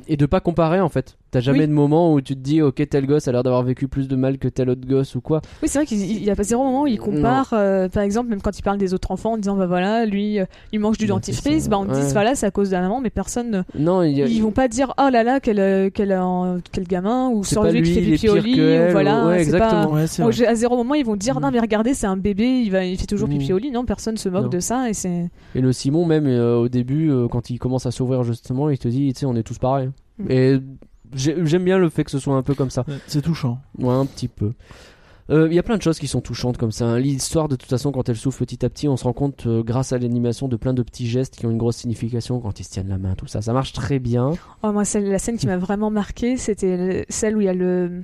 [SPEAKER 1] et de pas comparer en fait. T'as jamais
[SPEAKER 3] Oui.
[SPEAKER 1] de moment où tu te dis, ok, tel gosse a l'air d'avoir vécu plus de mal que tel autre gosse ou quoi.
[SPEAKER 3] Oui, c'est vrai qu'il il y a pas zéro moment où il compare, euh, par exemple, même quand il parle des autres enfants en disant, bah voilà, lui, euh, il mange du
[SPEAKER 1] Il a fait
[SPEAKER 3] dentifrice,
[SPEAKER 1] ça,
[SPEAKER 3] bah on
[SPEAKER 1] ouais.
[SPEAKER 3] dit, voilà, c'est à cause de la maman, mais personne ne.
[SPEAKER 1] Non, il y a-
[SPEAKER 3] Ils vont pas dire, oh là là, quel, euh, quel, euh, quel gamin, ou
[SPEAKER 1] C'est
[SPEAKER 3] sur
[SPEAKER 1] pas
[SPEAKER 3] le lieu
[SPEAKER 1] lui,
[SPEAKER 3] qui fait
[SPEAKER 1] il est
[SPEAKER 3] pipi au
[SPEAKER 1] pire
[SPEAKER 3] lit,
[SPEAKER 1] que elle,
[SPEAKER 3] ou
[SPEAKER 1] ou-
[SPEAKER 3] voilà.
[SPEAKER 1] ouais,
[SPEAKER 3] c'est pas-
[SPEAKER 1] exactement.
[SPEAKER 2] Ouais, c'est
[SPEAKER 3] Moi,
[SPEAKER 2] vrai.
[SPEAKER 3] j'ai- à zéro moment, ils vont dire,
[SPEAKER 2] Mm.
[SPEAKER 3] non, mais regardez, c'est un bébé, il, va, il fait toujours pipi
[SPEAKER 1] Mm.
[SPEAKER 3] au lit. Non, personne se moque
[SPEAKER 1] Non.
[SPEAKER 3] de ça, et c'est.
[SPEAKER 1] Et le Simon, même euh, au début, euh, quand il commence à s'ouvrir justement, il te dit, tu sais, on est tous pareils.
[SPEAKER 3] Mm.
[SPEAKER 1] Et j'ai- j'aime bien le fait que ce soit un peu comme ça.
[SPEAKER 2] Ouais, C'est touchant.
[SPEAKER 1] Ouais, un petit peu. Euh, Il y a plein de choses qui sont touchantes comme ça. hein. L'histoire, de toute façon, quand elle souffle petit à petit, on se rend compte, euh, grâce à l'animation, de plein de petits gestes qui ont une grosse signification quand ils se tiennent la main, tout ça. Ça marche très bien.
[SPEAKER 3] Oh, moi, celle, la scène qui m'a vraiment marqué, c'était le- celle où il y a le.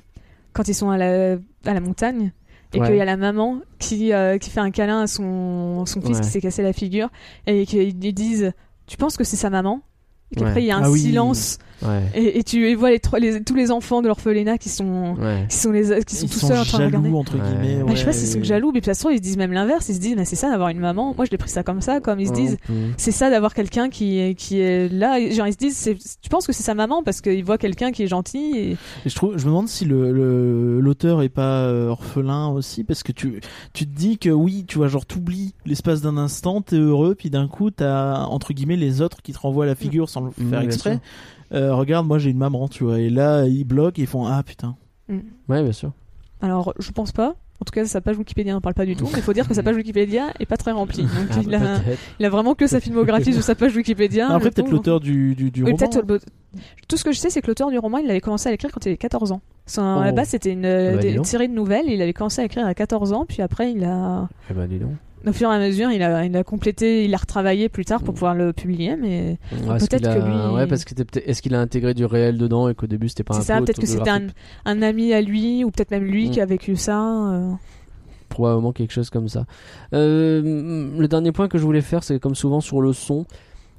[SPEAKER 3] Quand ils sont à la, à la montagne et
[SPEAKER 1] Ouais.
[SPEAKER 3] qu'il y a la maman qui, euh, qui fait un câlin à son, son fils
[SPEAKER 1] Ouais.
[SPEAKER 3] qui s'est cassé la figure et qu'ils lui disent Tu penses que c'est sa maman Et qu'après,
[SPEAKER 1] Ouais.
[SPEAKER 3] il y a un
[SPEAKER 2] Ah oui.
[SPEAKER 3] silence
[SPEAKER 1] Ouais.
[SPEAKER 3] et, et tu et vois les, trois- les- tous les enfants de l'orphelinat qui sont,
[SPEAKER 1] Ouais.
[SPEAKER 3] qui sont, les, qui sont
[SPEAKER 2] Ils
[SPEAKER 3] tout
[SPEAKER 2] sont
[SPEAKER 3] seuls en train de regarder.
[SPEAKER 2] jaloux entre
[SPEAKER 1] Ouais.
[SPEAKER 2] guillemets.
[SPEAKER 1] Bah,
[SPEAKER 3] Bah, je sais pas
[SPEAKER 2] ouais.
[SPEAKER 3] s'ils sont jaloux, mais de toute façon, ils se disent même l'inverse. Ils se disent Mais c'est ça d'avoir une maman. Moi, je l'ai pris ça comme ça, comme ils se disent
[SPEAKER 1] Mm.
[SPEAKER 3] c'est ça d'avoir quelqu'un qui est, qui est là. Et Genre, ils se disent, c'est- tu penses que c'est sa maman parce qu'il voit quelqu'un qui est gentil. Et...
[SPEAKER 2] Et je trouve, je me demande si le- le l'auteur est pas euh, orphelin aussi, parce que tu tu te dis que oui, tu vois, genre t'oublies l'espace d'un instant, t'es heureux, puis d'un coup t'as entre guillemets les autres qui te renvoient la figure sans le
[SPEAKER 1] Mm,
[SPEAKER 2] faire
[SPEAKER 1] bien
[SPEAKER 2] exprès.
[SPEAKER 1] sûr.
[SPEAKER 2] Euh, regarde, moi j'ai une maman, tu vois, et là ils bloquent, et ils font ah putain.
[SPEAKER 1] Ouais, bien sûr.
[SPEAKER 3] Alors, je pense pas. En tout cas, sa page Wikipédia n'en parle pas du tout. Mais il faut dire que sa page Wikipédia est pas très remplie. Donc,
[SPEAKER 1] Ah,
[SPEAKER 3] il, a,
[SPEAKER 1] peut-être.
[SPEAKER 3] il a vraiment que sa filmographie sur sa page Wikipédia.
[SPEAKER 2] Non, Ah, après
[SPEAKER 3] Ah, le
[SPEAKER 2] peut-être
[SPEAKER 3] pauvre.
[SPEAKER 2] l'auteur du du, du
[SPEAKER 3] Oui,
[SPEAKER 2] roman. hein.
[SPEAKER 3] peut-être le- Tout ce que je sais, c'est que l'auteur du roman, il avait commencé à l'écrire quand il avait 14 ans. Son-
[SPEAKER 1] Oh.
[SPEAKER 2] Ah
[SPEAKER 3] À la base, c'était une, euh,
[SPEAKER 1] bah,
[SPEAKER 3] des-
[SPEAKER 1] dis donc.
[SPEAKER 3] une série de nouvelles. Il avait commencé à écrire à 14 ans, puis après, il a.
[SPEAKER 1] Eh ben, dis donc.
[SPEAKER 3] au fur et à mesure, il a, il a complété, il a retravaillé plus tard
[SPEAKER 2] Mm.
[SPEAKER 3] pour pouvoir le publier, mais
[SPEAKER 1] Ouais, Ah, est-ce
[SPEAKER 3] peut-être
[SPEAKER 1] qu'il a-
[SPEAKER 3] que lui-
[SPEAKER 1] ouais, parce que t'es peut-être- est-ce qu'il a intégré du réel dedans et qu'au début c'était pas un
[SPEAKER 3] c'est ça,
[SPEAKER 1] peu
[SPEAKER 3] peut-être que c'était un,
[SPEAKER 1] autobiographique
[SPEAKER 3] un ami à lui, ou peut-être même lui
[SPEAKER 1] Mm.
[SPEAKER 3] qui a vécu ça. euh.
[SPEAKER 1] probablement quelque chose comme ça. Euh, le dernier point que je voulais faire, c'est comme souvent sur le son,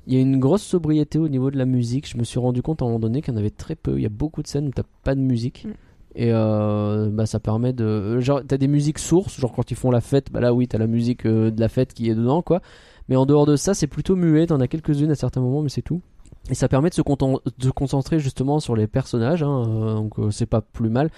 [SPEAKER 1] il y a une grosse sobriété au niveau de la musique. Je me suis rendu compte à un moment donné qu'il y en avait très peu. Il y a beaucoup de scènes où t'as pas de musique.
[SPEAKER 3] Mm.
[SPEAKER 1] Et euh, bah ça permet de. Genre, t'as des musiques sources, genre quand ils font la fête, bah là oui, t'as la musique euh, de la fête qui est dedans, quoi. Mais en dehors de ça, c'est plutôt muet. T'en as quelques-unes à certains moments, mais c'est tout. Et ça permet de se, conten- de se concentrer justement sur les personnages, hein, euh, donc euh, c'est pas plus mal.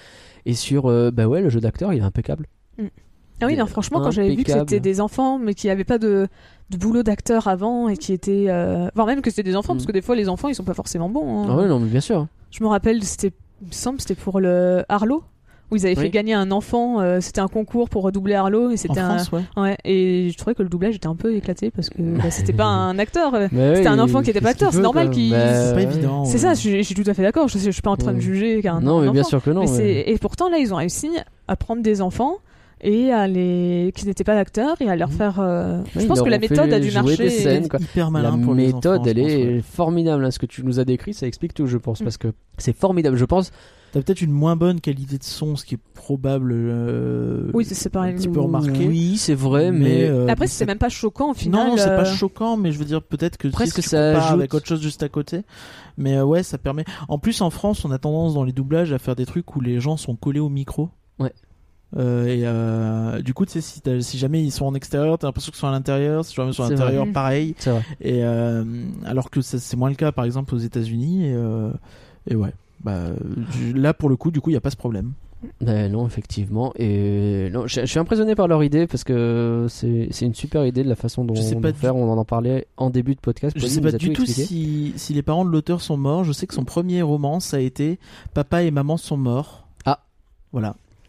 [SPEAKER 1] Et sur, euh, bah ouais, le jeu d'acteur, il est impeccable.
[SPEAKER 3] Ah oui,
[SPEAKER 1] Des-
[SPEAKER 3] non, franchement, quand j'avais vu que
[SPEAKER 1] impeccable.
[SPEAKER 3] c'était des enfants, mais qui n'avaient pas de, de boulot d'acteur avant, et qui étaient. euh, voire même que c'était des enfants,
[SPEAKER 1] Mm.
[SPEAKER 3] parce que des fois, les enfants, ils sont pas forcément bons. hein.
[SPEAKER 1] Ah ouais, non, mais bien sûr.
[SPEAKER 3] Je me rappelle, c'était, il me semble, c'était pour le Harlow, où ils avaient
[SPEAKER 1] Oui.
[SPEAKER 3] fait gagner un enfant. euh, c'était un concours pour redoubler Harlow, et
[SPEAKER 2] En
[SPEAKER 3] c'était un.
[SPEAKER 2] France, ouais.
[SPEAKER 3] Ouais, et je trouvais que le doublage était un peu éclaté parce que bah, c'était pas un acteur. euh,
[SPEAKER 1] Mais
[SPEAKER 3] C'était
[SPEAKER 1] oui,
[SPEAKER 3] un enfant qui
[SPEAKER 1] il
[SPEAKER 3] était
[SPEAKER 1] fait
[SPEAKER 3] pas
[SPEAKER 1] ce qu'il
[SPEAKER 3] acteur, c'est
[SPEAKER 1] veut,
[SPEAKER 3] normal
[SPEAKER 1] quoi.
[SPEAKER 3] qu'il-
[SPEAKER 1] Bah,
[SPEAKER 2] C'est pas
[SPEAKER 1] ouais.
[SPEAKER 2] évident. euh,
[SPEAKER 3] C'est
[SPEAKER 2] ouais.
[SPEAKER 3] ça, je, je suis tout à fait d'accord. Je, je suis pas en train de
[SPEAKER 1] Mm.
[SPEAKER 3] juger qu'un
[SPEAKER 1] Non, mais
[SPEAKER 3] un
[SPEAKER 1] bien
[SPEAKER 3] enfant.
[SPEAKER 1] sûr que non.
[SPEAKER 3] Mais
[SPEAKER 1] ouais.
[SPEAKER 3] c'est- Et pourtant, là, ils ont réussi à prendre des enfants et à les qui n'étaient pas d'acteurs et à leur
[SPEAKER 2] Mhm.
[SPEAKER 3] faire. euh,
[SPEAKER 1] Oui,
[SPEAKER 3] je pense
[SPEAKER 1] ils
[SPEAKER 3] que la
[SPEAKER 1] leur ont
[SPEAKER 3] méthode
[SPEAKER 1] fait
[SPEAKER 3] a dû
[SPEAKER 1] jouer
[SPEAKER 3] marcher.
[SPEAKER 1] des scènes, quoi.
[SPEAKER 2] Hyper
[SPEAKER 1] La
[SPEAKER 2] malin pour les enfants,
[SPEAKER 1] méthode,
[SPEAKER 2] je
[SPEAKER 1] elle
[SPEAKER 2] pense,
[SPEAKER 1] est
[SPEAKER 2] ouais.
[SPEAKER 1] formidable. Là, ce que tu nous as décrit, ça explique tout, je pense,
[SPEAKER 3] Mm.
[SPEAKER 1] parce que c'est formidable. Je pense.
[SPEAKER 2] T'as peut-être une moins bonne qualité de son, ce qui est probable. euh,
[SPEAKER 3] Oui, c'est- c'est pas
[SPEAKER 2] un petit peu remarqué.
[SPEAKER 1] Oui, c'est vrai, mais,
[SPEAKER 2] euh,
[SPEAKER 3] Après,
[SPEAKER 2] mais
[SPEAKER 3] c'était
[SPEAKER 2] ça-
[SPEAKER 3] même pas choquant au final.
[SPEAKER 2] non, c'est
[SPEAKER 3] euh,
[SPEAKER 2] pas choquant, mais je veux dire peut-être que
[SPEAKER 1] Presque
[SPEAKER 2] si tu
[SPEAKER 1] ça
[SPEAKER 2] compares
[SPEAKER 1] ajoute-
[SPEAKER 2] avec autre chose juste à côté. Mais euh, ouais, ça permet. En plus, en France, on a tendance dans les doublages à faire des trucs où les gens sont collés au micro.
[SPEAKER 1] Ouais.
[SPEAKER 2] Euh, et euh, du coup, tu sais, si, t'as- si jamais ils sont en extérieur, t'as l'impression qu'ils sont à l'intérieur. Si jamais ils sont à
[SPEAKER 1] C'est vrai.
[SPEAKER 2] l'intérieur,
[SPEAKER 3] Mm.
[SPEAKER 2] pareil.
[SPEAKER 1] c'est vrai.
[SPEAKER 2] Et euh, alors que ça, c'est moins le cas, par exemple, aux États-Unis. Et, euh, et ouais. Bah, du- là, pour le coup, du coup, il n'y a pas ce problème.
[SPEAKER 1] Ben non, effectivement. Et euh, non, je, je suis impressionné par leur idée parce que c'est c'est une super idée de la façon dont
[SPEAKER 2] Je sais
[SPEAKER 1] on
[SPEAKER 2] pas
[SPEAKER 1] va
[SPEAKER 2] du-
[SPEAKER 1] faire. On en en parlait en début de podcast.
[SPEAKER 2] Je
[SPEAKER 1] Pauline
[SPEAKER 2] sais
[SPEAKER 1] nous
[SPEAKER 2] pas
[SPEAKER 1] a
[SPEAKER 2] du tout
[SPEAKER 1] expliqué.
[SPEAKER 2] si, si les parents de l'auteur sont morts. Je sais que son premier roman, ça a été Papa et maman sont morts.
[SPEAKER 1] Ah.
[SPEAKER 2] Voilà.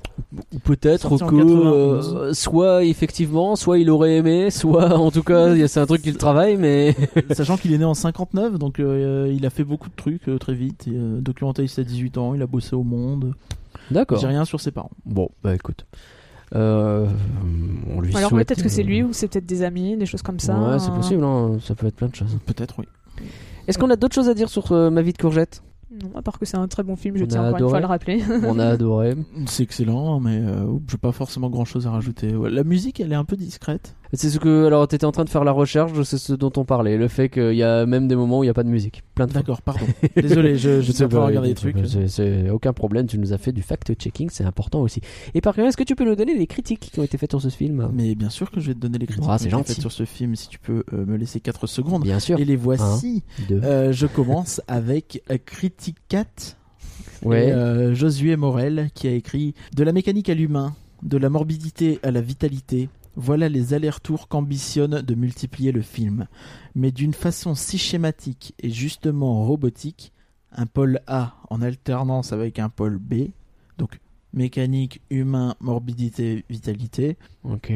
[SPEAKER 1] Ou Peut-être
[SPEAKER 2] Sorti en
[SPEAKER 1] que
[SPEAKER 2] 91.
[SPEAKER 1] euh, soit effectivement, soit il aurait aimé, soit en tout cas, il y a- c'est un truc qu'il travaille, mais
[SPEAKER 2] Sachant qu'il est né en 59, donc euh, il a fait beaucoup de trucs euh, très vite. Et, euh, documentaliste à 18 ans, il a bossé au monde.
[SPEAKER 1] d'accord.
[SPEAKER 2] J'ai rien sur ses parents.
[SPEAKER 1] Bon, bah écoute. Euh, on lui
[SPEAKER 3] Alors
[SPEAKER 1] souhaite,
[SPEAKER 3] peut-être que c'est
[SPEAKER 1] euh,
[SPEAKER 3] lui ou c'est peut-être des amis, des choses comme ça.
[SPEAKER 1] Ouais, c'est
[SPEAKER 3] euh,
[SPEAKER 1] possible, hein, ça peut être plein de choses.
[SPEAKER 2] Peut-être, oui.
[SPEAKER 1] Est-ce qu'on a d'autres choses à dire sur euh, Ma vie de courgette
[SPEAKER 3] Non, à part que c'est un très bon film,
[SPEAKER 1] On
[SPEAKER 3] je
[SPEAKER 1] a
[SPEAKER 3] tiens encore une
[SPEAKER 1] adoré.
[SPEAKER 3] fois à le rappeler.
[SPEAKER 1] On a adoré.
[SPEAKER 2] C'est excellent, mais euh, j'ai pas forcément grand chose à rajouter. Ouais, la musique, elle est un peu discrète.
[SPEAKER 1] C'est ce que. Alors, t'étais en train de faire la recherche, c'est ce dont on parlait. Le fait qu'il y a même des moments où il n'y a pas de musique. Plein de fois.
[SPEAKER 2] D'accord, pardon. Désolé, je, je sais pas regarder des trucs.
[SPEAKER 1] C'est- C'est aucun problème, tu nous as fait du fact-checking, c'est important aussi. Et par contre, est-ce que tu peux nous donner les critiques qui ont été faites sur ce film
[SPEAKER 2] Mais bien sûr que je vais te donner les critiques
[SPEAKER 1] Ah, c'est
[SPEAKER 2] que j'ai faites
[SPEAKER 1] gentil.
[SPEAKER 2] sur ce film si tu peux euh, me laisser 4 secondes.
[SPEAKER 1] Bien sûr. Hein.
[SPEAKER 2] Et les voici.
[SPEAKER 1] Deux.
[SPEAKER 2] Euh, je commence avec euh, Criticat
[SPEAKER 1] ouais.
[SPEAKER 2] et euh, Josué Morel qui a écrit De la mécanique à l'humain, de la morbidité à la vitalité, voilà les allers-retours qu'ambitionne de multiplier le film. Mais d'une façon si schématique et justement robotique, un pôle A en alternance avec un pôle B, donc mécanique, humain, morbidité, vitalité,
[SPEAKER 1] Ok.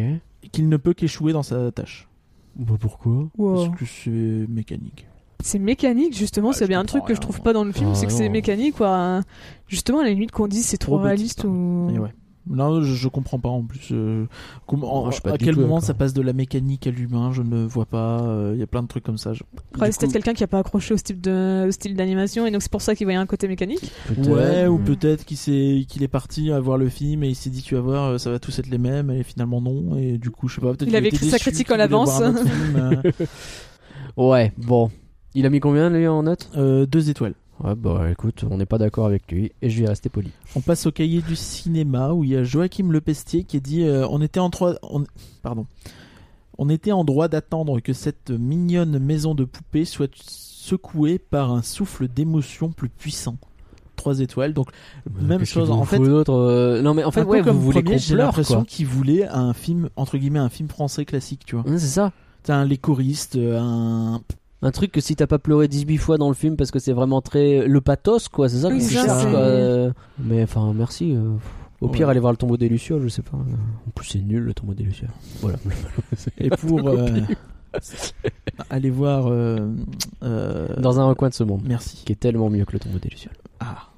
[SPEAKER 2] qu'il ne peut qu'échouer dans sa tâche.
[SPEAKER 1] Bah, pourquoi
[SPEAKER 3] Wow.
[SPEAKER 2] Parce que c'est mécanique.
[SPEAKER 3] C'est mécanique, justement,
[SPEAKER 2] Bah,
[SPEAKER 3] c'est
[SPEAKER 2] je
[SPEAKER 3] bien un
[SPEAKER 2] comprends
[SPEAKER 3] truc que je
[SPEAKER 2] rien,
[SPEAKER 3] trouve
[SPEAKER 2] moi.
[SPEAKER 3] pas dans le film,
[SPEAKER 1] Ah,
[SPEAKER 3] c'est que c'est
[SPEAKER 1] non.
[SPEAKER 3] mécanique, quoi. Justement, à la limite qu'on dise c'est trop
[SPEAKER 2] Robotique,
[SPEAKER 3] réaliste
[SPEAKER 2] pardon.
[SPEAKER 3] ou.
[SPEAKER 2] Mais ouais. Non, je, je comprends pas en plus. euh, comment-
[SPEAKER 1] Moi, je suis pas
[SPEAKER 2] à
[SPEAKER 1] du
[SPEAKER 2] quel
[SPEAKER 1] tout
[SPEAKER 2] moment
[SPEAKER 1] d'accord.
[SPEAKER 2] ça passe de la mécanique à l'humain Je ne vois pas. euh, Il y a plein de trucs comme ça. je-
[SPEAKER 3] Après,
[SPEAKER 2] Du
[SPEAKER 3] c'est peut-être quelqu'un qui a pas accroché au style de au style d'animation et donc c'est pour ça qu'il voyait un côté mécanique.
[SPEAKER 1] Peut-être.
[SPEAKER 2] Ouais, ou
[SPEAKER 1] Hmm.
[SPEAKER 2] peut-être qu'il s'est- qu'il est parti à voir le film et il s'est dit tu vas voir, euh, ça va tous être les mêmes et finalement non. Et du coup, je sais pas. peut-être
[SPEAKER 3] Il
[SPEAKER 2] qu'il
[SPEAKER 3] avait
[SPEAKER 2] était
[SPEAKER 3] écrit sa
[SPEAKER 2] déçu,
[SPEAKER 3] critique
[SPEAKER 2] qu'il
[SPEAKER 3] en
[SPEAKER 2] voulait voir un
[SPEAKER 3] avance.
[SPEAKER 2] autre film, euh,
[SPEAKER 1] Ouais, bon. Il a mis combien lui en note
[SPEAKER 2] euh, deux étoiles.
[SPEAKER 1] Ouais, bah écoute, on n'est pas d'accord avec lui et je vais rester poli.
[SPEAKER 2] On passe au cahier du cinéma où il y a Joachim Lepestier qui dit euh, on était en trois on- pardon. On était en droit d'attendre que cette mignonne maison de poupée soit secouée par un souffle d'émotion plus puissant. Trois étoles. Donc même
[SPEAKER 1] Qu'est-ce
[SPEAKER 2] chose
[SPEAKER 1] qu'il vous
[SPEAKER 2] en fait.
[SPEAKER 1] faut d'autre, euh, Non, mais en fait,
[SPEAKER 2] un peu
[SPEAKER 1] ouais,
[SPEAKER 2] comme
[SPEAKER 1] vous voulez
[SPEAKER 2] premier,
[SPEAKER 1] qu'on
[SPEAKER 2] j'ai
[SPEAKER 1] pleure,
[SPEAKER 2] l'impression
[SPEAKER 1] quoi.
[SPEAKER 2] qu'il voulait un film entre guillemets un film français classique, tu vois.
[SPEAKER 1] Ouais, Hein, c'est ça.
[SPEAKER 2] T'as un les choristes, un
[SPEAKER 1] Un truc que si t'as pas pleuré 18 fois dans le film parce que c'est vraiment très. euh, le pathos, quoi, c'est ça
[SPEAKER 3] Oui,
[SPEAKER 1] qu'on
[SPEAKER 2] c'est
[SPEAKER 1] cherche,
[SPEAKER 2] ça,
[SPEAKER 1] quoi.
[SPEAKER 3] c'est-
[SPEAKER 1] Euh, Mais enfin, merci. euh, Au pire,
[SPEAKER 2] Ouais.
[SPEAKER 1] allez voir le tombeau des Lucioles, je sais pas. En plus, c'est nul le tombeau des Lucioles. Voilà.
[SPEAKER 2] et pour euh, aller voir euh, euh,
[SPEAKER 1] Dans un recoin de ce monde
[SPEAKER 2] merci.
[SPEAKER 1] qui est tellement mieux que le tombeau des Lucioles.
[SPEAKER 2] Ah.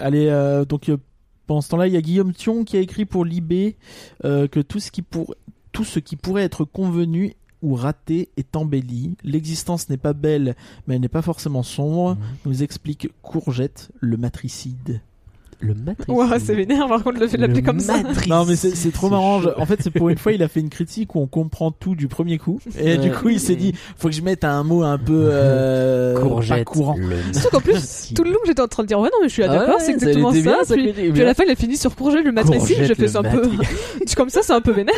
[SPEAKER 2] Allez, euh, donc euh, pendant ce temps-là, il y a Guillaume Thion qui a écrit pour Libé euh, que tout ce qui pour tout ce qui pourrait être convenu ou raté est embelli. L'existence n'est pas belle, mais elle n'est pas forcément sombre,
[SPEAKER 1] Mhm.
[SPEAKER 2] nous explique Courgette, le matricide.
[SPEAKER 1] Le matricide.
[SPEAKER 3] Ouah, c'est vénère par contre le fait de l'appeler
[SPEAKER 1] Le
[SPEAKER 3] comme ça.
[SPEAKER 1] matricide.
[SPEAKER 2] Non mais c'est c'est trop marrant.
[SPEAKER 1] chaud.
[SPEAKER 2] Je- En fait, c'est pour une fois, il a fait une critique où on comprend tout du premier coup. Et du
[SPEAKER 1] Ouais.
[SPEAKER 2] coup, il s'est dit, faut que je mette un mot un peu euh, pas
[SPEAKER 1] Courgette.
[SPEAKER 2] courant.
[SPEAKER 1] le
[SPEAKER 3] Surtout qu'en plus, tout le long, j'étais en train de dire Ouais, non, mais je suis
[SPEAKER 1] Ah
[SPEAKER 3] d'accord,
[SPEAKER 1] ouais,
[SPEAKER 3] c'est
[SPEAKER 1] ça,
[SPEAKER 3] exactement
[SPEAKER 1] elle était
[SPEAKER 3] ça.
[SPEAKER 1] bien, sa
[SPEAKER 3] puis,
[SPEAKER 1] critique,
[SPEAKER 3] puis à la fin, elle a fini sur Courgette, le matricide. Je
[SPEAKER 1] Courgette,
[SPEAKER 3] fais ça
[SPEAKER 1] le
[SPEAKER 3] un peu. Comme ça, c'est un peu vénère.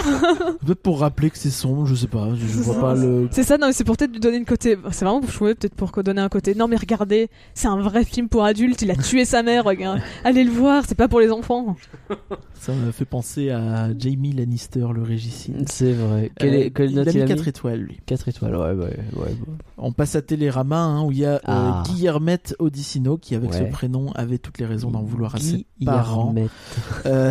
[SPEAKER 2] Peut-être pour rappeler que c'est sombre, je sais pas, je je vois pas le.
[SPEAKER 3] C'est ça, non, mais c'est pour peut-être lui donner une côté. C'est vraiment, je trouvais peut-être pour donner un côté. Non, mais regardez, c'est un vrai film pour adultes, il a tué sa mère, regarde. Allez le voir, c'est pas pour les enfants.
[SPEAKER 2] Ça me fait penser à Jamie Lannister, le régicide.
[SPEAKER 1] C'est vrai. Quelle, est-
[SPEAKER 2] Euh,
[SPEAKER 1] quelle
[SPEAKER 2] il
[SPEAKER 1] note
[SPEAKER 2] a mis
[SPEAKER 1] il a
[SPEAKER 2] 4
[SPEAKER 1] mis
[SPEAKER 2] étoiles, lui.
[SPEAKER 1] 4 étoiles, ouais, ouais, ouais.
[SPEAKER 2] On passe à Télérama, hein, où il y a euh,
[SPEAKER 1] Ah.
[SPEAKER 2] Guillermette Odissino, qui avec
[SPEAKER 1] Ouais.
[SPEAKER 2] ce prénom avait toutes les raisons d'en vouloir à ses parents.
[SPEAKER 1] Guillermette.
[SPEAKER 2] Euh,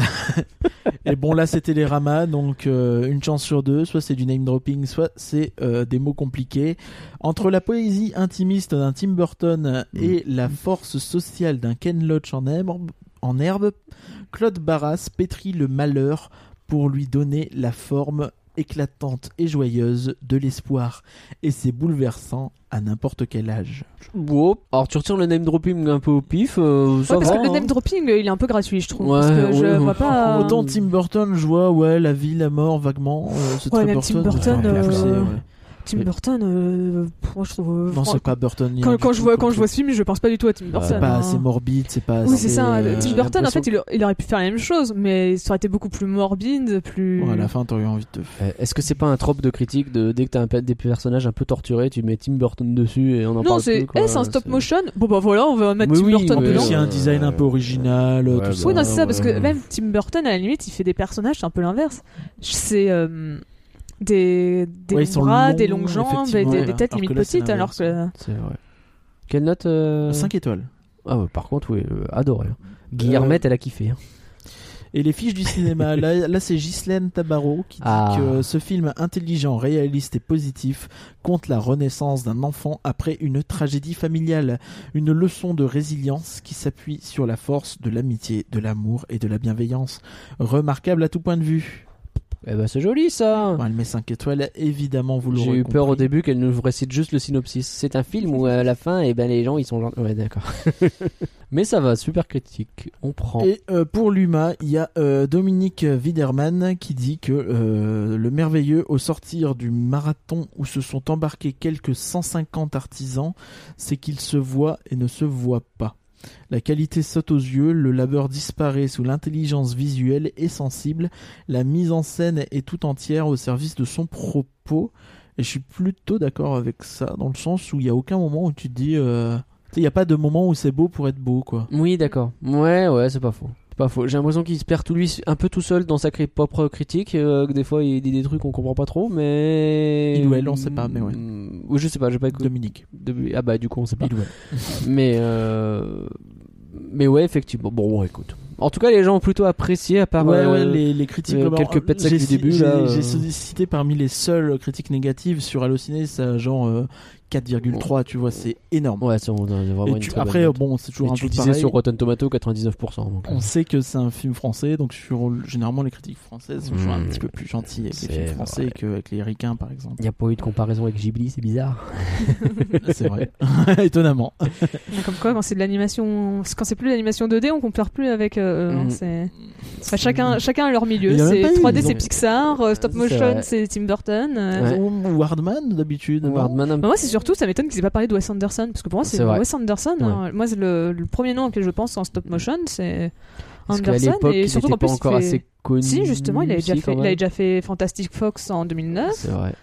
[SPEAKER 2] et bon, là, c'est Télérama, donc euh, une chance sur deux, soit c'est du name dropping, soit c'est euh, des mots compliqués. Entre la poésie intimiste d'un Tim Burton et la force sociale d'un Ken Loach en herbe, en herbe, Claude Barras pétrit le malheur pour lui donner la forme éclatante et joyeuse de l'espoir. Et c'est bouleversant à n'importe quel âge.
[SPEAKER 3] Mm.
[SPEAKER 1] Wow. Alors tu retires le name dropping un peu au pif, euh, ça
[SPEAKER 3] Ouais, parce
[SPEAKER 1] va,
[SPEAKER 3] que le
[SPEAKER 1] hein.
[SPEAKER 3] name dropping, euh, il est un peu gratuit, je trouve. parce
[SPEAKER 1] Ouais,
[SPEAKER 3] que je
[SPEAKER 1] ouais,
[SPEAKER 3] vois
[SPEAKER 1] ouais.
[SPEAKER 3] pas. euh,
[SPEAKER 2] Autant Tim Burton, je vois, ouais, la vie, la mort, vaguement. euh, c'est très
[SPEAKER 3] Ouais, même Tim Burton,
[SPEAKER 2] c'est
[SPEAKER 1] euh,
[SPEAKER 2] poussé, ouais.
[SPEAKER 3] Tim Burton, euh, pff, moi je trouve. euh,
[SPEAKER 2] Non,
[SPEAKER 3] fran-
[SPEAKER 2] c'est pas Burton.
[SPEAKER 3] quand, quand je vois, quand je vois ce film, je pense pas du tout à Tim Burton.
[SPEAKER 2] Bah, C'est pas
[SPEAKER 3] hein.
[SPEAKER 2] assez morbide, c'est pas
[SPEAKER 3] Oui,
[SPEAKER 2] assez,
[SPEAKER 3] c'est ça. hein,
[SPEAKER 2] euh,
[SPEAKER 3] Tim
[SPEAKER 1] j'ai
[SPEAKER 3] Burton, en
[SPEAKER 1] l'impression
[SPEAKER 3] fait, il, il aurait pu faire la même chose, mais ça aurait été beaucoup plus morbide, plus.
[SPEAKER 2] bon, oh, à la fin, t'aurais eu envie de. te-
[SPEAKER 1] Euh, Est-ce que c'est pas un trope de critique de dès que t'as un pe- des personnages un peu torturés, tu mets Tim Burton dessus et on en
[SPEAKER 3] Non,
[SPEAKER 1] parle
[SPEAKER 3] c'est
[SPEAKER 1] plus, quoi.
[SPEAKER 3] eh, c'est un stop motion. Bon, bah voilà, on va mettre
[SPEAKER 1] Mais
[SPEAKER 3] Tim
[SPEAKER 1] oui,
[SPEAKER 2] En
[SPEAKER 3] Burton
[SPEAKER 1] mais-
[SPEAKER 2] plus,
[SPEAKER 3] dedans.
[SPEAKER 2] il y a un design un peu original,
[SPEAKER 1] Ouais,
[SPEAKER 2] tout
[SPEAKER 1] bah,
[SPEAKER 2] ça.
[SPEAKER 3] Oui, non, c'est ça, parce que
[SPEAKER 1] ouais.
[SPEAKER 3] même Tim Burton, à la limite, il fait des personnages, c'est un peu l'inverse. C'est euh, des, des
[SPEAKER 2] Ouais, ils
[SPEAKER 3] longs
[SPEAKER 2] sont
[SPEAKER 3] bras,
[SPEAKER 2] longs,
[SPEAKER 3] des longues jambes, et des,
[SPEAKER 2] effectivement,
[SPEAKER 3] des
[SPEAKER 2] ouais.
[SPEAKER 3] têtes
[SPEAKER 2] Alors
[SPEAKER 3] limite
[SPEAKER 2] que là, c'est
[SPEAKER 3] petites, alors que.
[SPEAKER 1] C'est vrai. Quelle note euh,
[SPEAKER 2] 5 étoiles.
[SPEAKER 1] Ah ouais, par contre, oui, euh, adoré. Guillermette, elle a kiffé. hein.
[SPEAKER 2] Et les fiches du cinéma, là, là, c'est Ghislaine Tabarot qui dit
[SPEAKER 1] Ah.
[SPEAKER 2] que ce film intelligent, réaliste et positif compte la renaissance d'un enfant après une tragédie familiale, une leçon de résilience qui s'appuie sur la force de l'amitié, de l'amour et de la bienveillance. Remarquable à tout point de vue.
[SPEAKER 1] Eh ben c'est joli
[SPEAKER 3] Ah.
[SPEAKER 1] ça.
[SPEAKER 2] Bon, elle met 5 étoiles, évidemment, vous l'aurez
[SPEAKER 1] J'ai eu peur au
[SPEAKER 2] compris.
[SPEAKER 1] début qu'elle nous récite juste le synopsis. C'est un film où à la fin, et ben les gens ils sont genre ouais d'accord. Mais ça va, super critique. On prend.
[SPEAKER 2] Et euh, pour l'UMA, il y a euh, Dominique Widerman qui dit que euh, le merveilleux, au sortir du marathon où se sont embarqués quelques 150 artisans, c'est qu'ils se voient et ne se voient pas. La qualité saute aux yeux, le labeur disparaît sous l'intelligence visuelle et sensible, la mise en scène est tout entière au service de son propos. Et je suis plutôt d'accord avec ça, dans le sens où il n'y a aucun moment où tu te dis... euh, tu sais, Il n'y a pas de moment où c'est beau pour être beau, quoi.
[SPEAKER 1] Oui, d'accord. Ouais, ouais, c'est pas faux. C'est pas faux. J'ai l'impression qu'il se perd tout lui un peu tout seul dans sa cri- propre critique. euh, que des fois, il dit des trucs qu'on comprend pas trop, mais
[SPEAKER 2] Il ou elle, on sait pas, mais ouais.
[SPEAKER 1] Mm, ou je sais pas, j'ai pas écouté.
[SPEAKER 2] Dominique.
[SPEAKER 1] de- Ah bah du coup, on sait pas.
[SPEAKER 2] Il ou elle.
[SPEAKER 1] Mais euh, mais ouais, effectivement. Bon, bon, écoute. En tout cas, les gens ont plutôt apprécié à part.
[SPEAKER 2] ouais,
[SPEAKER 1] euh,
[SPEAKER 2] ouais, les, les critiques.
[SPEAKER 1] euh,
[SPEAKER 2] bah,
[SPEAKER 1] quelques
[SPEAKER 2] euh,
[SPEAKER 1] pets secs
[SPEAKER 2] j'ai
[SPEAKER 1] du
[SPEAKER 2] ci-
[SPEAKER 1] début,
[SPEAKER 2] J'ai
[SPEAKER 1] là, euh.
[SPEAKER 2] j'ai sollicité parmi les seules critiques négatives sur Allociné, ça a genre euh, 4,3, tu vois, c'est énorme.
[SPEAKER 1] Ouais, c'est on a vraiment
[SPEAKER 2] Et
[SPEAKER 1] une
[SPEAKER 2] tu-
[SPEAKER 1] très bonne
[SPEAKER 2] après,
[SPEAKER 1] note.
[SPEAKER 2] bon, c'est toujours
[SPEAKER 1] Et
[SPEAKER 2] un
[SPEAKER 1] tu
[SPEAKER 2] peu
[SPEAKER 1] le disais
[SPEAKER 2] pareil.
[SPEAKER 1] sur Rotten Tomato 99%. donc, euh.
[SPEAKER 2] On sait que c'est un film français, donc sur, généralement les critiques françaises sont toujours un
[SPEAKER 1] Mmh.
[SPEAKER 2] petit peu plus gentilles avec les
[SPEAKER 1] C'est
[SPEAKER 2] films français
[SPEAKER 1] vrai.
[SPEAKER 2] qu'avec les ricains, par exemple.
[SPEAKER 1] Il n'y a pas eu de comparaison avec Ghibli, c'est bizarre.
[SPEAKER 2] c'est vrai, étonnamment.
[SPEAKER 3] Comme quoi, quand c'est de l'animation. Quand c'est plus l'animation 2D, on compare plus avec. euh,
[SPEAKER 1] Mm.
[SPEAKER 3] non, c'est- Enfin, chacun, chacun à leur milieu.
[SPEAKER 2] Il y a même
[SPEAKER 3] C'est
[SPEAKER 2] pas eu,
[SPEAKER 3] 3D,
[SPEAKER 2] ils ont-
[SPEAKER 3] c'est Pixar. euh, stop
[SPEAKER 1] C'est
[SPEAKER 3] motion,
[SPEAKER 1] vrai.
[SPEAKER 3] c'est Tim Burton. euh.
[SPEAKER 1] Ouais.
[SPEAKER 2] Ou Wardman, d'habitude. non
[SPEAKER 1] Wardman, un
[SPEAKER 3] Mais Bah, moi, c'est surtout, ça m'étonne qu'ils aient pas parlé de Wes Anderson, parce que pour moi, c'est
[SPEAKER 1] C'est vrai.
[SPEAKER 3] Wes Anderson.
[SPEAKER 1] Ouais.
[SPEAKER 3] hein. Moi, c'est le, le premier nom auquel je pense en stop motion, c'est
[SPEAKER 1] Parce qu'à
[SPEAKER 3] Anderson.
[SPEAKER 1] l'époque,
[SPEAKER 3] et
[SPEAKER 1] il
[SPEAKER 3] surtout
[SPEAKER 1] n'était
[SPEAKER 3] qu'en
[SPEAKER 1] pas
[SPEAKER 3] plus, il
[SPEAKER 1] encore
[SPEAKER 3] fait-
[SPEAKER 1] assez connu.
[SPEAKER 3] Si, justement, il avait, déjà
[SPEAKER 1] si,
[SPEAKER 3] fait,
[SPEAKER 1] quand
[SPEAKER 3] il
[SPEAKER 1] même.
[SPEAKER 3] avait déjà fait Fantastic Fox en 2009,
[SPEAKER 1] C'est vrai.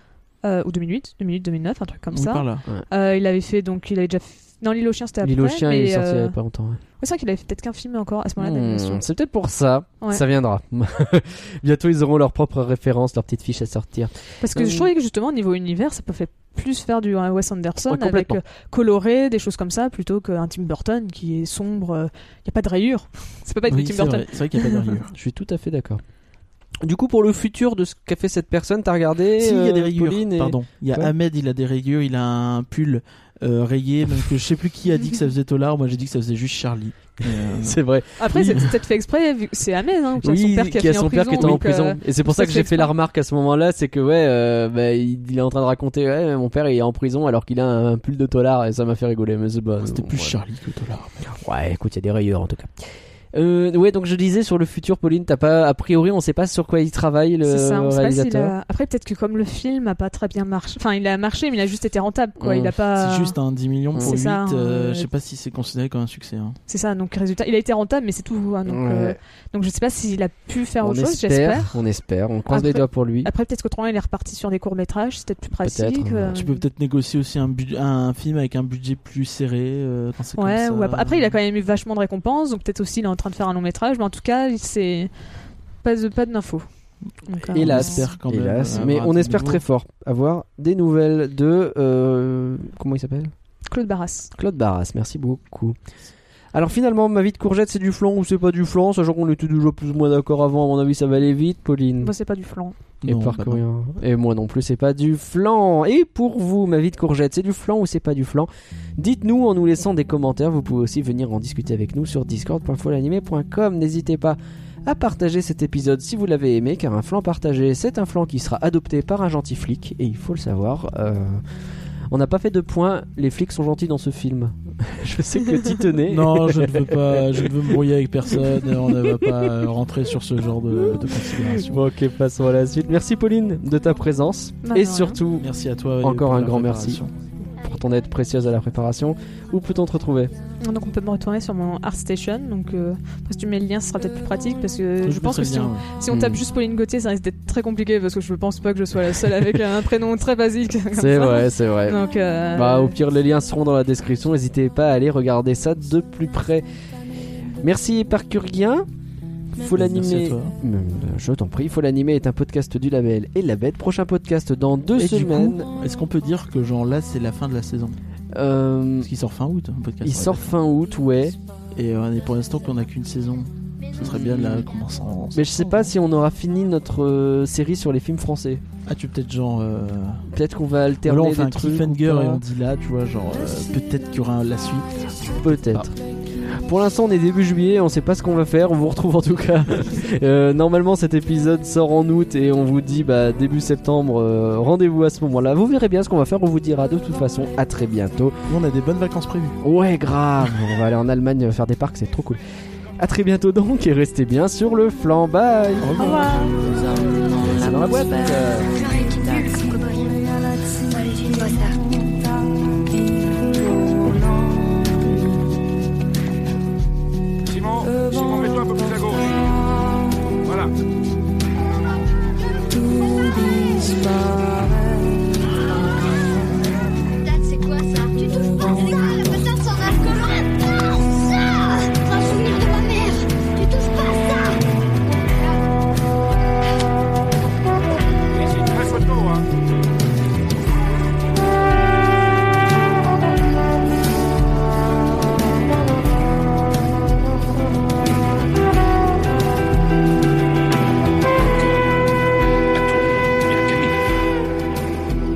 [SPEAKER 3] euh, ou 2008, 2008, 2009, un truc comme
[SPEAKER 2] Oui,
[SPEAKER 3] ça.
[SPEAKER 2] par là.
[SPEAKER 3] Euh, il avait fait, donc, il avait déjà fait... Non, L'île aux chiens, c'était après.
[SPEAKER 1] L'île aux chiens, il
[SPEAKER 3] mais,
[SPEAKER 1] est sorti il n'y
[SPEAKER 3] euh,
[SPEAKER 1] a pas longtemps. ouais.
[SPEAKER 3] ouais, c'est vrai qu'il avait fait peut-être qu'un film encore à ce moment-là d'animation.
[SPEAKER 1] Hmm, c'est peut-être pour ça.
[SPEAKER 3] Ouais.
[SPEAKER 1] Ça viendra. Bientôt, ils auront leurs propres références, leurs petites fiches à sortir.
[SPEAKER 3] Parce que
[SPEAKER 1] Euh,
[SPEAKER 3] je trouvais que justement, au niveau univers, ça peut faire plus faire du euh, Wes Anderson
[SPEAKER 1] Ouais,
[SPEAKER 3] avec
[SPEAKER 1] Oh, complètement.
[SPEAKER 3] euh, coloré, des choses comme ça, plutôt qu'un Tim Burton qui est sombre, euh, il n'y a pas de rayures. ça peut pas être
[SPEAKER 2] Oui,
[SPEAKER 3] du Bah,
[SPEAKER 2] c'est
[SPEAKER 3] Tim Burton.
[SPEAKER 2] vrai, c'est vrai qu'il n'y a pas de rayures.
[SPEAKER 1] Je suis tout à fait d'accord. Du coup, pour le futur de ce qu'a fait cette personne, t'as regardé
[SPEAKER 2] Si, il y a
[SPEAKER 1] euh,
[SPEAKER 2] des rayures.
[SPEAKER 1] Pauline et-
[SPEAKER 2] Pardon. Il y a
[SPEAKER 1] Quoi
[SPEAKER 2] Ahmed, il a des rayures, euh, il a un pull euh, rayé, même que je sais plus qui a dit que ça faisait Tolar, moi j'ai dit que ça faisait juste Charlie. Mais, euh,
[SPEAKER 1] C'est vrai.
[SPEAKER 3] Après,
[SPEAKER 1] Oui.
[SPEAKER 3] c'est peut-être fait exprès, vu que c'est Ahmed, hein, qui a son père qui a, fini
[SPEAKER 1] son
[SPEAKER 3] en
[SPEAKER 1] père
[SPEAKER 3] prison.
[SPEAKER 1] qui était en
[SPEAKER 3] donc, euh,
[SPEAKER 1] prison. et c'est pour
[SPEAKER 3] ça
[SPEAKER 1] ça que
[SPEAKER 3] se
[SPEAKER 1] j'ai
[SPEAKER 3] fait
[SPEAKER 1] fait la
[SPEAKER 3] exprès.
[SPEAKER 1] remarque à ce moment-là, c'est que ouais, euh, bah, il, il est en train de raconter, ouais, mon père il est en prison alors qu'il a un, un pull de tolard et ça m'a fait rigoler. Mais c'est pas-
[SPEAKER 2] C'était plus
[SPEAKER 1] ouais.
[SPEAKER 2] Charlie que Tolar.
[SPEAKER 1] Ouais, écoute, il y a des rayures en tout cas. Euh, ouais, donc je disais sur le futur, Pauline, t'as pas, a priori, on sait pas sur quoi il travaille le
[SPEAKER 3] c'est ça, on sait pas s'il
[SPEAKER 1] réalisateur.
[SPEAKER 3] a... Après, peut-être que comme le film a pas très bien marché, enfin, il a marché, mais il a juste été rentable, quoi.
[SPEAKER 1] Mm.
[SPEAKER 3] Il a pas.
[SPEAKER 2] C'est juste un 10 millions pour
[SPEAKER 3] Ah. C'est
[SPEAKER 2] 8.
[SPEAKER 3] ça,
[SPEAKER 2] euh,
[SPEAKER 3] euh,
[SPEAKER 2] Je sais pas si c'est considéré comme un succès. hein.
[SPEAKER 3] C'est ça, donc résultat, il a été rentable, mais c'est tout. hein, donc,
[SPEAKER 1] Ouais.
[SPEAKER 3] euh, donc je sais pas s'il a pu faire
[SPEAKER 1] on
[SPEAKER 3] autre chose,
[SPEAKER 1] espère,
[SPEAKER 3] j'espère.
[SPEAKER 1] on espère, on croise les
[SPEAKER 3] Après-
[SPEAKER 1] doigts pour lui.
[SPEAKER 3] Après, peut-être qu'autrement, il est reparti sur des courts-métrages, c'est peut-être plus pratique.
[SPEAKER 1] Peut-être,
[SPEAKER 3] euh,
[SPEAKER 2] Tu peux peut-être négocier aussi un, bu- un film avec un budget plus serré. euh, quand c'est comme
[SPEAKER 3] Ouais,
[SPEAKER 2] ça.
[SPEAKER 3] ou ap- après, il a quand même eu vachement de récompenses, donc peut-être aussi il est en train de faire un long métrage, mais en tout cas, il- c'est pas de pas d'infos. Donc, euh,
[SPEAKER 1] Hélas.
[SPEAKER 2] on espère quand même,
[SPEAKER 1] Hélas,
[SPEAKER 2] euh,
[SPEAKER 1] mais
[SPEAKER 2] avoir
[SPEAKER 1] on
[SPEAKER 2] un
[SPEAKER 1] espère
[SPEAKER 2] nouveau.
[SPEAKER 1] très fort avoir des nouvelles de euh, comment il s'appelle
[SPEAKER 3] Claude Barras.
[SPEAKER 1] Claude Barras, merci beaucoup. Alors finalement, ma vie de courgette, c'est du flan ou c'est pas du flan Sachant qu'on était déjà plus ou moins d'accord avant, à mon avis, ça va aller vite, Pauline.
[SPEAKER 3] Moi, c'est pas du flan.
[SPEAKER 1] Et
[SPEAKER 2] Non,
[SPEAKER 1] par
[SPEAKER 2] bah non.
[SPEAKER 1] courrier. Et moi non plus, c'est pas du flan. Et pour vous, ma vie de courgette, c'est du flan ou c'est pas du flan Dites-nous en nous laissant des commentaires. Vous pouvez aussi venir en discuter avec nous sur discord.folanimé.com. N'hésitez pas à partager cet épisode si vous l'avez aimé, car un flan partagé, c'est un flan qui sera adopté par un gentil flic. Et il faut le savoir. euh, On n'a pas fait de points, les flics sont gentils dans ce film. Je sais que t'y tenais.
[SPEAKER 2] Non, je ne veux pas, je ne veux me brouiller avec personne. On ne va pas euh, rentrer sur ce genre de, de considération.
[SPEAKER 1] Bon, ok, passons à la suite. Merci Pauline de ta présence.
[SPEAKER 3] Bah, de
[SPEAKER 1] Et
[SPEAKER 3] rien.
[SPEAKER 1] surtout,
[SPEAKER 2] Merci à toi.
[SPEAKER 1] Encore
[SPEAKER 2] pour
[SPEAKER 1] un
[SPEAKER 2] la
[SPEAKER 1] grand merci.
[SPEAKER 2] préparation.
[SPEAKER 1] pour ton aide précieuse à la préparation. Où peut-on te retrouver
[SPEAKER 3] Donc, on peut me retourner sur mon ArtStation. Donc, euh, si tu mets le lien, ce sera peut-être plus pratique parce que Euh, je,
[SPEAKER 2] Je
[SPEAKER 3] pense que si on, si on
[SPEAKER 1] Mm.
[SPEAKER 3] tape juste Pauline Gauthier, ça risque d'être très compliqué parce que je pense pas que je sois la seule avec un prénom très basique. comme
[SPEAKER 1] C'est
[SPEAKER 3] ça.
[SPEAKER 1] vrai, c'est vrai.
[SPEAKER 3] Donc, euh,
[SPEAKER 1] Bah, au pire, les liens seront dans la description. N'hésitez pas à aller regarder ça de plus près. Merci Parcurien. Faut
[SPEAKER 2] Merci à
[SPEAKER 1] l'animer.
[SPEAKER 2] toi.
[SPEAKER 1] Euh, Je t'en prie, Faut l'animer est un podcast du label et de la bête. Prochain podcast dans deux
[SPEAKER 2] Et du
[SPEAKER 1] semaines.
[SPEAKER 2] coup, est-ce qu'on peut dire que genre là c'est la fin de la saison
[SPEAKER 1] Euh,
[SPEAKER 2] Parce qu'il sort fin août, un podcast.
[SPEAKER 1] il sort fin août, ouais.
[SPEAKER 2] Et euh, on est pour l'instant qu'on a qu'une saison. Ce serait bien de la commencer en.
[SPEAKER 1] Mais je sais pas si on aura fini notre euh, série sur les films français.
[SPEAKER 2] Ah, tu peut-être genre. Euh...
[SPEAKER 1] Peut-être qu'on va
[SPEAKER 2] Ou
[SPEAKER 1] alterner
[SPEAKER 2] alors on fait
[SPEAKER 1] des
[SPEAKER 2] un
[SPEAKER 1] trucs.
[SPEAKER 2] cliffhanger et
[SPEAKER 1] ou pas.
[SPEAKER 2] on dit là, tu vois, genre euh, peut-être qu'il y aura la suite.
[SPEAKER 1] Peut-être. Pour l'instant, on est début juillet, on sait pas ce qu'on va faire, on vous retrouve en tout cas. Euh, normalement, cet épisode sort en août et on vous dit bah, début septembre, euh, rendez-vous à ce moment-là. Vous verrez bien ce qu'on va faire, on vous dira de toute façon à très bientôt.
[SPEAKER 2] Nous, on a des bonnes vacances prévues.
[SPEAKER 1] Ouais, grave, on va aller en Allemagne faire des parcs, c'est trop cool. À très bientôt donc et restez bien sur le flanc. Bye!
[SPEAKER 2] revoir.
[SPEAKER 1] C'est dans la boîte, euh.
[SPEAKER 6] Simon, Simon, mets-toi un peu plus à gauche. Voilà.
[SPEAKER 4] C'est quoi ça Tu touches pas C'est quoi la patate sans alcool Attends, ça C'est un souvenir de ma mère Tu touches pas à ça
[SPEAKER 6] Et c'est une vraie photo, hein.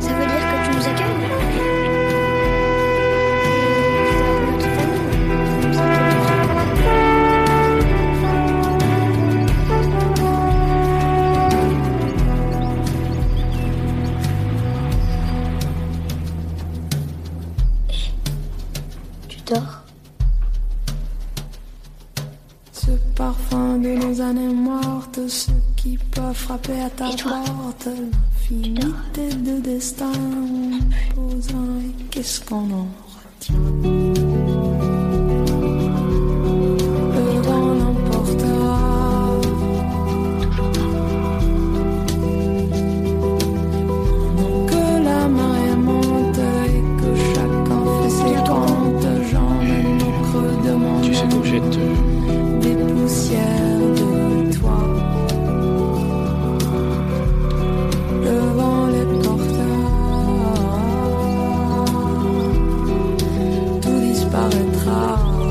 [SPEAKER 4] Ça veut dire que tu nous accueilles Et notre famille, c'est que- Tu dors
[SPEAKER 7] Ce parfum de nos années mortes, ceux qui peuvent frapper à ta porte, l'infinité de destin, on pose un et qu'est-ce qu'on en retient Le vent l'emportera. Pendant Que la marée monte et que chacun fait ses comptes, j'emmène au creux de mon Tu sais des poussières de toi. Le vent les portera, tout disparaîtra.